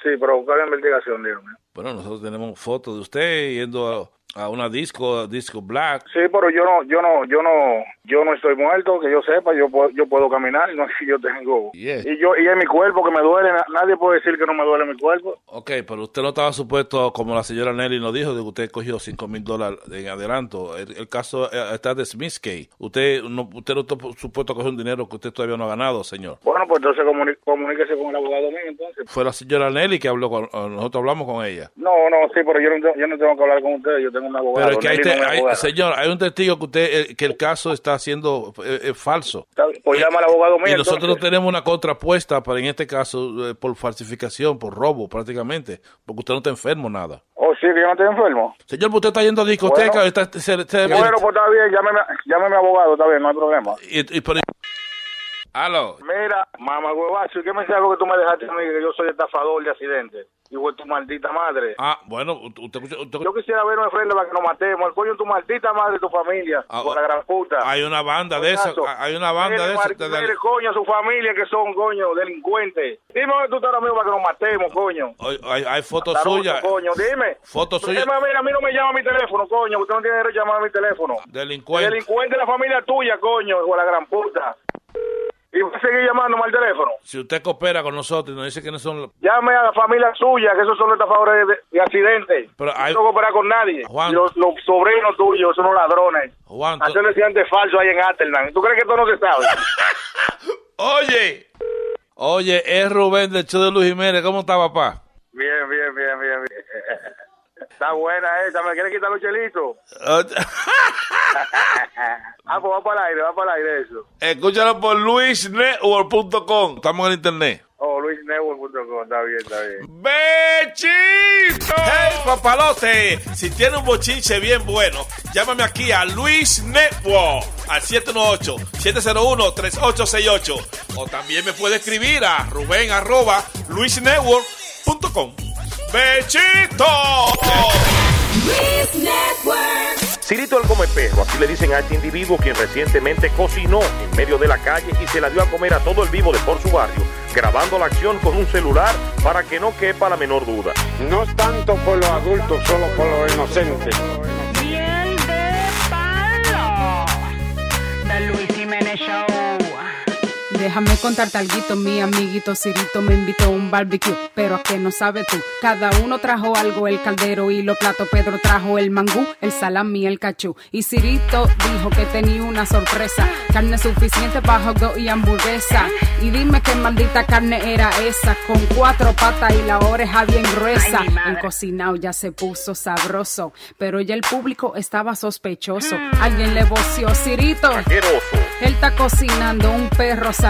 [SPEAKER 25] sí, pero buscar investigación, dígame.
[SPEAKER 24] Bueno, nosotros tenemos fotos de usted yendo a, a una disco, disco black.
[SPEAKER 25] Sí, pero yo no, yo no, yo no, yo no estoy muerto, que yo sepa, yo puedo, yo puedo caminar, no es que yo tengo.
[SPEAKER 24] Yes.
[SPEAKER 25] Y yo, y es mi cuerpo que me duele, na- nadie puede decir que no me duele mi cuerpo.
[SPEAKER 24] Ok, pero usted no estaba supuesto, como la señora Nelly nos dijo, de que usted cogió 5 mil dólares en adelanto. El, el caso eh, está de Smith Case. Usted no, usted no está supuesto a coger un dinero que usted todavía no ha ganado, señor.
[SPEAKER 25] Bueno, pues entonces comuni- comuníquese con el abogado mío, entonces.
[SPEAKER 24] Fue la señora Nelly que habló con, eh, nosotros hablamos con ella.
[SPEAKER 25] No, no, sí, pero yo no, te- yo no tengo que hablar con ustedes, yo tengo un abogado.
[SPEAKER 24] Pero es que hay,
[SPEAKER 25] Nelly no
[SPEAKER 24] te-
[SPEAKER 25] es mi
[SPEAKER 24] hay-
[SPEAKER 25] abogado.
[SPEAKER 24] señor, hay un testigo que usted eh, que el caso está siendo eh, eh, falso.
[SPEAKER 25] Está- Pues llama al abogado mío.
[SPEAKER 24] Y nosotros
[SPEAKER 25] entonces.
[SPEAKER 24] tenemos una contrapuesta, pero en este caso eh, por falsificación, por robo prácticamente, porque usted no está enfermo nada.
[SPEAKER 25] Oh, sí, que yo no estoy enfermo.
[SPEAKER 24] Señor, usted está yendo a discoteca,
[SPEAKER 25] Bueno.
[SPEAKER 24] está, se- se-
[SPEAKER 25] Bueno, pues está bien, llámeme, llámeme abogado, está bien, no hay problema.
[SPEAKER 24] y- y por- Aló.
[SPEAKER 25] Mira, mamá huevazo, ¿y ¿qué mensaje que tú me dejaste a mí que yo soy estafador de accidente? Hijo de tu maldita madre.
[SPEAKER 24] Ah, bueno, usted, usted- usted-
[SPEAKER 25] Yo quisiera verme frente para que nos matemos. El coño de tu maldita madre y tu familia.
[SPEAKER 24] Ah,
[SPEAKER 25] por la gran puta.
[SPEAKER 24] hay una banda de esas,
[SPEAKER 25] Coñazo.
[SPEAKER 24] hay una banda
[SPEAKER 25] Mire,
[SPEAKER 24] de esas.
[SPEAKER 25] Mar- mire, coño, a su familia que son, coño, delincuentes. Dime dónde tú estás ahora mismo para que nos matemos, coño.
[SPEAKER 24] Hay, hay- hay fotos
[SPEAKER 25] Tarugo,
[SPEAKER 24] suyas.
[SPEAKER 25] Coño, dime.
[SPEAKER 24] Fotos suyas.
[SPEAKER 25] Dime, mira, a mí no me llama mi teléfono, coño. Usted no tiene derecho a llamar a mi teléfono.
[SPEAKER 24] Delincuente.
[SPEAKER 25] Delincuente de la familia tuya, coño, hijo de la gran puta. Y voy a seguir llamándome al teléfono.
[SPEAKER 24] Si usted coopera con nosotros y nos dice quiénes son los-
[SPEAKER 25] Llame a la familia suya, que esos son los estafadores de, de accidentes.
[SPEAKER 24] Pero hay-
[SPEAKER 25] No cooperar con nadie.
[SPEAKER 24] Juan.
[SPEAKER 25] Los, los sobrinos tuyos son unos ladrones.
[SPEAKER 24] Juan,
[SPEAKER 25] Hacen estudiantes falsos ahí en Aternan. ¿Tú crees que esto no se sabe?
[SPEAKER 24] Oye. Oye, es Rubén del show de Luis Jiménez. ¿Cómo está, papá?
[SPEAKER 25] bien, bien, bien, bien, bien. Está buena esa. ¿Me quieres quitar los chelitos? ah, pues va para el aire, va para el aire eso.
[SPEAKER 24] Escúchalo por luisnetwork.com. Estamos en internet.
[SPEAKER 25] Oh, luisnetwork.com. Está bien, está bien.
[SPEAKER 24] ¡Bechito! ¡Hey, papalote! Si tiene un bochinche bien bueno, llámame aquí a Luis Network al 718-701-3868. O también me puede escribir a ruben arroba luisnetwork.com. ¡Bechito!
[SPEAKER 17] Luis Network.
[SPEAKER 22] Cirito el Come Espejo, así le dicen a este individuo quien recientemente cocinó en medio de la calle y se la dio a comer a todo el vivo de por su barrio, grabando la acción con un celular para que no quepa la menor duda.
[SPEAKER 9] No es tanto por los adultos, solo por los inocentes.
[SPEAKER 17] Miel de palo. The Luis Jiménez Show.
[SPEAKER 3] Déjame contarte algo, mi amiguito Cirito me invitó a un barbecue, pero a que no sabes tú. Cada uno trajo algo, el caldero y los platos. Pedro trajo el mangú, el salami, el cachú. Y Cirito dijo que tenía una sorpresa, carne suficiente para hot dog y hamburguesa. Y dime qué maldita carne era esa, con cuatro patas y la oreja bien gruesa.
[SPEAKER 26] Ay, mi madre.
[SPEAKER 3] El cocinado ya se puso sabroso, pero ya el público estaba sospechoso.
[SPEAKER 26] Hmm.
[SPEAKER 3] Alguien le voció, Cirito.
[SPEAKER 22] Asqueroso.
[SPEAKER 3] Él está cocinando un perro sarnoso.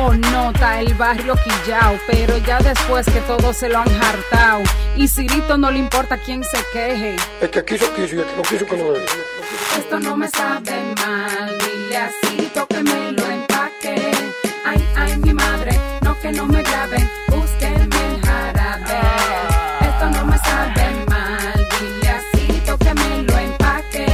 [SPEAKER 3] Oh, no, está el barrio quillao. Pero ya después que todos se lo han hartao. Y Cirito no le importa quién se queje.
[SPEAKER 9] El que quiso, quiso, y el que no quiso, que no le
[SPEAKER 3] Esto no me sabe mal. Dile a Cirito que me lo empaque. Ay, ay, mi madre, no que no me graben. Búsquenme el jarabe.
[SPEAKER 27] Ah.
[SPEAKER 3] Esto no me sabe mal. Dile a Cirito que me lo empaque.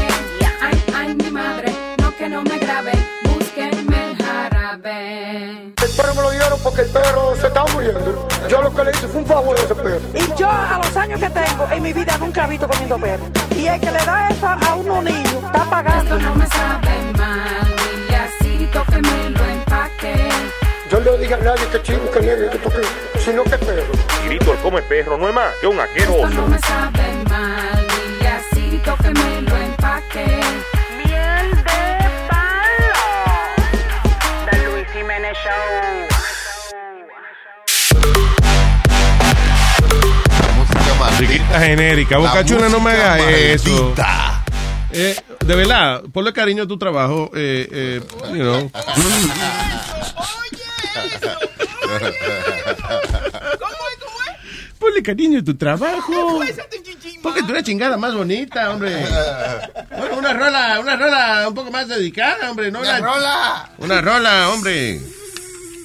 [SPEAKER 3] Ay, ay, mi madre, no que no me graben. Búsquenme el jarabe.
[SPEAKER 9] El perro me lo dieron porque el perro se estaba muriendo. Yo lo que le hice fue un favor a ese perro.
[SPEAKER 27] Y yo a los años que tengo en mi vida nunca he visto comiendo perro. Y el que le da eso a unos niños está pagando.
[SPEAKER 3] Esto no me sabe mal, dile a Cirito que me lo empaque.
[SPEAKER 9] Yo
[SPEAKER 25] No le diga a nadie que chivo, que negro, que toque, sino que perro.
[SPEAKER 22] Chirito el come perro no es más que un aquero
[SPEAKER 3] Esto no me sabe mal y así que me lo empaque. Miel de palo.
[SPEAKER 28] The Luis Jiménez Show.
[SPEAKER 4] Musiquita genérica. Bocachula, no me
[SPEAKER 29] música
[SPEAKER 4] hagas eso.
[SPEAKER 29] maldita.
[SPEAKER 4] Eh, de verdad, ponle cariño a tu trabajo. Eh, eh, you know. Ponle cariño a tu trabajo. Porque tú una chingada más bonita, hombre. Bueno, una rola, una rola un poco más dedicada, hombre. No
[SPEAKER 30] Una
[SPEAKER 4] la-
[SPEAKER 30] rola.
[SPEAKER 4] Una rola, hombre.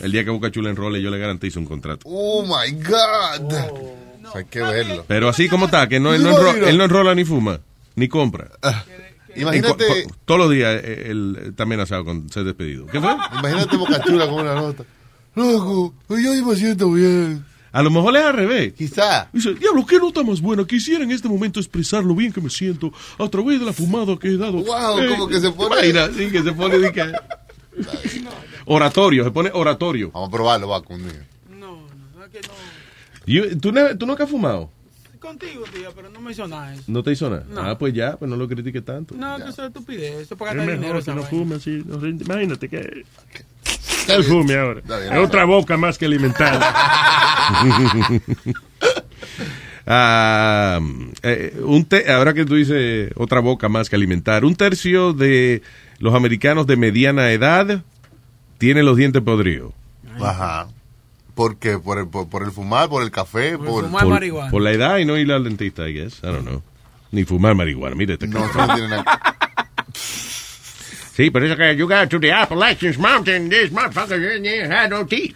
[SPEAKER 4] El día que Bocachula enrole, yo le garantizo un contrato.
[SPEAKER 5] Oh my God.
[SPEAKER 9] Oh.
[SPEAKER 5] Hay que verlo.
[SPEAKER 4] Pero así como está, que no, él, no
[SPEAKER 5] No,
[SPEAKER 4] enro-
[SPEAKER 5] mira.
[SPEAKER 4] él no enrola ni fuma, ni compra.
[SPEAKER 5] imagínate-
[SPEAKER 4] En co- co- Todos los días eh, él está amenazado con ser despedido. ¿Qué fue?
[SPEAKER 5] Imagínate Bocachula con una nota. Loco, yo sí me siento bien.
[SPEAKER 4] A lo mejor es al revés.
[SPEAKER 5] Quizá.
[SPEAKER 9] Dice, diablo, qué nota más buena. Quisiera en este momento expresar lo bien que me siento a través de la fumada que he dado.
[SPEAKER 5] Wow, como que se pone-
[SPEAKER 4] Mira, Eh, sí, que se pone de que- Oratorio, se pone oratorio.
[SPEAKER 5] Vamos a probarlo, va conmigo.
[SPEAKER 4] You- ¿tú, ne- ¿Tú nunca has fumado?
[SPEAKER 31] Contigo, tío, pero no me hizo nada eso.
[SPEAKER 4] ¿No te hizo nada?
[SPEAKER 31] No.
[SPEAKER 4] Ah, pues ya, pues no lo critiques tanto.
[SPEAKER 31] No, que eso es estupidez. Eso es para
[SPEAKER 12] Es
[SPEAKER 31] gastar dinero.
[SPEAKER 12] mejor que
[SPEAKER 31] esa
[SPEAKER 12] no
[SPEAKER 31] vaina.
[SPEAKER 12] fume así. no rinde. imagínate que. Él fume ahora.
[SPEAKER 31] Está bien.
[SPEAKER 12] Es otra boca más que alimentar.
[SPEAKER 4] Ah, eh, un te- ahora que tú dices otra boca más que alimentar, un tercio de los americanos de mediana edad tiene los dientes podridos.
[SPEAKER 5] Ajá. ¿Por qué? ¿Por el, por, por el Ah, fumar, por el café? Por,
[SPEAKER 4] por, por la edad y no ir al dentista, I guess. I don't know. Ni fumar marihuana. Mire este cabrón. Sí, pero eso que you got to the Appalachian Mountain, this motherfucker eh, had no teeth.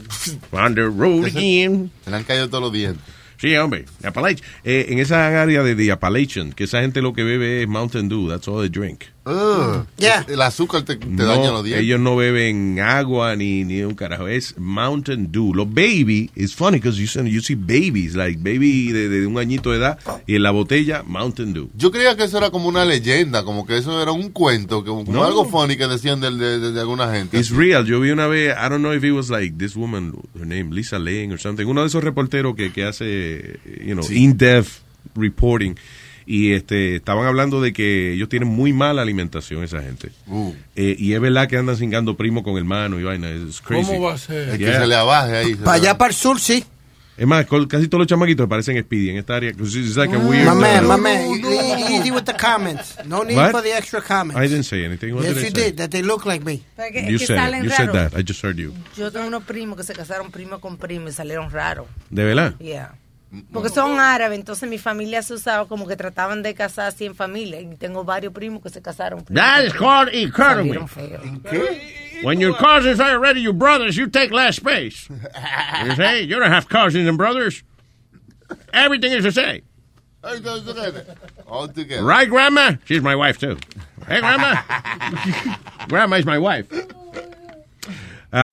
[SPEAKER 4] On the road again.
[SPEAKER 5] Se le han caído todos los dientes.
[SPEAKER 4] Sí, hombre. Appalach- eh, en esa área de The Appalachian, que esa gente lo que bebe es Mountain Dew, that's all they drink.
[SPEAKER 5] Ugh. Ah, El azúcar te, te daña
[SPEAKER 4] No,
[SPEAKER 5] los dientes.
[SPEAKER 4] Ellos no beben agua ni, ni un carajo. Es Mountain Dew. Los baby, it's funny because you, see- you see babies, like baby de, de un añito de edad, y en la botella Mountain Dew.
[SPEAKER 5] Yo creía que eso era como una leyenda, como que eso era un cuento, como, como
[SPEAKER 4] No.
[SPEAKER 5] algo funny que decían del- de, de- de alguna gente.
[SPEAKER 4] It's real. Yo vi una vez, I don't know if it was like this woman, her name Lisa Lane or something, uno de esos reporteros que, que hace, you know,
[SPEAKER 9] Sí.
[SPEAKER 4] in-depth reporting. Y este, estaban hablando de que ellos tienen muy mala alimentación, esa gente.
[SPEAKER 10] Uh.
[SPEAKER 4] Eh, y es verdad que andan cingando primo con hermano y vaina. It's crazy.
[SPEAKER 10] ¿Cómo va a ser? Es que
[SPEAKER 4] Yeah.
[SPEAKER 10] se le abaje ahí, se Para le allá, abaje. para el sur, sí.
[SPEAKER 4] Es más, col- casi todos los chamaquitos parecen Speedy en esta área. 'cause it's like a weird,
[SPEAKER 10] My man,
[SPEAKER 4] uh,
[SPEAKER 10] my man, you- you- e-, easy with the comments. No need
[SPEAKER 4] What?
[SPEAKER 10] for the extra comments.
[SPEAKER 4] I didn't say anything. What
[SPEAKER 10] yes,
[SPEAKER 4] did I
[SPEAKER 10] you
[SPEAKER 4] say?
[SPEAKER 10] did. That they look like me.
[SPEAKER 4] You said it. You said that. I just heard you.
[SPEAKER 7] Yo tengo unos primos que se casaron primo con primo y salieron raros.
[SPEAKER 4] ¿De verdad?
[SPEAKER 7] Yeah. Porque son árabes, entonces mi familia se usaba como que trataban de casarse en familia. Y tengo varios primos que se casaron. primo
[SPEAKER 9] That
[SPEAKER 7] con
[SPEAKER 9] is
[SPEAKER 7] primo.
[SPEAKER 9] called economy.
[SPEAKER 7] Salieron feos.
[SPEAKER 9] When
[SPEAKER 31] ah,
[SPEAKER 9] your cousins are already your brothers, you take less space. You see, you don't have cousins and brothers. Everything is the same.
[SPEAKER 5] Ay, todos ustedes. All together.
[SPEAKER 9] Right, Grandma? She's my wife, too. Hey, Grandma. Grandma is my wife.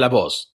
[SPEAKER 14] la voz.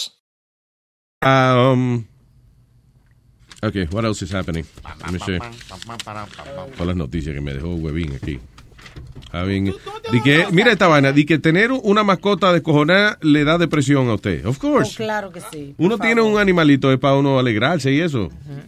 [SPEAKER 4] Um, okay, what else is happening? Let me see. Todas las noticias que me dejó Huevín aquí. Ah, bien. Di que, mira esta vaina, di que tener una mascota descojonada le da depresión a usted. Of
[SPEAKER 7] Oh,
[SPEAKER 4] course.
[SPEAKER 7] claro que sí.
[SPEAKER 4] Uno
[SPEAKER 7] por
[SPEAKER 4] tiene
[SPEAKER 7] favor.
[SPEAKER 4] un animalito, es para uno alegrarse y eso.
[SPEAKER 7] Ah,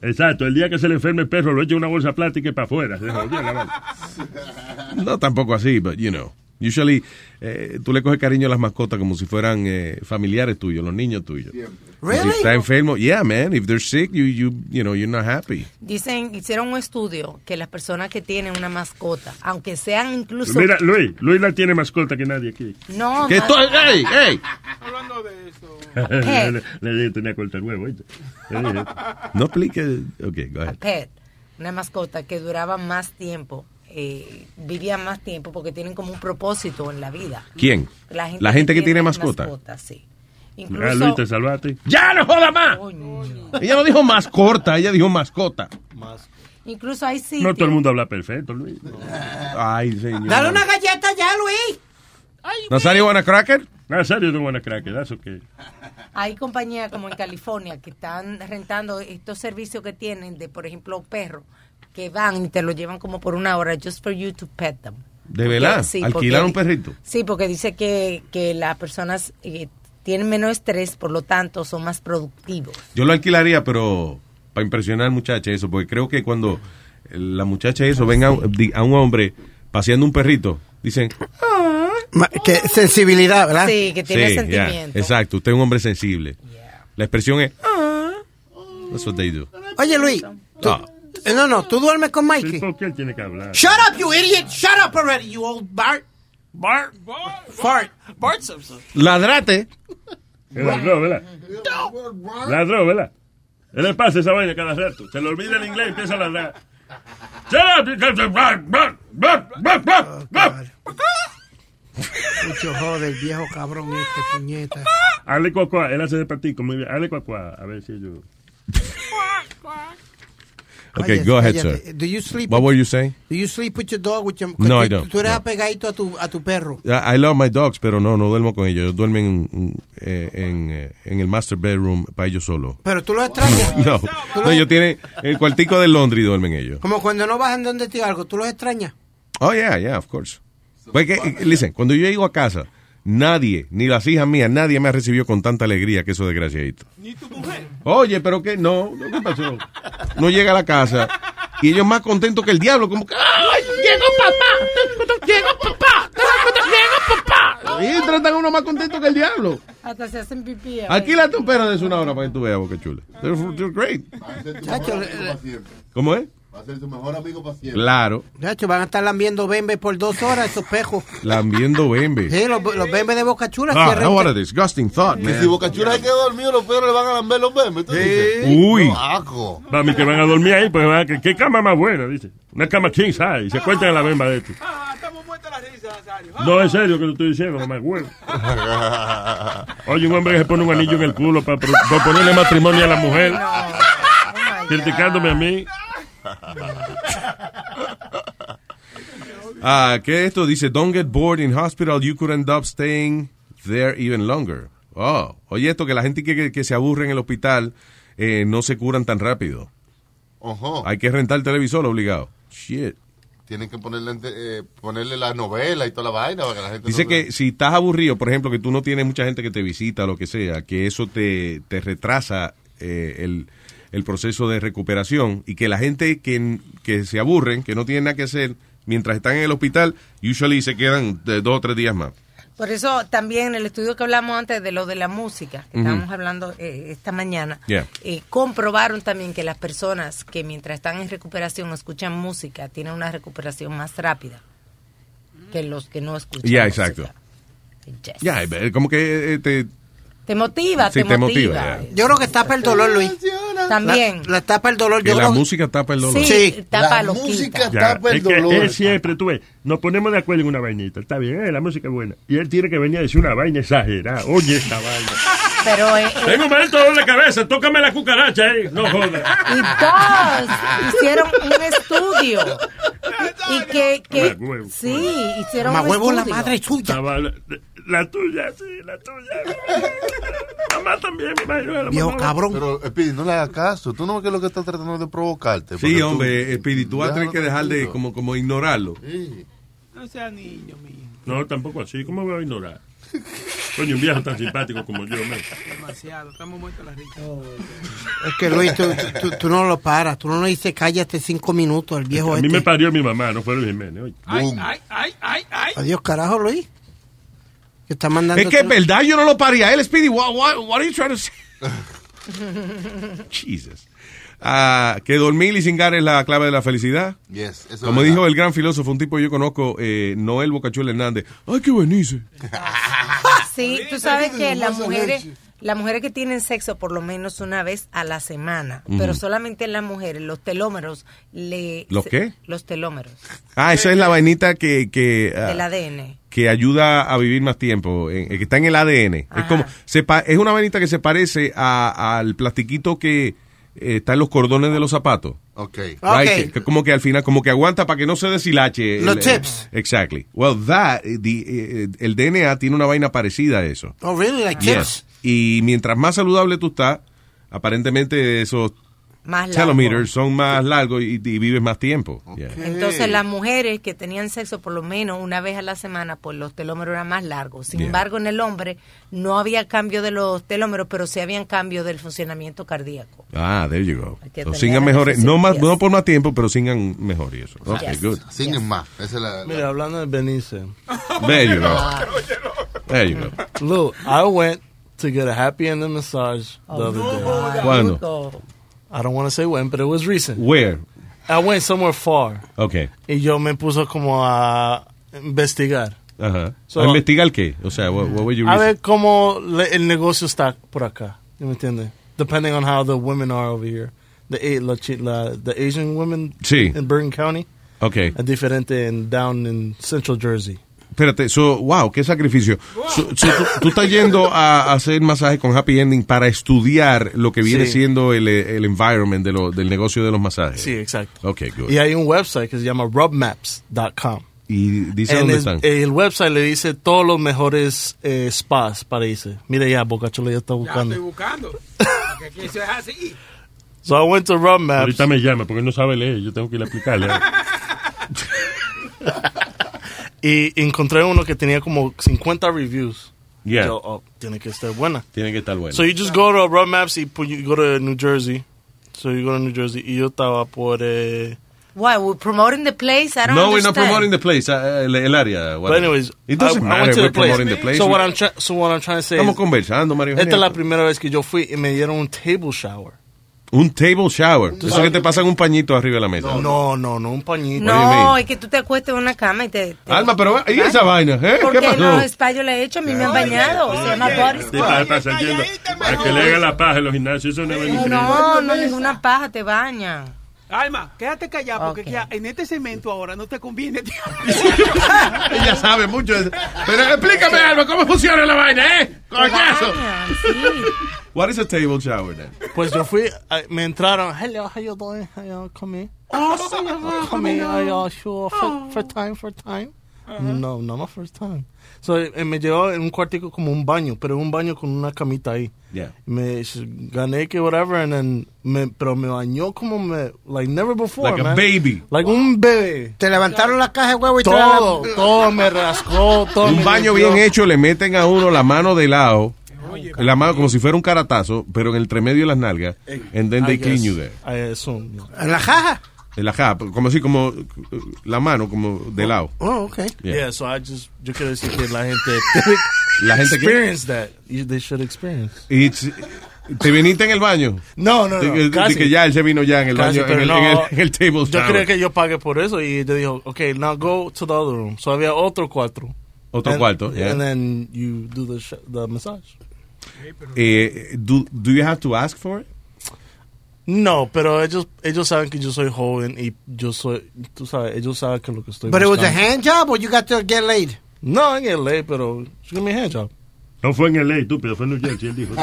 [SPEAKER 12] Exacto, el día que se le enferme el perro, lo echa en una bolsa plástica y para afuera. Se jodió la vaina.
[SPEAKER 4] No tampoco así, but you know. Usually, eh, tú le coges cariño a las mascotas como si fueran eh, familiares tuyos, los niños tuyos. Y Si
[SPEAKER 7] Really?
[SPEAKER 4] está enfermo, yeah, man. If they're sick, you, you, you know, you're not happy.
[SPEAKER 7] Dicen, hicieron un estudio que las personas que tienen una mascota, aunque sean incluso...
[SPEAKER 12] Mira, Luis, Luis la tiene más corta que nadie aquí.
[SPEAKER 7] Pues No,
[SPEAKER 12] Que
[SPEAKER 7] no.
[SPEAKER 12] estoy- ey, ey.
[SPEAKER 7] Hablando de eso.
[SPEAKER 12] le, le- le dije que tenía corta el huevo, ¿oíste? Eh, Le dije.
[SPEAKER 4] No aplique. Ok, go ahead.
[SPEAKER 7] Pet, una mascota que duraba más tiempo, eh, vivía más tiempo porque tienen como un propósito en la vida.
[SPEAKER 4] ¿Quién? La gente que tiene mascota.
[SPEAKER 7] sí.
[SPEAKER 12] Ah,
[SPEAKER 7] Incluso,
[SPEAKER 12] Luis, te salvaste.
[SPEAKER 4] ¡Ya no joda más! Ella no dijo más corta, ella dijo mascota.
[SPEAKER 7] incluso hay sitios...
[SPEAKER 12] No todo el mundo habla perfecto, Luis.
[SPEAKER 4] Ay, señor.
[SPEAKER 7] Dale una galleta ya, Luis.
[SPEAKER 4] ¿Nazario wanna cracker?
[SPEAKER 12] Nazario no wanna cracker, that's okay.
[SPEAKER 7] Hay compañías como en California que están rentando estos servicios que tienen de, por ejemplo, perros que van y te lo llevan como por una hora just for you to pet them.
[SPEAKER 4] ¿De verdad?
[SPEAKER 7] Sí,
[SPEAKER 4] ¿Alquilar un
[SPEAKER 7] porque-
[SPEAKER 4] perrito?
[SPEAKER 7] Sí, porque dice que, que las personas eh, tienen menos estrés, por lo tanto son más productivos.
[SPEAKER 4] Yo lo alquilaría, pero para impresionar muchacha eso, porque creo que cuando la muchacha eso venga a un- di- a un hombre paseando un perrito, dicen,
[SPEAKER 10] Ma- Que sensibilidad, ¿verdad?
[SPEAKER 7] Sí, que tiene
[SPEAKER 4] sí, yeah,
[SPEAKER 7] sentimiento.
[SPEAKER 4] exacto, usted es un hombre sensible. La expresión es, that's what they do. Ah,
[SPEAKER 10] Oye, Luis,
[SPEAKER 4] No,
[SPEAKER 10] no, no, tú duermes con Mikey.
[SPEAKER 12] ¿Por qué tiene que hablar?
[SPEAKER 10] Shut up, you idiot! Shut up already, you old Bart. Bart? Fart. Bart Simpson.
[SPEAKER 4] Ladrate.
[SPEAKER 12] Él Ladró, ¿verdad? Ladró, ¿verdad? Él le pasa esa vaina cada rato. Se le olvida el inglés y empieza a ladrar. Shut up, you got to- blah, blah, blah, blah, blah, blah.
[SPEAKER 10] Mucho joder, viejo cabrón este, puñeta.
[SPEAKER 12] Hable cuacuá, él hace de patico, muy bien. Hable cuacuá, a ver si yo...
[SPEAKER 4] Okay, go ahead,
[SPEAKER 10] Cállate.
[SPEAKER 4] sir.
[SPEAKER 10] Do you sleep
[SPEAKER 4] What
[SPEAKER 10] with-
[SPEAKER 4] were you saying?
[SPEAKER 10] Do you sleep with your dog? With your,
[SPEAKER 4] No,
[SPEAKER 10] tú-
[SPEAKER 4] I don't.
[SPEAKER 10] Tú eres
[SPEAKER 4] No.
[SPEAKER 10] apegadito a tu, a tu perro.
[SPEAKER 4] I I love my dogs, pero no, no duermo con ellos. Ellos duermen en, eh, en, eh, en el master bedroom para ellos solo.
[SPEAKER 10] Pero tú lo extrañas.
[SPEAKER 4] No, no, ellos tienen el cuartico de Londres y duermen ellos.
[SPEAKER 10] Como cuando no bajan donde te algo, tú los extrañas.
[SPEAKER 4] Oh, yeah, yeah, of course. Porque, eh, listen, cuando yo llego a casa, nadie, ni las hijas mías, nadie me ha recibido con tanta alegría que esos desgraciaditos.
[SPEAKER 32] Ni tu mujer.
[SPEAKER 4] Oye, pero que no, no, ¿qué pasó? No llega a la casa y ellos más contentos que el diablo, como que, ¡ay! ¡Llegó papá! ¡Llegó papá! ¡Llegó papá! Y "Ah, tratan a uno más contento que el diablo.
[SPEAKER 7] Hasta se hacen pipí. a veces.
[SPEAKER 4] Alquila tu perro de una hora para que tú veas, boca chula. They're, they're great. ¿Cómo es?
[SPEAKER 5] Va a ser tu mejor amigo para siempre.
[SPEAKER 4] Claro,
[SPEAKER 10] De hecho, van a estar lambiendo bembe por dos horas esos pejos.
[SPEAKER 4] lambiendo bembe.
[SPEAKER 10] Sí, los, los bembes de Boca Chula.
[SPEAKER 4] Ah,
[SPEAKER 10] cierran-
[SPEAKER 4] what a disgusting thought,
[SPEAKER 5] Y si
[SPEAKER 4] man.
[SPEAKER 5] Boca Chula se queda dormido, los perros le van a lamber los memes. ¿tú dices?
[SPEAKER 12] Uy.
[SPEAKER 5] No, asco.
[SPEAKER 12] Para mí que van a dormir ahí, pues van a- ¿qué, qué cama más buena, dice. Una cama king size, y se cuentan en la bemba de esto. No, es serio que lo estoy diciendo, más bueno. Oye, un hombre que se pone un anillo en el culo para, pro- para ponerle matrimonio a la mujer. criticándome a mí.
[SPEAKER 4] Ah, ¿qué es esto? Dice, don't get bored in hospital, you could end up staying there even longer. Oh, oye esto, que la gente que, que- que se aburre en el hospital eh, no se curan tan rápido.
[SPEAKER 5] Ojo.
[SPEAKER 4] Hay que rentar el televisor obligado. Shit.
[SPEAKER 5] tienen que ponerle, eh, ponerle la novela y toda la vaina para que la gente
[SPEAKER 4] Dice
[SPEAKER 5] no-
[SPEAKER 4] que si estás aburrido, por ejemplo, que tú no tienes mucha gente que te visita, lo que sea, que eso te, te retrasa eh, el, el proceso de recuperación y que la gente que, que se aburren, que no tienen nada que hacer, mientras están en el hospital, usually se quedan de dos o tres días más.
[SPEAKER 7] Por eso también el estudio que hablamos antes de lo de la música, que
[SPEAKER 4] Ujú.
[SPEAKER 7] estábamos hablando eh, esta mañana,
[SPEAKER 4] Yeah.
[SPEAKER 7] eh, comprobaron también que las personas que mientras están en recuperación escuchan música tienen una recuperación más rápida que los que no escuchan.
[SPEAKER 4] Ya, exacto.
[SPEAKER 7] Yes.
[SPEAKER 4] Ya, eh, como que eh, te,
[SPEAKER 7] Te motiva,
[SPEAKER 4] Sí,
[SPEAKER 7] te,
[SPEAKER 4] te
[SPEAKER 7] motiva.
[SPEAKER 4] motiva, yeah.
[SPEAKER 10] Yo creo que tapa el Este dolor, Luis.
[SPEAKER 7] También.
[SPEAKER 10] La, la tapa el dolor.
[SPEAKER 4] que
[SPEAKER 10] Yo
[SPEAKER 4] la
[SPEAKER 10] creo-
[SPEAKER 4] música tapa el dolor.
[SPEAKER 10] Sí,
[SPEAKER 7] tapa
[SPEAKER 10] la
[SPEAKER 7] lo
[SPEAKER 10] música
[SPEAKER 12] Ya,
[SPEAKER 10] tapa el
[SPEAKER 12] es que
[SPEAKER 10] pues dolor.
[SPEAKER 12] él siempre, tú ves, nos ponemos de acuerdo en una vainita. Está bien, eh, la música es buena. Y él tiene que venir a decir una vaina exagerada. Oye, esta vaina.
[SPEAKER 7] Pero eh,
[SPEAKER 12] Tengo mal dolor de cabeza, tócame la cucaracha, eh. No Ah, jodas.
[SPEAKER 7] y dos hicieron un estudio y que, que
[SPEAKER 12] Mamagüevo.
[SPEAKER 7] sí hicieron un
[SPEAKER 12] Mamagüevo, la
[SPEAKER 7] estudio.
[SPEAKER 12] madre Estaba la, la tuya, sí, la tuya. Mamá también, me imagino. a lo mejor.
[SPEAKER 5] Pero, Speedy, no le hagas caso. Tú no ves que es lo que está tratando de provocarte. porque
[SPEAKER 4] Sí,
[SPEAKER 5] tú-
[SPEAKER 4] hombre, espiritual tienes que dejar de
[SPEAKER 5] tranquilo.
[SPEAKER 4] como, como ignorarlo.
[SPEAKER 8] No sea niño, mío.
[SPEAKER 12] No, tampoco así. ¿Cómo me voy a ignorar? Coño, un viejo tan simpático como yo, man.
[SPEAKER 8] Demasiado. Estamos muertos las ricas.
[SPEAKER 10] Es que Luis, tú, tú- tú no lo paras. Tú no le dices cállate cinco minutos al viejo
[SPEAKER 12] A mí me
[SPEAKER 10] este.
[SPEAKER 12] parió mi mamá, no fueron Jiménez. oye.
[SPEAKER 8] Ay, ay, ay, ay.
[SPEAKER 10] Adiós, carajo, Luis. Que está mandando.
[SPEAKER 4] Es que es verdad, yo no lo paría. Él, Speedy, what, what, what are you trying to say? Jesus. Ah, que dormir y cingar es la clave de la felicidad.
[SPEAKER 5] Yes, eso es
[SPEAKER 4] Como
[SPEAKER 5] verdad.
[SPEAKER 4] dijo el gran filósofo, un tipo que yo conozco, eh, Noel Bocachul Hernández. Ay, qué buenice. Ah,
[SPEAKER 7] Sí, tú sabes que las mujeres, las mujeres que tienen sexo por lo menos una vez a la semana,
[SPEAKER 4] Ujú.
[SPEAKER 7] pero solamente las mujeres, los telómeros le
[SPEAKER 4] ¿Los
[SPEAKER 7] se-
[SPEAKER 4] qué?
[SPEAKER 7] Los telómeros
[SPEAKER 4] Ah, esa es la vainita que, que, ah,
[SPEAKER 7] del ADN.
[SPEAKER 4] que ayuda a vivir más tiempo, eh, que está en el ADN. Es como se pa- es una vainita que se parece a- al plastiquito que eh, está en los cordones de los zapatos.
[SPEAKER 5] Ok.
[SPEAKER 4] Right, que- que como que al final, como que aguanta para que no se deshilache.
[SPEAKER 10] Ah,
[SPEAKER 4] eh,
[SPEAKER 10] Los chips.
[SPEAKER 4] exactly. Well, that, eh, the, eh, el DNA tiene una vaina parecida a eso.
[SPEAKER 10] Oh, really? Like
[SPEAKER 4] Yes.
[SPEAKER 10] chips?
[SPEAKER 4] Y mientras más saludable tú estás, aparentemente esos
[SPEAKER 7] Más largo.
[SPEAKER 4] telometers son más largos y, y vives más tiempo. Yeah.
[SPEAKER 7] Entonces las mujeres que tenían sexo por lo menos una vez a la semana, pues los telómeros eran más largos. Sin
[SPEAKER 4] Yeah.
[SPEAKER 7] embargo, en el hombre no había cambio de los telómeros, pero sí habían cambio del funcionamiento cardíaco.
[SPEAKER 4] Ah, there you go.
[SPEAKER 7] que
[SPEAKER 4] So,
[SPEAKER 7] tener
[SPEAKER 4] singan
[SPEAKER 7] la
[SPEAKER 4] mejores, no, más,
[SPEAKER 7] necesidad.
[SPEAKER 4] no por más tiempo, pero singan mejor y eso. Ok,
[SPEAKER 5] Yes.
[SPEAKER 4] good.
[SPEAKER 5] Singen más. Esa es la,
[SPEAKER 6] Mira, hablando de Benice.
[SPEAKER 4] There you go. There you go.
[SPEAKER 6] Look, I went to get a happy ending massage the other day.
[SPEAKER 4] ¿Cuándo?
[SPEAKER 6] I don't want to say when, but it was recent.
[SPEAKER 4] Where?
[SPEAKER 6] I went somewhere far.
[SPEAKER 4] Okay.
[SPEAKER 6] Y yo me puso como a investigar.
[SPEAKER 4] Ajá.
[SPEAKER 6] So-
[SPEAKER 4] Uh-huh. ¿A investigar qué? O sea, what, what were you
[SPEAKER 6] A
[SPEAKER 4] researching?
[SPEAKER 6] ver cómo le- el negocio está por acá. ¿Sí ¿Me entiendes? Depending on how the women are over here. The, A- la, chi- la- the Asian women
[SPEAKER 4] Sí.
[SPEAKER 6] in Bergen County.
[SPEAKER 4] Okay.
[SPEAKER 6] Es diferente en down in Central Jersey.
[SPEAKER 4] Espérate, so, wow, qué sacrificio. So, so, tú, tú estás yendo a, a hacer masaje con Happy Ending para estudiar lo que viene
[SPEAKER 6] Sí.
[SPEAKER 4] siendo el, eh, el environment de lo- del negocio de los masajes.
[SPEAKER 6] Sí, exacto.
[SPEAKER 4] Ok, good.
[SPEAKER 6] Y hay un website que se llama rubmaps.com.
[SPEAKER 4] Y dice
[SPEAKER 6] En
[SPEAKER 4] dónde
[SPEAKER 6] el,
[SPEAKER 4] están.
[SPEAKER 6] el website le dice todos los mejores eh, spas para irse. Mira ya, Boca Chula ya está
[SPEAKER 8] Ya estoy
[SPEAKER 6] buscando.
[SPEAKER 8] buscando. Porque aquí eso es así.
[SPEAKER 6] So I went to rubmaps.
[SPEAKER 12] Ahorita me llama porque él no sabe leer, yo tengo que ir a ¿eh? aplicarle.
[SPEAKER 6] Y encontré uno que tenía como 50 reviews.
[SPEAKER 4] Yeah.
[SPEAKER 6] Yo, oh, tiene que estar buena.
[SPEAKER 4] Tiene que estar bueno.
[SPEAKER 6] So you just go to road maps y pu- you go to New Jersey. So you go to New Jersey y yo estaba por eh,
[SPEAKER 7] Why? We're promoting the place? I don't
[SPEAKER 4] no, we're not
[SPEAKER 7] understand.
[SPEAKER 4] promoting the place, ah, el, el área.
[SPEAKER 6] But anyways,
[SPEAKER 4] It doesn't
[SPEAKER 6] I- I
[SPEAKER 4] matter,
[SPEAKER 6] went to
[SPEAKER 4] we're
[SPEAKER 6] the place.
[SPEAKER 4] promoting the place.
[SPEAKER 6] So what I'm try- so what I'm trying to say
[SPEAKER 4] Estamos
[SPEAKER 6] is-
[SPEAKER 4] conversando, Mario.
[SPEAKER 6] esta es
[SPEAKER 4] Eugenia.
[SPEAKER 6] la primera vez que yo fui y me dieron un table shower.
[SPEAKER 4] Un table shower. Eso
[SPEAKER 6] baño.
[SPEAKER 4] que te pasan un pañito arriba de la mesa.
[SPEAKER 6] No, no, no, un pañito.
[SPEAKER 7] No, es que tú te acuestes en una cama y te... te-
[SPEAKER 4] Alma, pero ¿y esa vaina? ¿Eh? ¿Qué
[SPEAKER 7] Porque
[SPEAKER 4] pasó?
[SPEAKER 7] los spas yo le he hecho, a mí me han bañado. Se llama body
[SPEAKER 12] Sí, para,
[SPEAKER 7] spa.
[SPEAKER 12] para, se entienda. Para que le haga la paja en los gimnasios, eso no es increíble.
[SPEAKER 7] No, no, ninguna paja te baña.
[SPEAKER 8] Alma, quédate callada porque
[SPEAKER 7] Ok.
[SPEAKER 8] ya en este segmento ahora no te conviene. tío.
[SPEAKER 4] Ella sabe mucho. de eso. Pero explícame, Alma, ¿cómo funciona la vaina, eh? ¡Coñazo!
[SPEAKER 9] Ah,
[SPEAKER 4] What is a table shower then?
[SPEAKER 6] Pues yo fui, eh, me entraron, hello, how you
[SPEAKER 9] Ah,
[SPEAKER 6] doing? How you doing? come here.
[SPEAKER 16] Oh, sí,
[SPEAKER 6] Come here, are you all sure for, for time, for time? No, not my first time. So, eh, me llevó en un cuartico como un baño, pero un baño con una camita ahí.
[SPEAKER 4] Yeah.
[SPEAKER 6] Me s- gané que whatever, and then me, pero me bañó como me, like never before,
[SPEAKER 4] Like a
[SPEAKER 6] man.
[SPEAKER 4] baby.
[SPEAKER 6] Like un bebé.
[SPEAKER 10] Te levantaron la caja de huevo y te la-
[SPEAKER 6] Todo, todo me rascó, todo me
[SPEAKER 4] Un baño
[SPEAKER 6] limpió.
[SPEAKER 4] bien hecho, le meten a uno la mano de lado, la mano como si fuera un caratazo, pero en el tremedio de las nalgas, and then
[SPEAKER 6] I
[SPEAKER 4] they clean
[SPEAKER 6] guess.
[SPEAKER 4] you there.
[SPEAKER 6] I assume, yeah.
[SPEAKER 10] En la caja.
[SPEAKER 4] En la japa, como así, como eh, la mano, como de lado.
[SPEAKER 6] Oh, okay.
[SPEAKER 4] Yeah.
[SPEAKER 6] Yeah. so I just, yo quiero decir que la gente,
[SPEAKER 4] La gente que-
[SPEAKER 6] experience that. You- they should experience.
[SPEAKER 4] Y it's- ¿Te viniste en el baño?
[SPEAKER 6] No, no, no,
[SPEAKER 4] De- de- de
[SPEAKER 6] casi.
[SPEAKER 4] que ya él se vino ya en el
[SPEAKER 6] Casi,
[SPEAKER 4] baño, en
[SPEAKER 6] pero
[SPEAKER 4] el,
[SPEAKER 6] no.
[SPEAKER 4] en el- en el table
[SPEAKER 6] Yo
[SPEAKER 4] shower.
[SPEAKER 6] creía que yo pagué por eso y te dijo, ok, now go to the other room. So había otro cuarto.
[SPEAKER 4] Otro
[SPEAKER 6] And-
[SPEAKER 4] cuarto, yeah.
[SPEAKER 6] And then you do the, sh- the massage.
[SPEAKER 4] Eh, do, do you have to ask for it?
[SPEAKER 6] No, pero ellos, ellos saben que yo soy joven y yo soy, tú sabes, ellos saben que lo que estoy
[SPEAKER 10] But it was a
[SPEAKER 6] buscando.
[SPEAKER 10] hand job or you got to get laid?
[SPEAKER 6] No, en el ley, pero she gave me a hand job.
[SPEAKER 33] No fue en el ley, estúpido, fue en New Jersey, él dijo.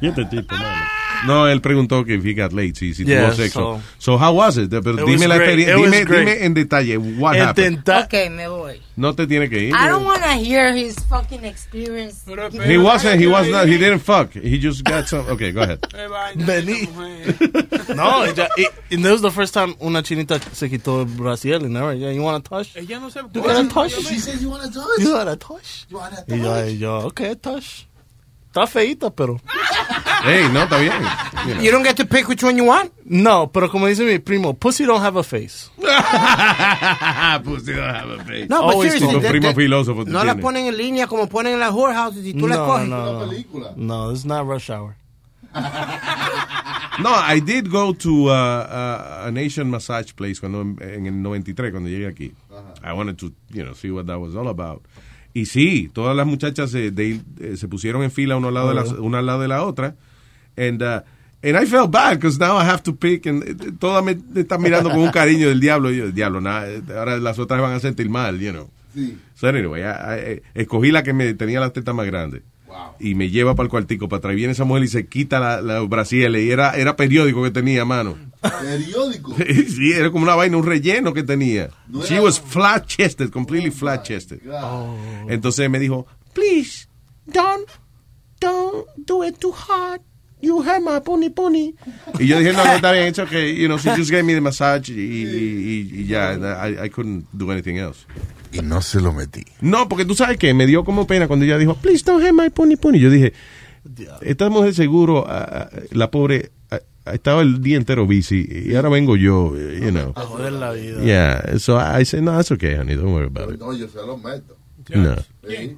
[SPEAKER 33] y este tipo, mano.
[SPEAKER 4] No, él preguntó que if he got late, si, si
[SPEAKER 6] Yeah,
[SPEAKER 4] tuvo sexo.
[SPEAKER 6] so-
[SPEAKER 4] So, how was it? Pero
[SPEAKER 6] It
[SPEAKER 4] dime
[SPEAKER 6] was
[SPEAKER 4] la
[SPEAKER 6] great,
[SPEAKER 4] experiencia,
[SPEAKER 6] it was
[SPEAKER 4] dime,
[SPEAKER 6] great.
[SPEAKER 4] dime en detalle what
[SPEAKER 6] El
[SPEAKER 4] happened.
[SPEAKER 7] Ok, me voy.
[SPEAKER 4] No te tiene que ir.
[SPEAKER 7] I don't want to hear his fucking experience.
[SPEAKER 4] He wasn't, he was not, he didn't fuck. He just got some. Okay, go ahead.
[SPEAKER 6] Vení. No, ella, y, and that was the first time una chinita se quitó el brasier, and ahora, yeah, you want to touch?
[SPEAKER 9] Ella no se...
[SPEAKER 6] You gotta touch.
[SPEAKER 9] She said
[SPEAKER 6] you want to touch. You gotta touch. You wanna Y yo, y yo, ok, touch. Está feita, pero...
[SPEAKER 4] Hey, no, está bien. You know.
[SPEAKER 6] don't get to pick which one you want? No, pero como dice mi primo, pussy don't have a face.
[SPEAKER 4] Pussy, don't have a face.
[SPEAKER 10] No, but
[SPEAKER 6] Always
[SPEAKER 10] seriously,
[SPEAKER 6] do.
[SPEAKER 10] de-
[SPEAKER 6] Primo
[SPEAKER 10] de-
[SPEAKER 6] filósofo tú
[SPEAKER 10] No la
[SPEAKER 6] tienes.
[SPEAKER 10] ponen en línea como ponen en las whorehouses y tú la
[SPEAKER 6] no,
[SPEAKER 10] coges.
[SPEAKER 6] no, no. No, it's not rush hour.
[SPEAKER 4] No, I did go to uh, uh, an Asian massage place cuando, en el 93, cuando llegué aquí. I wanted to, you know, see what that was all about. Y sí, todas las muchachas eh, they, eh, se pusieron en fila uno al lado, de la,
[SPEAKER 6] Oh, yeah.
[SPEAKER 4] una al lado de la otra. And, uh, and I felt bad because now I have to pick. And eh, todas me están mirando con un cariño del diablo. Y yo, diablo, nada, eh, ahora las otras van a sentir mal, you know.
[SPEAKER 34] Sí.
[SPEAKER 4] So anyway, I- I- escogí la que me tenía las tetas más grandes. Y me lleva para el cuartico, para atrás. Y Viene esa mujer y se quita la, la brasiele. Y era, era periódico que tenía, mano.
[SPEAKER 34] Periódico.
[SPEAKER 4] sí, era como una vaina, un relleno que tenía. She was flat chested, completely flat chested. Entonces me dijo,
[SPEAKER 35] Please, don't, don't do it too hard. You have my pony pony.
[SPEAKER 4] y yo dije, no, no, está bien, it's okay. You know, she just gave me the massage y, y- y- y ya, I, I couldn't do anything else.
[SPEAKER 5] Y no se lo metí.
[SPEAKER 4] No, porque tú sabes que me dio como pena cuando ella dijo, please don't have my pony pony. Yo dije, esta mujer seguro, ah, ah, la pobre, ah, ah, estaba el día entero bici y ahora vengo yo, eh, you know.
[SPEAKER 6] A joder la vida.
[SPEAKER 4] Yeah, so I said, no, that's okay, honey, don't worry about it.
[SPEAKER 5] No, yo se lo meto.
[SPEAKER 4] No.
[SPEAKER 5] Sí.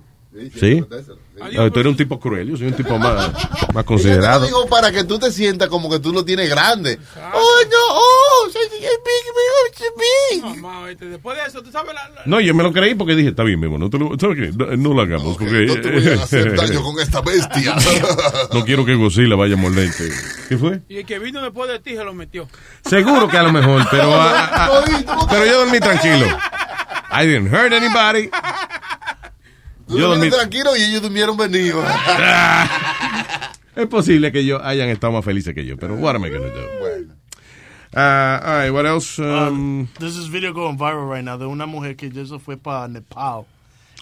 [SPEAKER 4] ¿Sí?
[SPEAKER 5] méteselo, sí.
[SPEAKER 4] Ah, tú eres un tipo cruel, yo soy un tipo más, más
[SPEAKER 5] Yo te lo
[SPEAKER 4] considerado.
[SPEAKER 5] digo para que tú te sientas como que tú lo tienes grande.
[SPEAKER 35] Oh no, oh, it's big, big, it's big.
[SPEAKER 9] Después de eso, tú sabes la...
[SPEAKER 4] No, yo me lo creí porque dije, está bien, mi amor, no, te lo, ¿sabes qué? No, no lo hagamos. porque,
[SPEAKER 5] No te voy a hacer daño con esta bestia.
[SPEAKER 4] No quiero que Godzilla vaya a morderte. ¿Qué fue?
[SPEAKER 9] Y el que vino después de ti se lo metió.
[SPEAKER 4] Seguro que a lo mejor, pero, ah, ah, pero yo dormí tranquilo. I didn't hurt anybody.
[SPEAKER 5] Tú
[SPEAKER 4] Yo dormí.
[SPEAKER 5] durmieron tranquilo y ellos durmieron venidos.
[SPEAKER 4] Es posible que ellos hayan estado más felices que yo, pero what am I gonna do? Ah, all right, what else? Um,
[SPEAKER 6] There's this video going viral right now de una mujer que ya se fue para Nepal.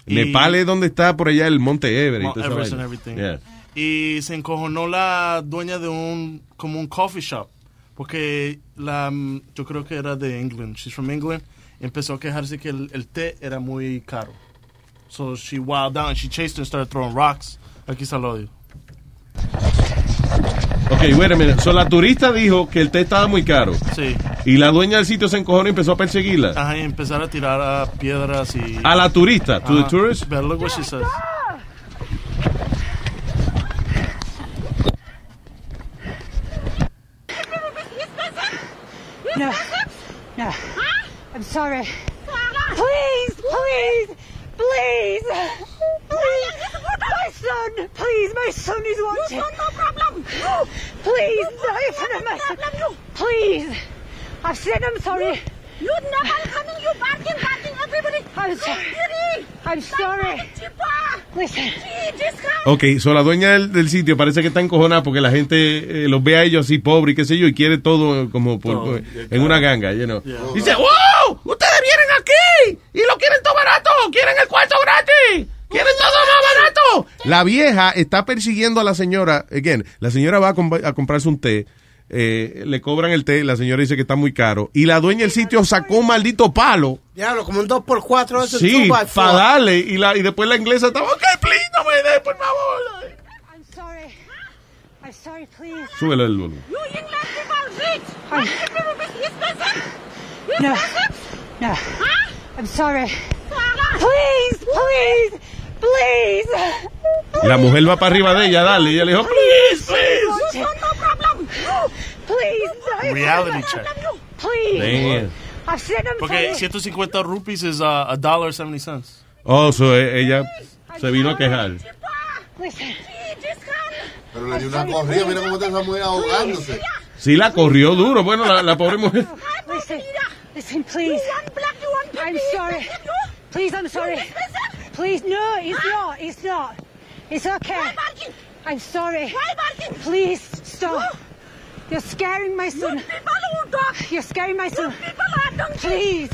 [SPEAKER 6] Y-
[SPEAKER 4] Nepal es donde está por allá el Monte Everest. y toda esa
[SPEAKER 6] Everest and
[SPEAKER 4] vaina.
[SPEAKER 6] everything.
[SPEAKER 4] Yeah.
[SPEAKER 6] Y se encojonó la dueña de un como un coffee shop porque la mm, yo creo que era de England. She's from England. Empezó a quejarse que el, el té era muy caro. So she wilded out and she chased her and started throwing rocks. Aquí está el audio.
[SPEAKER 4] Ok, wait a minute. So, la turista dijo que el té estaba muy caro.
[SPEAKER 6] Sí.
[SPEAKER 4] Y la dueña del sitio se encojó y empezó a perseguirla.
[SPEAKER 6] Ajá, y empezar a tirar ah, piedras y
[SPEAKER 4] A la turista, to the
[SPEAKER 6] Ajá.
[SPEAKER 4] tourist.
[SPEAKER 6] But look what she says.
[SPEAKER 13] No, no. I'm sorry. Please, please, please, please, my son, please, my son is wanted. Your son, no problem. Please, no, it's not my son. Please, I've said I'm sorry. You never coming, you barking, barking, everybody. I'm sorry. I'm sorry. Listen.
[SPEAKER 4] Ok, so la dueña del, del sitio parece que está encojonada porque la gente eh, los ve a ellos así pobres y qué sé yo y quiere todo eh, como por-
[SPEAKER 34] Todo,
[SPEAKER 4] eh,
[SPEAKER 34] ya,
[SPEAKER 4] en una ganga, you know.
[SPEAKER 34] Dice, wow, ustedes vienen aquí.
[SPEAKER 9] gratis! ¡Y lo quieren todo barato! ¡Quieren el cuarto gratis! ¡Quieren todo más barato!
[SPEAKER 4] La vieja está persiguiendo a la señora. Again, la señora va a, comp- a comprarse un té. eh, le cobran el té. La señora dice que está muy caro. Y la dueña del sitio sacó un maldito palo.
[SPEAKER 10] Diablo, como un 2x4 eso
[SPEAKER 4] Sí,
[SPEAKER 10] two by four.
[SPEAKER 4] para darle. Y, la, y después la inglesa estaba. "Ok".
[SPEAKER 9] please, no me dé, por favor.
[SPEAKER 13] I'm sorry. I'm sorry, please.
[SPEAKER 4] Súbele el volumen.
[SPEAKER 13] You England people, bitch! No. No. I'm sorry. Please, please, please.
[SPEAKER 4] La mujer va para arriba de ella, dale. Y ella le dijo, please, please.
[SPEAKER 13] You got no problem. Please. no.
[SPEAKER 6] Reality check.
[SPEAKER 13] Please. I've said I'm
[SPEAKER 6] Porque
[SPEAKER 13] sorry.
[SPEAKER 6] 150 rupees es a uh, $1.70.
[SPEAKER 4] Oh, so, eh, ella se vino a quejar.
[SPEAKER 13] Listen.
[SPEAKER 5] Pero le dio una corrida, mira cómo está esa mujer ahogándose.
[SPEAKER 4] Sí, la corrió duro. Bueno, la, la pobre mujer.
[SPEAKER 13] Listen. Listen, please. I'm sorry. Please, I'm sorry. Please, no, it's not. It's not. It's okay. I'm sorry. Please, stop. You're scaring my son. You're scaring my son. Please.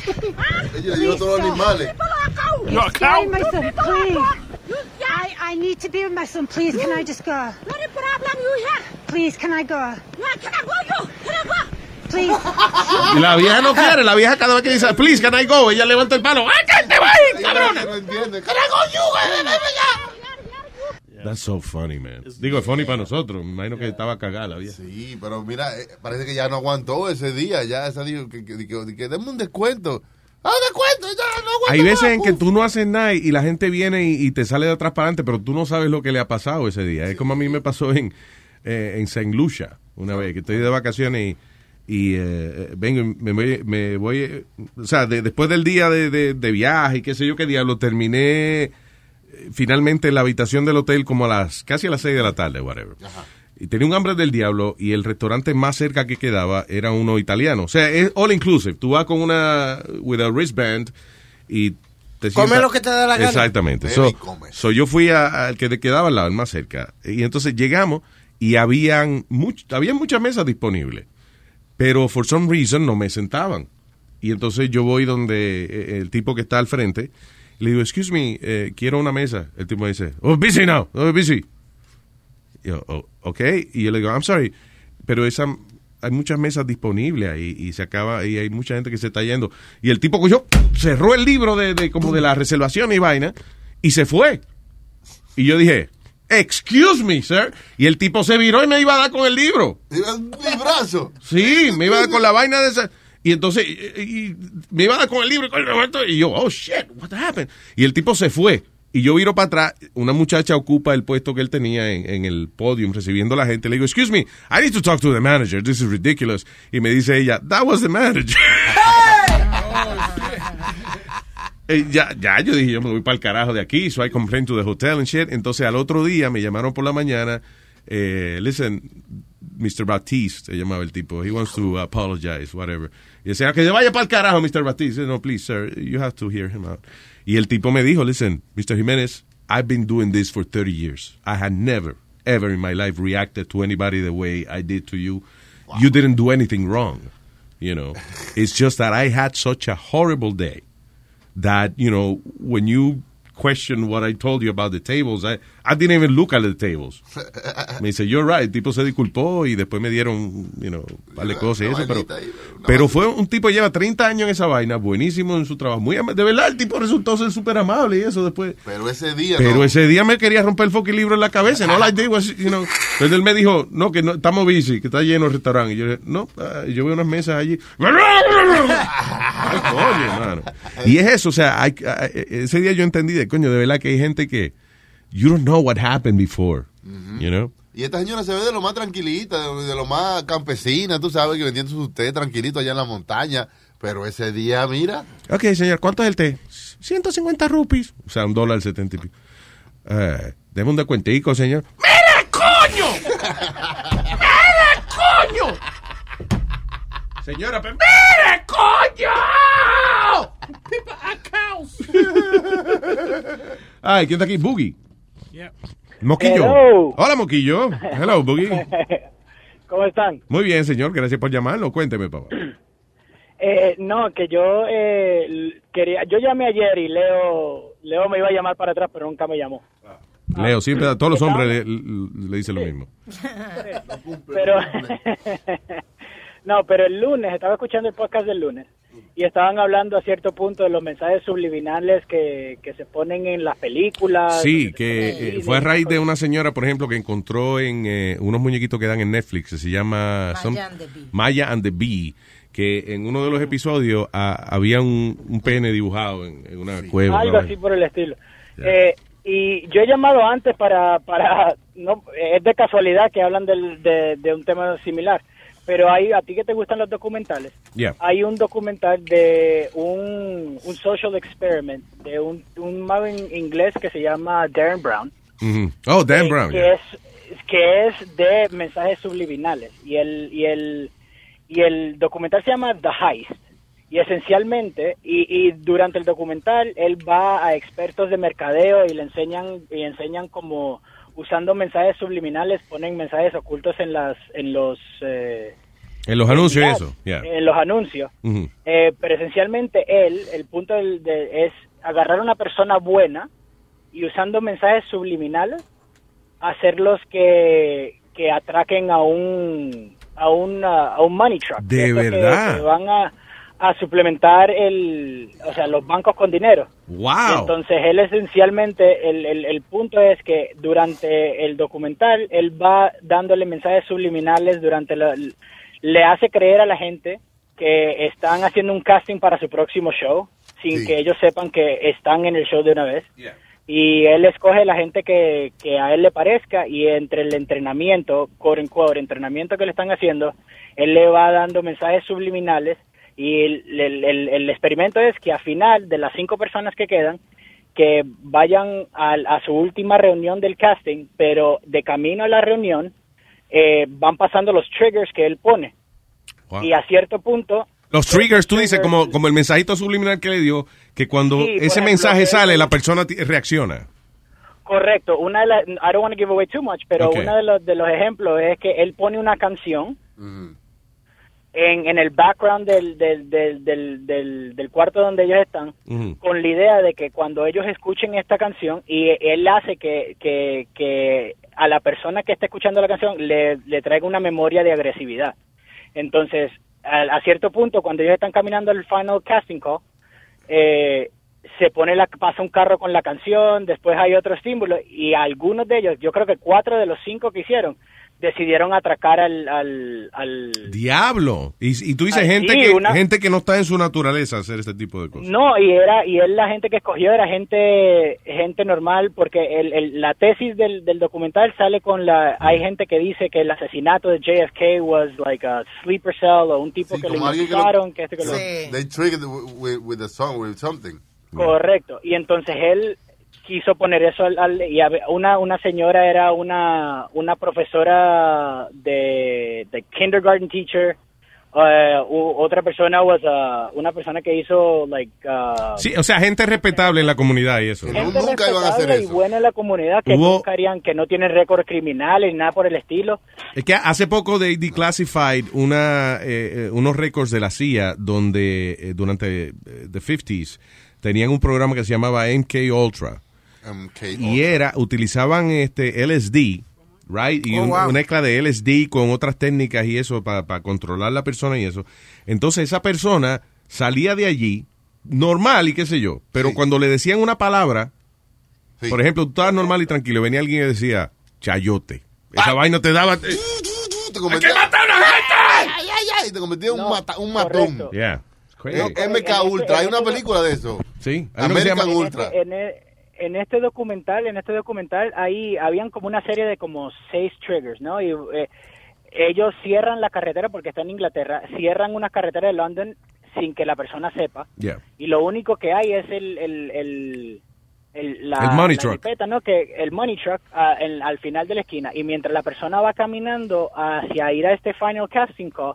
[SPEAKER 5] Ella dio a todos los animales.
[SPEAKER 13] You're
[SPEAKER 5] a
[SPEAKER 13] scaring
[SPEAKER 5] cow.
[SPEAKER 13] my son. Please. I, I need to be with my son. Please, can I just go? Not a problem, you have. Please, can I go? can I go, you? Can I go? Oh, Please.
[SPEAKER 4] Y la vieja no quiere. La vieja cada vez que dice, please, can I go? Ella levanta el palo. "Ah, ¡Ay, que te va a ir, cabrona! eh, That's so funny, man. Digo, es funny para nosotros. Me imagino que estaba cagada la vieja.
[SPEAKER 5] Sí, pero mira, eh, parece que ya no aguantó ese día. Ya esa dijo que, que, que, que deme un descuento. ¡Ah, un descuento! Ya no aguanto.
[SPEAKER 4] Hay veces
[SPEAKER 5] más.
[SPEAKER 9] eh.
[SPEAKER 4] en que tú no haces nada y la gente viene y, y te sale de atrás para adelante, pero tú no sabes lo que le ha pasado ese día. Es como a mí me pasó en, eh, en Saint Lucia una vez, que estoy de vacaciones y, y, eh, eh, vengo y me voy, me voy, eh, o sea, de- después del día de, de- de viaje y qué sé yo qué diablo, terminé eh, finalmente en la habitación del hotel como a las, casi a las 6 de la tarde, whatever. Y tenía un hambre del diablo y el restaurante más cerca que quedaba era uno italiano. O sea, es all inclusive. Tú vas con una, with a wristband y te
[SPEAKER 10] Come
[SPEAKER 4] sientas-
[SPEAKER 10] lo que te da la gana.
[SPEAKER 4] Exactamente.
[SPEAKER 10] Bebe
[SPEAKER 4] So,
[SPEAKER 10] y come.
[SPEAKER 4] so yo fui a- al que te quedaba al lado, el más cerca. Y entonces llegamos y habían, much- habían muchas mesas disponibles. Pero for some reason no me sentaban. Y entonces yo voy donde eh, el tipo que está al frente. y Le digo, excuse me, eh, quiero una mesa. El tipo me dice, oh, busy now, oh, busy. Y yo, "Oh, ok. Y yo le digo, I'm sorry, pero esa, hay muchas mesas disponibles ahí y se acaba, y hay mucha gente que se está yendo. Y el tipo cogió, cerró el libro de, de como de la reservación y vaina y se fue. Y yo dije, excuse me, sir. Y el tipo se viró y me iba a dar con el libro.
[SPEAKER 5] Mi brazo.
[SPEAKER 4] Sí, me iba a dar con la vaina de esa. Y entonces, y- Eh, y- me iba a dar con el libro y con el revuelto, Y yo, oh shit, what happened? Y el tipo se fue. Y yo viro para atrás. Una muchacha ocupa el puesto que él tenía en, en el podium recibiendo a la gente. Le digo, excuse me, I need to talk to the manager. This is ridiculous. Y me dice ella, that was the manager. Eh, ya, ya, yo dije, yo me voy para el carajo de aquí, so I complained to the hotel and shit. Entonces, al otro día me llamaron por la mañana, eh, listen, Mr. Baptiste, se llamaba el tipo, he wants to apologize, whatever. Y decía, "Ah, que se vaya para el carajo, Mr. Baptiste. No, please, sir, you have to hear him out. Y el tipo me dijo, listen, Mr. Jiménez, I've been doing this for 30 years. I had never, ever in my life reacted to anybody the way I did to you. You didn't do anything wrong, you know. it's just that I had such a horrible day that you know when you question what I told you about the tables, I, I didn't even look at the tables. Me dice, you're right, el tipo se disculpó y después me dieron, you know, vale cosas y eso, pero, pero fue un tipo que lleva 30 años en esa vaina, buenísimo en su trabajo, muy ama- de verdad el tipo resultó ser súper amable y eso después.
[SPEAKER 5] Pero ese día.
[SPEAKER 4] Pero
[SPEAKER 5] no.
[SPEAKER 4] ese día me quería romper el fucking libro en la cabeza, no la digo así, you know. Entonces él me dijo, no, que no, estamos busy, que está lleno el restaurante. Y yo le dije, no, ah, yo veo unas mesas allí. Oye, mano. Y es eso, o sea, hay- hay- ese día yo entendí de coño, de verdad que hay gente que you don't know what happened before, you know.
[SPEAKER 5] Y esta señora se ve de lo más tranquilita, de, de lo más campesina, tú sabes, que vendiendo su té tranquilito allá en la montaña. Pero ese día, mira,
[SPEAKER 4] Ok, señor, ¿cuánto es el té? 150 rupees. O sea, un dólar setenta y pico. Eh, deme un descuentico, señor.
[SPEAKER 9] ¡Mira, coño! ¡Mira, coño!
[SPEAKER 4] Señora, pero...
[SPEAKER 9] ¡Mira, coño! People are cows.
[SPEAKER 4] Ay, ¿quién está aquí? Boogie.
[SPEAKER 17] Yeah.
[SPEAKER 4] Moquillo.
[SPEAKER 17] Hello.
[SPEAKER 4] Hola, Moquillo. Hello, Boogie.
[SPEAKER 17] ¿Cómo están?
[SPEAKER 4] Muy bien, señor, gracias por llamarlo. Cuénteme, papá.
[SPEAKER 17] Eh, no, que yo eh, l- quería, yo llamé ayer y Leo, Leo me iba a llamar para atrás, pero nunca me llamó.
[SPEAKER 4] Leo, siempre a todos los hombres le, le dicen lo mismo.
[SPEAKER 17] Ah. Pero, no, pero el lunes, estaba escuchando el podcast del lunes y estaban hablando a cierto punto de los mensajes subliminales que, que se ponen en las películas.
[SPEAKER 4] Sí, que eh, fue a raíz de una señora, por ejemplo, que encontró en eh, unos muñequitos que dan en Netflix, que se llama
[SPEAKER 17] Maya
[SPEAKER 4] some-
[SPEAKER 17] and the Bee.
[SPEAKER 4] Maya and the Bee, que en uno de los episodios ah, había un, un pene dibujado en, en una cueva.
[SPEAKER 17] Algo
[SPEAKER 4] una
[SPEAKER 17] así por el estilo.
[SPEAKER 4] Ya.
[SPEAKER 17] Eh, y yo he llamado antes para, para no, es de casualidad que hablan del- de, de un tema similar, pero hay, a ti que te gustan los documentales,
[SPEAKER 4] Yeah.
[SPEAKER 17] hay un documental de un, un social experiment de un, un mago en inglés que se llama Darren Brown,
[SPEAKER 4] Ujú. Oh, Dan Brown.
[SPEAKER 17] que
[SPEAKER 4] yeah.
[SPEAKER 17] es que es de mensajes subliminales y el y el y el documental se llama The Heist y esencialmente y, y durante el documental él va a expertos de mercadeo y le enseñan y enseñan como usando mensajes subliminales ponen mensajes ocultos en las en los eh,
[SPEAKER 4] En los anuncios y eso. yeah.
[SPEAKER 17] en los anuncios
[SPEAKER 4] Ujú.
[SPEAKER 17] eh, pero esencialmente él, el punto del- de- es agarrar a una persona buena y usando mensajes subliminales, hacerlos que, que atraquen a un, a, un, ah, a un money truck.
[SPEAKER 4] De
[SPEAKER 17] Estos que-
[SPEAKER 4] verdad.
[SPEAKER 17] que van a, a suplementar el, o sea, los bancos con dinero.
[SPEAKER 4] Wow.
[SPEAKER 17] Entonces él esencialmente, el, el, el punto es que durante el documental él va dándole mensajes subliminales durante la- le hace creer a la gente que están haciendo un casting para su próximo show sin
[SPEAKER 36] Sí.
[SPEAKER 17] que ellos sepan que están en el show de una vez. Y él escoge la gente que, que a él le parezca y entre el entrenamiento, core en core, entrenamiento que le están haciendo, él le va dando mensajes subliminales y el, el- el- el experimento es que al final de las cinco personas que quedan, que vayan al- a, su última reunión del casting, pero de camino a la reunión eh, van pasando los triggers que él pone.
[SPEAKER 4] Wow.
[SPEAKER 17] Y a cierto punto,
[SPEAKER 4] Los triggers, tú dices, como, como el mensajito subliminal que le dio, que cuando
[SPEAKER 17] Sí, por
[SPEAKER 4] ese
[SPEAKER 17] ejemplo,
[SPEAKER 4] mensaje
[SPEAKER 17] que-
[SPEAKER 4] sale, la persona ti- reacciona.
[SPEAKER 17] correcto, una de las, I don't want to give away too much, pero
[SPEAKER 4] Ok.
[SPEAKER 17] uno de los, de los ejemplos es que él pone una canción
[SPEAKER 4] Mm-hmm.
[SPEAKER 17] en, en el background del, del, del, del, del- del cuarto donde ellos están
[SPEAKER 4] Mm-hmm.
[SPEAKER 17] con la idea de que cuando ellos escuchen esta canción y él hace que, que, que a la persona que está escuchando la canción le, le traiga una memoria de agresividad. Entonces, a, a cierto punto, cuando ellos están caminando al final casting call, eh, se pone la, pasa un carro con la canción, después hay otros símbolos y algunos de ellos, yo creo que cuatro de los cinco que hicieron, decidieron atracar al, al, al
[SPEAKER 4] Diablo. Y, y tú dices
[SPEAKER 17] Ah,
[SPEAKER 4] gente,
[SPEAKER 17] sí,
[SPEAKER 4] que,
[SPEAKER 17] una-
[SPEAKER 4] gente que no está en su naturaleza hacer este tipo de cosas.
[SPEAKER 17] No, y era y él la gente que escogió era gente gente normal porque el, el- la tesis del, del documental sale con la
[SPEAKER 5] Mm.
[SPEAKER 17] hay gente que dice que el asesinato de JFK was like a sleeper cell o un tipo que lo
[SPEAKER 5] como alguien que lo-
[SPEAKER 17] imputaron, que este que lo-
[SPEAKER 5] They triggered with, with the song, with something.
[SPEAKER 17] Correcto. Y entonces él quiso poner eso al, al- y hab- una una señora era una una profesora de, de kindergarten teacher. eh, u- otra persona was a- una persona que hizo like ah,
[SPEAKER 4] Sí, o sea, gente respetable en la comunidad y eso.
[SPEAKER 17] gente respetable y buena en la comunidad que
[SPEAKER 4] Hubo-
[SPEAKER 17] nunca harían, que no tienen récord criminales ni nada por el estilo.
[SPEAKER 4] Es que hace poco they declassified una, eh, eh, unos récords de la CIA donde eh, durante eh, the 50s tenían un programa que se llamaba MK Ultra.
[SPEAKER 5] Um,
[SPEAKER 4] Y era, utilizaban este LSD, right? Y
[SPEAKER 5] Oh,
[SPEAKER 4] un-
[SPEAKER 5] wow.
[SPEAKER 4] una mezcla de LSD con otras técnicas y eso para controlar la persona y eso. Entonces esa persona salía de allí normal y qué sé yo, pero cuando le decían una palabra, por ejemplo, tú estabas normal y tranquilo, venía alguien y decía chayote.
[SPEAKER 5] Ah.
[SPEAKER 4] Esa vaina te daba... eh,
[SPEAKER 5] Te convertía- ¡Ay, ay, ay, ay! Te convertía en un, mata- un matón.
[SPEAKER 4] Yeah.
[SPEAKER 5] Eh, MK
[SPEAKER 17] este-
[SPEAKER 5] Ultra, hay una película de eso.
[SPEAKER 4] Sí, hay uno que se
[SPEAKER 5] American
[SPEAKER 4] llama-
[SPEAKER 5] Ultra.
[SPEAKER 17] En, e- en este documental, en este documental, ahí habían como una serie de como seis triggers, ¿no? Y eh, ellos cierran la carretera porque está en Inglaterra, cierran una carretera de London sin que la persona sepa.
[SPEAKER 4] Yeah.
[SPEAKER 17] Y lo único que hay es el, el, el, el- la,
[SPEAKER 4] El money
[SPEAKER 17] la
[SPEAKER 4] truck.
[SPEAKER 17] jipeta, ¿no? Que el money truck ah, en- al final de la esquina. Y mientras la persona va caminando hacia ir a este final casting call,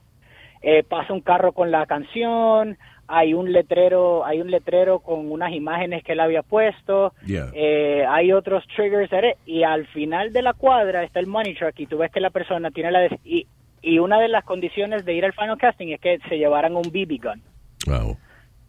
[SPEAKER 17] eh, pasa un carro con la canción, hay un letrero, hay un letrero con unas imágenes que él había puesto,
[SPEAKER 4] Yeah.
[SPEAKER 17] eh, hay otros triggers, ¿eh? y al final de la cuadra está el money truck y tú ves que la persona tiene la des- y Y una de las condiciones de ir al final casting es que se llevaran un BB gun.
[SPEAKER 4] Wow.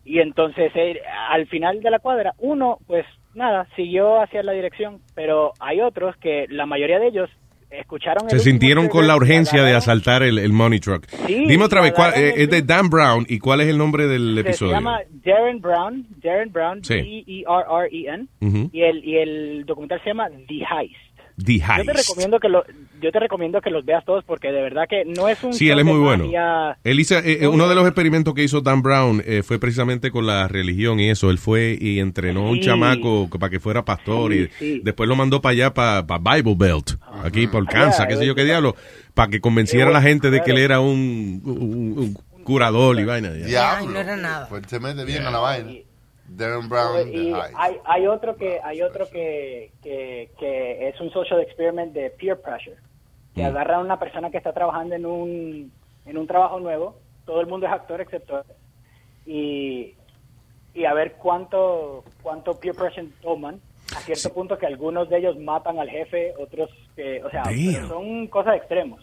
[SPEAKER 17] Y entonces eh, al final de la cuadra, uno, pues nada, siguió hacia la dirección, pero hay otros que la mayoría de ellos escucharon...
[SPEAKER 4] Se
[SPEAKER 17] el último
[SPEAKER 4] sintieron con la
[SPEAKER 17] trailer,
[SPEAKER 4] urgencia de asaltar el, el money truck.
[SPEAKER 17] Sí,
[SPEAKER 4] Dime otra vez, ¿cuál-
[SPEAKER 17] agarraron
[SPEAKER 4] eh, es de Dan Brown y cuál es el nombre del
[SPEAKER 17] Se
[SPEAKER 4] episodio.
[SPEAKER 17] llama Darren Brown, Darren Brown, E
[SPEAKER 4] Sí.
[SPEAKER 17] D-E-R-R-E-N,
[SPEAKER 4] Ujú.
[SPEAKER 17] y, el, y el documental se llama The Heist.
[SPEAKER 4] The
[SPEAKER 17] Yo te
[SPEAKER 4] Heist.
[SPEAKER 17] recomiendo que lo, yo te recomiendo que los veas todos porque de verdad que no es un
[SPEAKER 4] Sí, él
[SPEAKER 17] show
[SPEAKER 4] es
[SPEAKER 17] de
[SPEAKER 4] muy bueno.
[SPEAKER 17] magia.
[SPEAKER 4] Él hizo, eh, eh, uno de los experimentos que hizo Dan Brown eh, fue precisamente con la religión y eso. Él fue y entrenó a un
[SPEAKER 17] Sí.
[SPEAKER 4] chamaco que- para que fuera pastor y
[SPEAKER 17] Sí, sí.
[SPEAKER 4] después lo mandó para allá, para, Bible Belt, aquí por Kansas,
[SPEAKER 17] Yeah,
[SPEAKER 4] qué sé
[SPEAKER 17] es
[SPEAKER 4] yo qué diablo, para que convenciera a la gente de que él era un, un- un curador y vaina. ya.
[SPEAKER 5] Diablo.
[SPEAKER 7] no era nada.
[SPEAKER 5] Pues se mete bien a la vaina. Darren Brown, The
[SPEAKER 17] Y ah,
[SPEAKER 5] Heist.
[SPEAKER 17] hay, hay otro que hay otro que, que, que es un social experiment de peer pressure que
[SPEAKER 5] Mm.
[SPEAKER 17] agarra a una persona que está trabajando en un en un trabajo nuevo todo el mundo es actor excepto él, y y a ver cuánto cuánto peer pressure toman a cierto punto que algunos de ellos matan al jefe otros que o sea pero
[SPEAKER 4] Damn.
[SPEAKER 17] son cosas extremos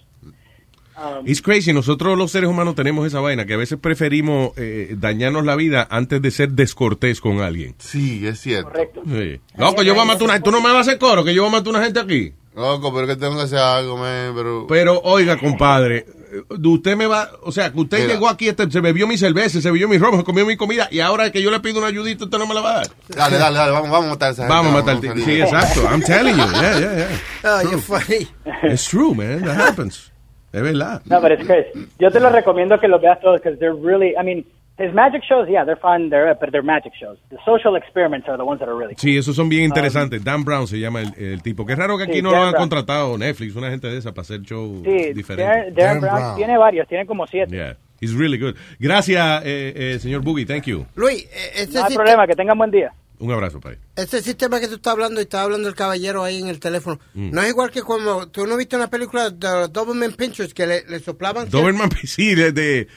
[SPEAKER 17] Um,
[SPEAKER 4] It's crazy, nosotros los seres humanos tenemos esa vaina que a veces preferimos eh, dañarnos la vida antes de ser descortés con alguien.
[SPEAKER 5] Sí, es cierto.
[SPEAKER 17] Correcto.
[SPEAKER 4] Sí. Loco, yo voy a matar una... Tú no me vas a hacer coro, que yo voy a matar una gente aquí.
[SPEAKER 5] Loco, pero que tengo que hacer algo, man, pero...
[SPEAKER 4] Pero oiga, compadre, de usted me va, o sea, que usted
[SPEAKER 5] Mira.
[SPEAKER 4] llegó aquí, este- se bebió mi cerveza, se bebió mi ropa, se comió mi comida y ahora que yo le pido una ayudita, usted no me la va a dar.
[SPEAKER 5] Dale, dale, dale, vamos, vamos a matar a esa gente,
[SPEAKER 4] Vamos a matar.
[SPEAKER 5] vamos
[SPEAKER 4] Sí,
[SPEAKER 5] salir.
[SPEAKER 4] exacto. I'm telling you. Yeah, yeah, yeah.
[SPEAKER 10] Oh, you're funny.
[SPEAKER 4] It's true, man. That happens. Es verdad.
[SPEAKER 17] No, pero es que yo te lo recomiendo que lo veas todos because they're really, I mean, his magic shows, yeah, they're fun, they're, but they're magic shows. The social experiments are the ones that are really
[SPEAKER 4] Sí, esos son bien interesantes. Dan Brown se llama el, el tipo. Qué raro que aquí
[SPEAKER 17] Ah, Sí,
[SPEAKER 4] no
[SPEAKER 17] Dan
[SPEAKER 4] lo han
[SPEAKER 17] Brown.
[SPEAKER 4] contratado Netflix, una gente de esa, para hacer show
[SPEAKER 17] Sí,
[SPEAKER 4] diferente.
[SPEAKER 17] Darren, Darren Brown, tiene varios, tiene como siete.
[SPEAKER 4] Yeah, he's really good. Gracias, eh, eh, señor Boogie. Thank you.
[SPEAKER 10] Luis, eh, ese,
[SPEAKER 17] No hay
[SPEAKER 10] sist-
[SPEAKER 17] problema, que tengan buen día.
[SPEAKER 4] Un abrazo, para
[SPEAKER 10] ese Este sistema que tú estás hablando y está hablando el caballero ahí en el teléfono,
[SPEAKER 4] Mm.
[SPEAKER 10] no es igual que cuando tú no viste una película de Doberman Pinchers que le, le soplaban.
[SPEAKER 4] Doberman, sí, de, de,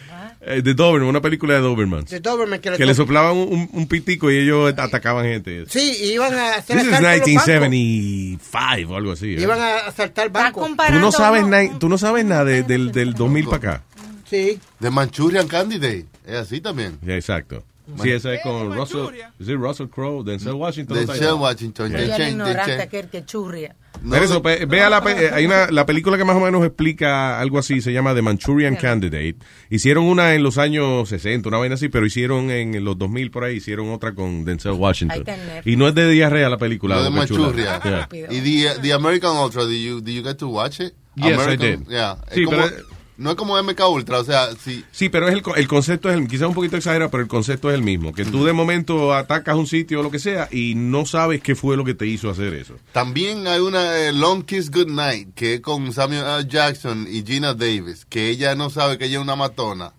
[SPEAKER 4] eh, de Doberman, una película de Doberman.
[SPEAKER 10] De Doberman que le,
[SPEAKER 4] Que le
[SPEAKER 10] sopl-
[SPEAKER 4] soplaban un, un- un pitico y ellos atacaban gente.
[SPEAKER 10] Sí, y iban a hacer
[SPEAKER 4] This is
[SPEAKER 10] asalto a los bancos.
[SPEAKER 4] 1975 o algo así. ¿eh?
[SPEAKER 10] Iban a asaltar bancos.
[SPEAKER 4] Tú no sabes, na- tú no sabes nada de- del, del 2000 para acá.
[SPEAKER 10] Sí.
[SPEAKER 5] De Manchurian Candidate. Es así también.
[SPEAKER 4] Yeah, exacto. Sí, esa
[SPEAKER 5] Eh,
[SPEAKER 4] es con Russell, is it Russell Crowe, Denzel Washington.
[SPEAKER 5] Denzel
[SPEAKER 4] está ahí, ¿no?
[SPEAKER 5] Washington,
[SPEAKER 4] Yeah.
[SPEAKER 7] Yo era ignorante aquel que churria.
[SPEAKER 4] Pero eso, pe- vea la, pe- eh, hay una, la película que más o menos explica algo así, se llama The Manchurian Candidate. Hicieron una en los años 60, una vaina así, pero hicieron en los 2000 por ahí, hicieron otra con Denzel Washington.
[SPEAKER 5] Ahí está en Netflix.
[SPEAKER 4] Y no es de diarrea la película.
[SPEAKER 5] Lo de
[SPEAKER 4] qué chula.
[SPEAKER 5] Manchuria.
[SPEAKER 4] Yeah.
[SPEAKER 5] Y the, the American Ultra, did you, did you get to watch it?
[SPEAKER 4] Yes, I
[SPEAKER 5] American-
[SPEAKER 4] did.
[SPEAKER 5] Yeah.
[SPEAKER 4] Sí,
[SPEAKER 5] es como,
[SPEAKER 4] pero-
[SPEAKER 5] No es como MK Ultra, o sea, sí.
[SPEAKER 4] Sí, pero es el, co- el concepto es el, quizás un poquito exagerado, pero el concepto es el mismo. Que tú de momento atacas un sitio o lo que sea y no sabes qué fue lo que te hizo hacer eso.
[SPEAKER 5] También hay una eh, Long Kiss Goodnight que es con Samuel L. Jackson y Gina Davis, que ella no sabe que ella es una matona.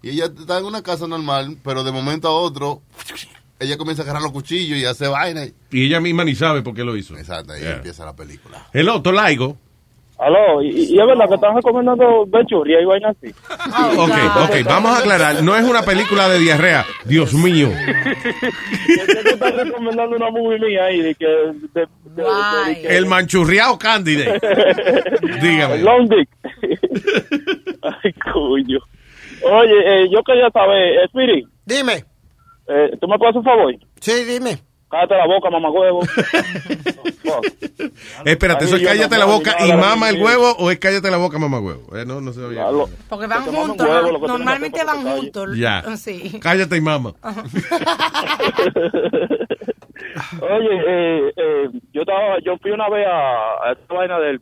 [SPEAKER 5] Y ella está en una casa normal, pero de momento a otro, ella comienza a agarrar los cuchillos y hace vaina.
[SPEAKER 21] Eh,
[SPEAKER 5] y-
[SPEAKER 4] Y ella misma ni sabe por qué lo hizo.
[SPEAKER 5] Exacto, ahí empieza la película.
[SPEAKER 4] El otro laigo.
[SPEAKER 37] Aló, y, y es verdad que están recomendando bechurria y vaina así.
[SPEAKER 4] Ah,
[SPEAKER 37] Oh,
[SPEAKER 4] Ok, ok, vamos a aclarar. No es una película de diarrea. Dios mío.
[SPEAKER 37] Yo te estoy recomendando una movie mía ahí de que... De, de- de- de que-
[SPEAKER 4] El manchurriao candidate. Dígame.
[SPEAKER 37] Long dick. Ay, coño. Oye, eh, yo quería saber, Spirit.
[SPEAKER 10] Dime.
[SPEAKER 37] ¿Tú me puedes hacer un favor?
[SPEAKER 10] Sí, dime.
[SPEAKER 37] Cállate la boca, mamá huevo.
[SPEAKER 4] Espérate, ¿eso es
[SPEAKER 37] Ahí yo
[SPEAKER 4] cállate la
[SPEAKER 37] no- no,
[SPEAKER 4] boca
[SPEAKER 37] ni eh.
[SPEAKER 4] y
[SPEAKER 37] nada,
[SPEAKER 4] mama
[SPEAKER 37] ni
[SPEAKER 4] el
[SPEAKER 37] nada.
[SPEAKER 4] huevo o es cállate la boca, mamá huevo? Eh, no, no se oía.
[SPEAKER 7] Porque van
[SPEAKER 37] maman
[SPEAKER 7] juntos.
[SPEAKER 37] huevo,
[SPEAKER 7] ¿no?
[SPEAKER 37] lo que tú
[SPEAKER 7] Normalmente van juntos. Ah,
[SPEAKER 4] Ya.
[SPEAKER 7] Sí.
[SPEAKER 4] Cállate y mama.
[SPEAKER 37] Oye, eh, eh, yo estaba, yo fui una vez a, a esta vaina del...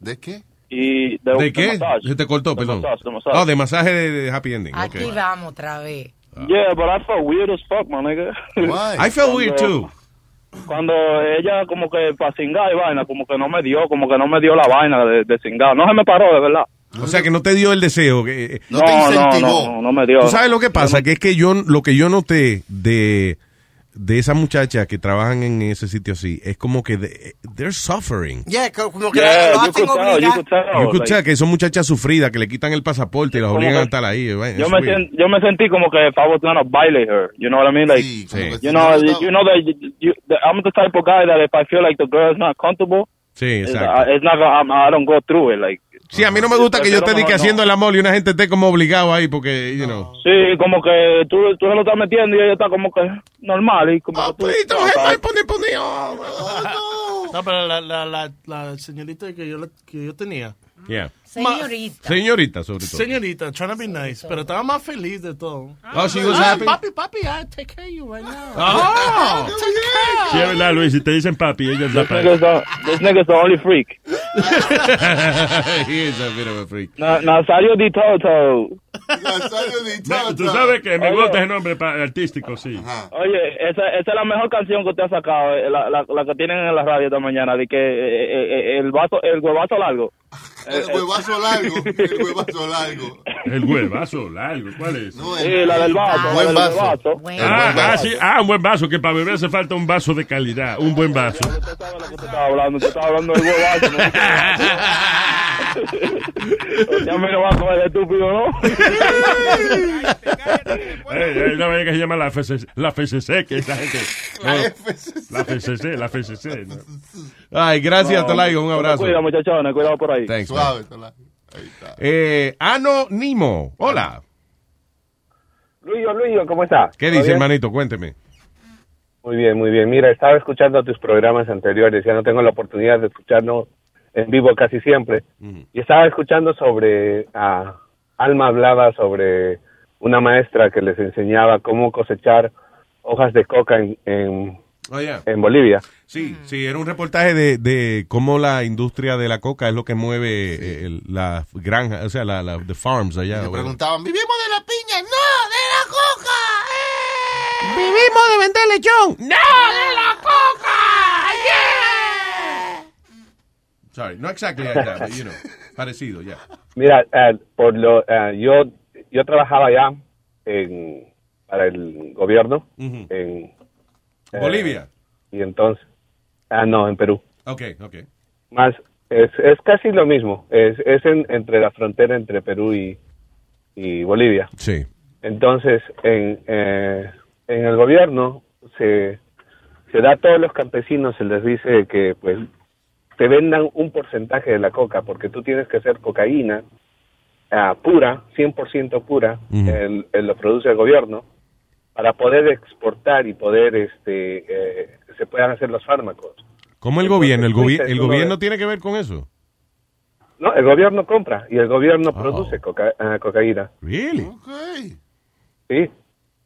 [SPEAKER 5] ¿De qué?
[SPEAKER 37] Y de,
[SPEAKER 4] ¿De
[SPEAKER 37] de
[SPEAKER 4] qué?
[SPEAKER 37] masaje.
[SPEAKER 4] Se te cortó,
[SPEAKER 37] De
[SPEAKER 4] perdón.
[SPEAKER 37] masaje, de masaje.
[SPEAKER 4] No, de masaje de, de happy ending. ok.
[SPEAKER 7] Aquí vamos otra vez.
[SPEAKER 37] Yeah, but I felt weird as fuck, my nigga.
[SPEAKER 4] Ah. I felt weird
[SPEAKER 37] Cuando-
[SPEAKER 4] too.
[SPEAKER 37] Cuando ella como que para cingar y vaina, como que no me dio, como que no me dio la vaina de, de cingar. No se me paró, de verdad.
[SPEAKER 4] O sea que no te dio el deseo. Que, eh,
[SPEAKER 37] No, no, no, no, no me dio.
[SPEAKER 4] ¿Tú sabes lo que pasa? Que es que yo lo que yo noté de, de esas muchachas que trabajan en ese sitio así es como que de- they're suffering.
[SPEAKER 10] Yeah, co- como que
[SPEAKER 37] Yeah,
[SPEAKER 10] lo
[SPEAKER 37] you could
[SPEAKER 10] hacen
[SPEAKER 37] tell,
[SPEAKER 10] obligar.
[SPEAKER 37] you could tell.
[SPEAKER 4] Yo escuché
[SPEAKER 37] like,
[SPEAKER 4] que son muchachas sufridas que le quitan el pasaporte y las
[SPEAKER 37] Como
[SPEAKER 4] obligan
[SPEAKER 37] que-
[SPEAKER 4] a estar ahí. eh,
[SPEAKER 37] yo,
[SPEAKER 4] it's
[SPEAKER 37] me
[SPEAKER 4] weird.
[SPEAKER 37] sent- yo me sentí como que if I was gonna violate her, you know what I mean? Like,
[SPEAKER 4] como que
[SPEAKER 37] you
[SPEAKER 4] si
[SPEAKER 37] know,
[SPEAKER 4] no
[SPEAKER 37] you, know that you, you- that I'm the type of guy that if I feel like the girl is not comfortable,
[SPEAKER 4] Sí, exacto.
[SPEAKER 37] It's not gonna, I'm- I don't go through it. Like,
[SPEAKER 4] Sí, a mí no
[SPEAKER 37] "Ah,
[SPEAKER 4] me gusta que yo esté
[SPEAKER 37] Pero no,
[SPEAKER 4] di que
[SPEAKER 37] no.
[SPEAKER 4] haciendo el amor y una gente esté como obligado ahí porque, you know.
[SPEAKER 37] Sí, como que tú, tú se lo estás metiendo y ella está como que normal. Y como que tú,
[SPEAKER 6] oh, No, pero la, la, la, la señorita que yo, la- que yo tenía.
[SPEAKER 4] Yeah.
[SPEAKER 6] Señorita.
[SPEAKER 4] Señorita, sobre todo.
[SPEAKER 6] Señorita, trying to be nice, pero estaba más feliz de todo.
[SPEAKER 4] Oh, she was
[SPEAKER 6] Ah,
[SPEAKER 4] happy?
[SPEAKER 6] Papi, papi, I take care of you right now.
[SPEAKER 4] Ah.
[SPEAKER 6] Oh, take care.
[SPEAKER 12] Sí, es verdad, Luis. Si te dicen papi, ella es la papi.
[SPEAKER 37] This nigga's the only freak.
[SPEAKER 4] He is a bit of a freak.
[SPEAKER 37] Na- Nazario Di Toto.
[SPEAKER 12] No, tú sabes que me gusta ese nombre pa- artístico, sí.
[SPEAKER 37] Oye, esa, esa es la mejor canción que usted ha sacado, eh, la, la, la que tienen en la radio esta mañana, de que eh, eh, eh, el vaso, el huevazo largo.
[SPEAKER 5] El huevazo
[SPEAKER 21] eh.
[SPEAKER 5] largo, el huevazo largo.
[SPEAKER 12] El huevazo largo, ¿cuál es?
[SPEAKER 37] Sí, la del vaso, la del vaso.
[SPEAKER 12] Ah, ah, sí. Ah, un buen vaso, que para beber hace falta un vaso de calidad, un buen vaso.
[SPEAKER 37] Usted estaba hablando, usted estaba hablando del huevazo. ¿no? Usted a mí no va a comer de estúpido, ¿no?
[SPEAKER 12] Ey, hay una vaina que se llama la FCC, la FCC que esa gente. no, la FCC, la FCC. ¿no?
[SPEAKER 4] Ay, gracias, Tolaigo. Un abrazo.
[SPEAKER 37] Cuida, muchachones, cuidado por ahí.
[SPEAKER 4] Thanks, Suave, Eh, Anónimo. Hola.
[SPEAKER 21] Luillo, Luillo, ¿cómo está?
[SPEAKER 4] ¿Qué dice,
[SPEAKER 21] bien?
[SPEAKER 4] hermanito? Cuénteme.
[SPEAKER 21] Muy bien, muy bien. Mira, estaba escuchando tus programas anteriores, ya no tengo la oportunidad de escucharnos en vivo casi siempre.
[SPEAKER 4] Mm-hmm.
[SPEAKER 21] Y estaba escuchando sobre, ah, Alma hablaba sobre una maestra que les enseñaba cómo cosechar hojas de coca en, en,
[SPEAKER 4] Oh, yeah.
[SPEAKER 21] en Bolivia.
[SPEAKER 4] Sí,
[SPEAKER 21] Mm.
[SPEAKER 4] sí, era un reportaje de, de cómo la industria de la coca es lo que mueve eh, el- la granja, o sea, la, la- the farms allá. bueno.
[SPEAKER 5] Preguntaban, "Vivi,
[SPEAKER 19] Vivimos de la piña, no, de la coca. Vivimos de vender lechón, no, de la coca.
[SPEAKER 4] Sorry, no exactly like that, but you know, parecido, ya.
[SPEAKER 21] Mira, eh, por lo, eh, yo, yo trabajaba ya en, para el gobierno en eh,
[SPEAKER 4] Bolivia.
[SPEAKER 21] y entonces, ah, no, en Perú.
[SPEAKER 4] Ok, ok.
[SPEAKER 21] Más, es, es casi lo mismo. Es, es en- entre la frontera entre Perú y, y Bolivia.
[SPEAKER 4] Sí.
[SPEAKER 21] Entonces, en, eh, en el gobierno se, se da a todos los campesinos, se les dice que pues te vendan un porcentaje de la coca, porque tú tienes que hacer cocaína ah, pura, 100% pura, el- el- lo produce el gobierno, para poder exportar y poder, este, eh, se puedan hacer los fármacos.
[SPEAKER 4] ¿Cómo el gobierno? ¿El, gobi- el
[SPEAKER 21] uno
[SPEAKER 4] gobierno tiene que ver con eso? Oh.
[SPEAKER 21] No, el gobierno compra y el gobierno produce coca- ah, cocaína.
[SPEAKER 4] Really?
[SPEAKER 21] Sí.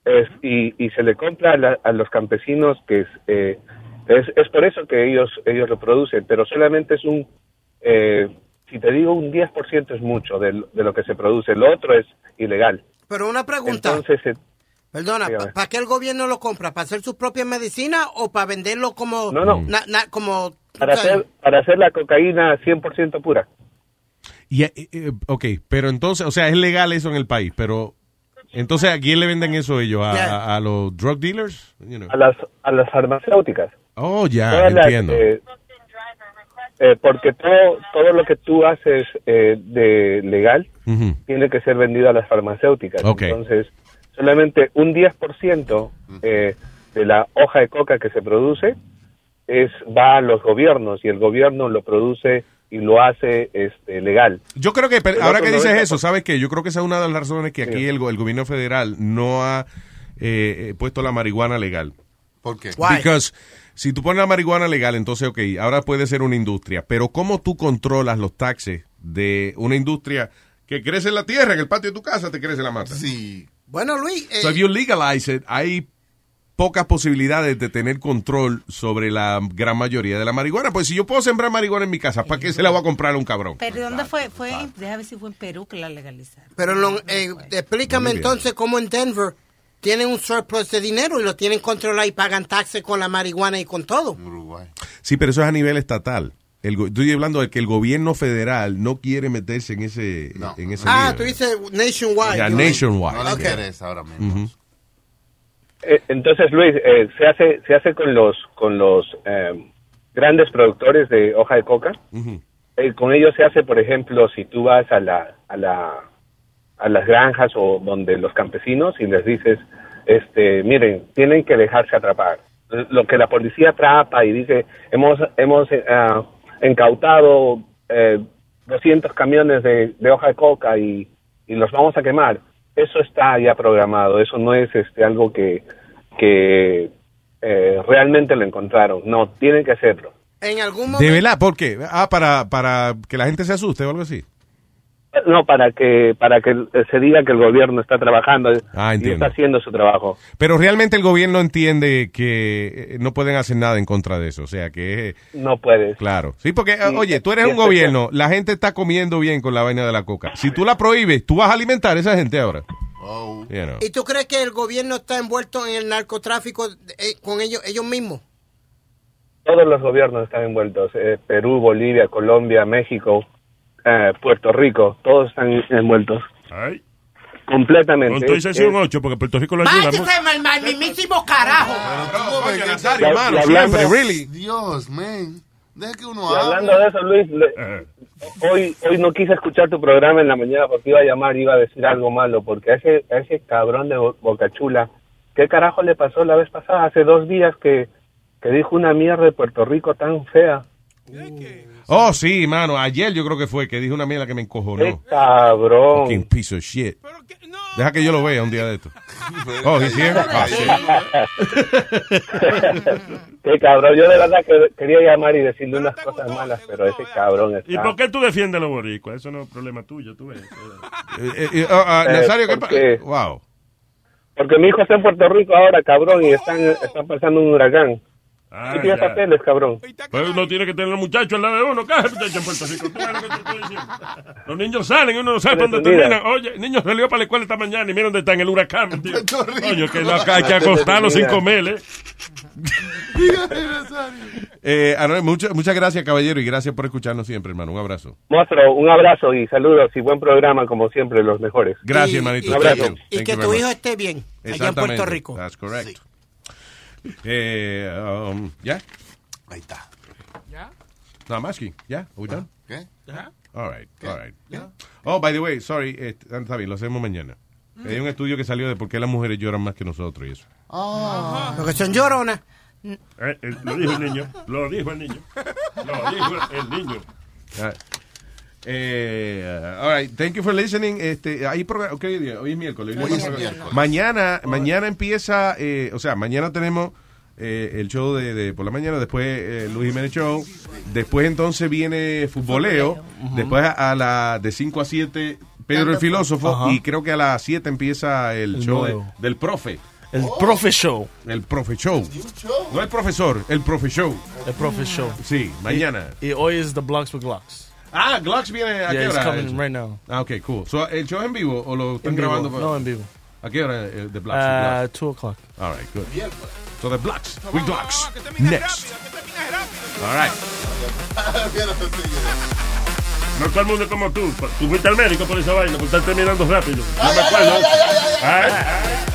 [SPEAKER 21] Es- y, y se le compra a, la- a los campesinos que es, eh, es, es por eso que ellos ellos lo producen, pero solamente es un, eh, si te digo un 10% es mucho de, lo- de lo que se produce, lo otro es ilegal.
[SPEAKER 10] Pero una pregunta,
[SPEAKER 21] Entonces, eh,
[SPEAKER 10] perdona,
[SPEAKER 21] dígame.
[SPEAKER 10] ¿para qué el gobierno lo compra? ¿Para hacer sus propias medicinas o para venderlo como...
[SPEAKER 21] No, no.
[SPEAKER 10] na- na- como
[SPEAKER 21] para hacer, para hacer la cocaína 100% pura.
[SPEAKER 4] Y, eh, eh, ok, pero entonces, o sea, es legal eso en el país, pero entonces, ¿a quién le venden eso ellos? ¿A, a- a los drug dealers? You know.
[SPEAKER 21] a las a las farmacéuticas.
[SPEAKER 4] Oh, ya,
[SPEAKER 21] Todas las,
[SPEAKER 4] entiendo.
[SPEAKER 21] eh, eh, porque todo todo lo que tú haces eh, de legal
[SPEAKER 4] Ujú.
[SPEAKER 21] tiene que ser vendido a las farmacéuticas.
[SPEAKER 4] Ok.
[SPEAKER 21] Entonces, solamente un 10% eh, de la hoja de coca que se produce es va a los gobiernos y el gobierno lo produce y lo hace este, legal.
[SPEAKER 4] Yo creo que, pero
[SPEAKER 21] El
[SPEAKER 4] ahora
[SPEAKER 21] otro
[SPEAKER 4] que dices
[SPEAKER 21] 90%.
[SPEAKER 4] eso, ¿sabes qué? Yo creo que esa es una de las razones que aquí el, go- el gobierno federal no ha eh, eh, puesto la marihuana legal.
[SPEAKER 5] ¿Por qué?
[SPEAKER 4] Because si tú pones la marihuana legal, entonces, ok, ahora puede ser una industria, pero ¿cómo tú controlas los taxes de una industria que crece en la tierra, en el patio de tu casa, te crece la mata?
[SPEAKER 5] Sí.
[SPEAKER 10] Bueno, Luis, eh,
[SPEAKER 4] So if you legalize it, hay pocas posibilidades de tener control sobre la gran mayoría de la marihuana. Pues si yo puedo sembrar marihuana en mi casa, ¿para qué se la voy a comprar a un cabrón?
[SPEAKER 7] Pero ¿dónde fue? fue en- deja ver si fue en Perú que la legalizaron.
[SPEAKER 10] pero lo- eh, explícame
[SPEAKER 4] Bolivia.
[SPEAKER 10] entonces cómo en Denver tienen un surplus de dinero y lo tienen controlado y pagan taxes con la marihuana y con todo.
[SPEAKER 4] Sí, pero eso es a nivel estatal. El, go- estoy hablando de que el gobierno federal no quiere meterse en ese, en ese
[SPEAKER 10] Ah,
[SPEAKER 4] lío.
[SPEAKER 10] tú dices nationwide.
[SPEAKER 4] Ya,
[SPEAKER 10] You know.
[SPEAKER 4] nationwide.
[SPEAKER 5] No le
[SPEAKER 4] Ok.
[SPEAKER 5] interesa ahora mismo.
[SPEAKER 4] Ujú.
[SPEAKER 21] Eh, entonces, Luis, eh, se hace se hace con los con los eh, grandes productores de hoja de coca. Eh, con ellos se hace, por ejemplo, si tú vas a la, a la a las granjas o donde los campesinos y les dices, este, miren, tienen que dejarse atrapar. Lo que la policía atrapa y dice, hemos hemos eh, ah, incautado eh, 200 camiones de, de hoja de coca y, y los vamos a quemar. Eso está ya programado, eso no es este algo que, que eh, realmente lo encontraron. No, tienen que hacerlo.
[SPEAKER 10] En algún
[SPEAKER 4] De
[SPEAKER 10] momento.
[SPEAKER 4] verdad, ¿por qué? Ah, para, para que la gente se asuste o algo así.
[SPEAKER 21] No, para que, para que se diga que el gobierno está trabajando y
[SPEAKER 4] entiendo.
[SPEAKER 21] está haciendo su trabajo.
[SPEAKER 4] Pero realmente el gobierno entiende que eh, no pueden hacer nada en contra de eso. O sea, que eh,
[SPEAKER 21] No puedes.
[SPEAKER 4] Claro. Sí, porque, eh,
[SPEAKER 21] Sí,
[SPEAKER 4] oye, tú eres
[SPEAKER 21] sí,
[SPEAKER 4] un
[SPEAKER 21] estoy
[SPEAKER 4] gobierno, la gente está comiendo bien con la vaina de la coca. Si tú la prohíbes, tú vas a alimentar a esa gente ahora. You know.
[SPEAKER 10] ¿Y tú crees que el gobierno está envuelto en el narcotráfico eh, con ellos, ellos mismos?
[SPEAKER 21] Todos los gobiernos están envueltos. eh, Perú, Bolivia, Colombia, México, eh, Puerto Rico, todos están envueltos. Completamente.
[SPEAKER 12] Con tu sesión
[SPEAKER 21] Eh,
[SPEAKER 12] 8, porque Puerto Rico lo ayuda. mucho.
[SPEAKER 10] al, al mismísimo carajo.
[SPEAKER 21] Y- y hablando-
[SPEAKER 5] Dios, man. Deja que uno
[SPEAKER 21] Y
[SPEAKER 5] hable.
[SPEAKER 21] hablando de eso, Luis, le-
[SPEAKER 12] Eh.
[SPEAKER 21] hoy, hoy no quise escuchar tu programa en la mañana porque iba a llamar y iba a decir algo malo, porque a ese, a ese cabrón de Bo- Bocachula, ¿qué carajo le pasó la vez pasada? Hace dos días que, que dijo una mierda de Puerto Rico tan fea.
[SPEAKER 4] Oh, sí, mano. Ayer yo creo que fue que dije una mierda que me
[SPEAKER 21] Eh,
[SPEAKER 4] encojonó.
[SPEAKER 21] Cabrón.
[SPEAKER 4] Fucking piece of shit. Deja que yo lo vea un día de esto. Oh, he's here? Ah, shit.
[SPEAKER 21] Qué cabrón, yo de verdad que quería llamar y decirle unas cosas malas, pero ese cabrón
[SPEAKER 12] ¿Y
[SPEAKER 21] está...
[SPEAKER 12] por qué tú defiendes a los boricuas? Eso no es problema tuyo, tú ves.
[SPEAKER 4] Eh, eh, eh, ah, ah,
[SPEAKER 21] Eh,
[SPEAKER 4] Nazario, ¿qué pasa?
[SPEAKER 21] porque-
[SPEAKER 4] Wow. Oh,
[SPEAKER 21] Porque mi hijo está en Puerto Rico ahora, cabrón, y están, están pasando un huracán.
[SPEAKER 12] Ah,
[SPEAKER 21] Tú tienes
[SPEAKER 12] ya.
[SPEAKER 21] papeles, cabrón.
[SPEAKER 12] Pues uno tiene que tener a los muchachos al lado de uno. ¿Qué hace muchacho en Puerto Rico? Tú ves lo que te estoy diciendo. Los niños salen y uno no sabe
[SPEAKER 21] Pero
[SPEAKER 12] dónde
[SPEAKER 21] tú mira.
[SPEAKER 12] terminan. Oye, el niño salió para la escuela esta mañana y mira dónde está en el huracán. tío. Coño, que no, hay que acostarlo sin
[SPEAKER 4] Mira.
[SPEAKER 12] comer, ¿eh?
[SPEAKER 4] Eh, Anuel, mucha- muchas gracias, caballero, y gracias por escucharnos siempre, hermano. Un abrazo.
[SPEAKER 21] Monstruo, un abrazo y saludos y buen programa, como siempre, los mejores.
[SPEAKER 4] Gracias, hermanito.
[SPEAKER 21] Un abrazo.
[SPEAKER 4] Thank you.
[SPEAKER 10] Y
[SPEAKER 4] Thank
[SPEAKER 10] que
[SPEAKER 4] you
[SPEAKER 10] tu
[SPEAKER 4] very
[SPEAKER 10] hijo
[SPEAKER 4] much.
[SPEAKER 10] esté bien, allá en
[SPEAKER 4] Exactamente.
[SPEAKER 10] Puerto Rico.
[SPEAKER 4] That's correct. Eh, um, ¿Ya? Ahí está.
[SPEAKER 8] ¿Ya?
[SPEAKER 4] No, I'm asking. ¿Ya? Are we done?
[SPEAKER 5] ¿Qué?
[SPEAKER 4] All right, all right. Oh, by the way, sorry. eh, está bien, lo hacemos mañana. Hay un estudio que salió de por qué las mujeres lloran más que nosotros y eso.
[SPEAKER 6] Ah.
[SPEAKER 10] Porque son lloronas.
[SPEAKER 12] Eh, eh, lo dijo el niño. Lo dijo el niño. Lo dijo el niño.
[SPEAKER 4] All right. Eh, all right, thank you for listening. Este, hay progra- ¿qué día? Hoy es miércoles.
[SPEAKER 5] Hoy
[SPEAKER 4] Hoy no hay
[SPEAKER 5] es
[SPEAKER 4] programa.
[SPEAKER 5] miércoles.
[SPEAKER 4] Mañana, mañana empieza, eh, o sea, mañana tenemos eh, el show de, de por la mañana, después eh, Luis Jiménez Show, después entonces viene Futboleo,
[SPEAKER 9] Ujú.
[SPEAKER 4] después a, a la de 5 a 7 Pedro el Filósofo
[SPEAKER 9] Ajá.
[SPEAKER 4] y creo que a las 7 empieza el,
[SPEAKER 9] El
[SPEAKER 4] show de-
[SPEAKER 9] nuevo.
[SPEAKER 4] del profe.
[SPEAKER 6] El Profe Show.
[SPEAKER 4] El profe show. No el profesor, el profe show.
[SPEAKER 6] El Profe Show.
[SPEAKER 4] Sí, mañana.
[SPEAKER 6] Y, y hoy es The Blocks with Glocks.
[SPEAKER 4] Ah, Glocks viene a
[SPEAKER 6] Yeah,
[SPEAKER 4] qué
[SPEAKER 6] it's
[SPEAKER 4] hora?
[SPEAKER 6] coming right now.
[SPEAKER 4] Ah, ok, cool. So, ¿El show es en vivo o lo están
[SPEAKER 6] En vivo.
[SPEAKER 4] grabando?
[SPEAKER 6] No, en vivo.
[SPEAKER 4] ¿A qué hora el de Blacks?
[SPEAKER 6] Uh, 2 o'clock.
[SPEAKER 4] All right, good. So the Blacks, we Blacks. Next. All right.
[SPEAKER 12] No todo el mundo es como tú. Tú fuiste al médico por esa vaina, por estar terminando rápido. No
[SPEAKER 16] Ay,
[SPEAKER 12] me
[SPEAKER 16] ay,
[SPEAKER 12] acuerdo.
[SPEAKER 16] ay, ay, ay, ay, ay,
[SPEAKER 12] Ay.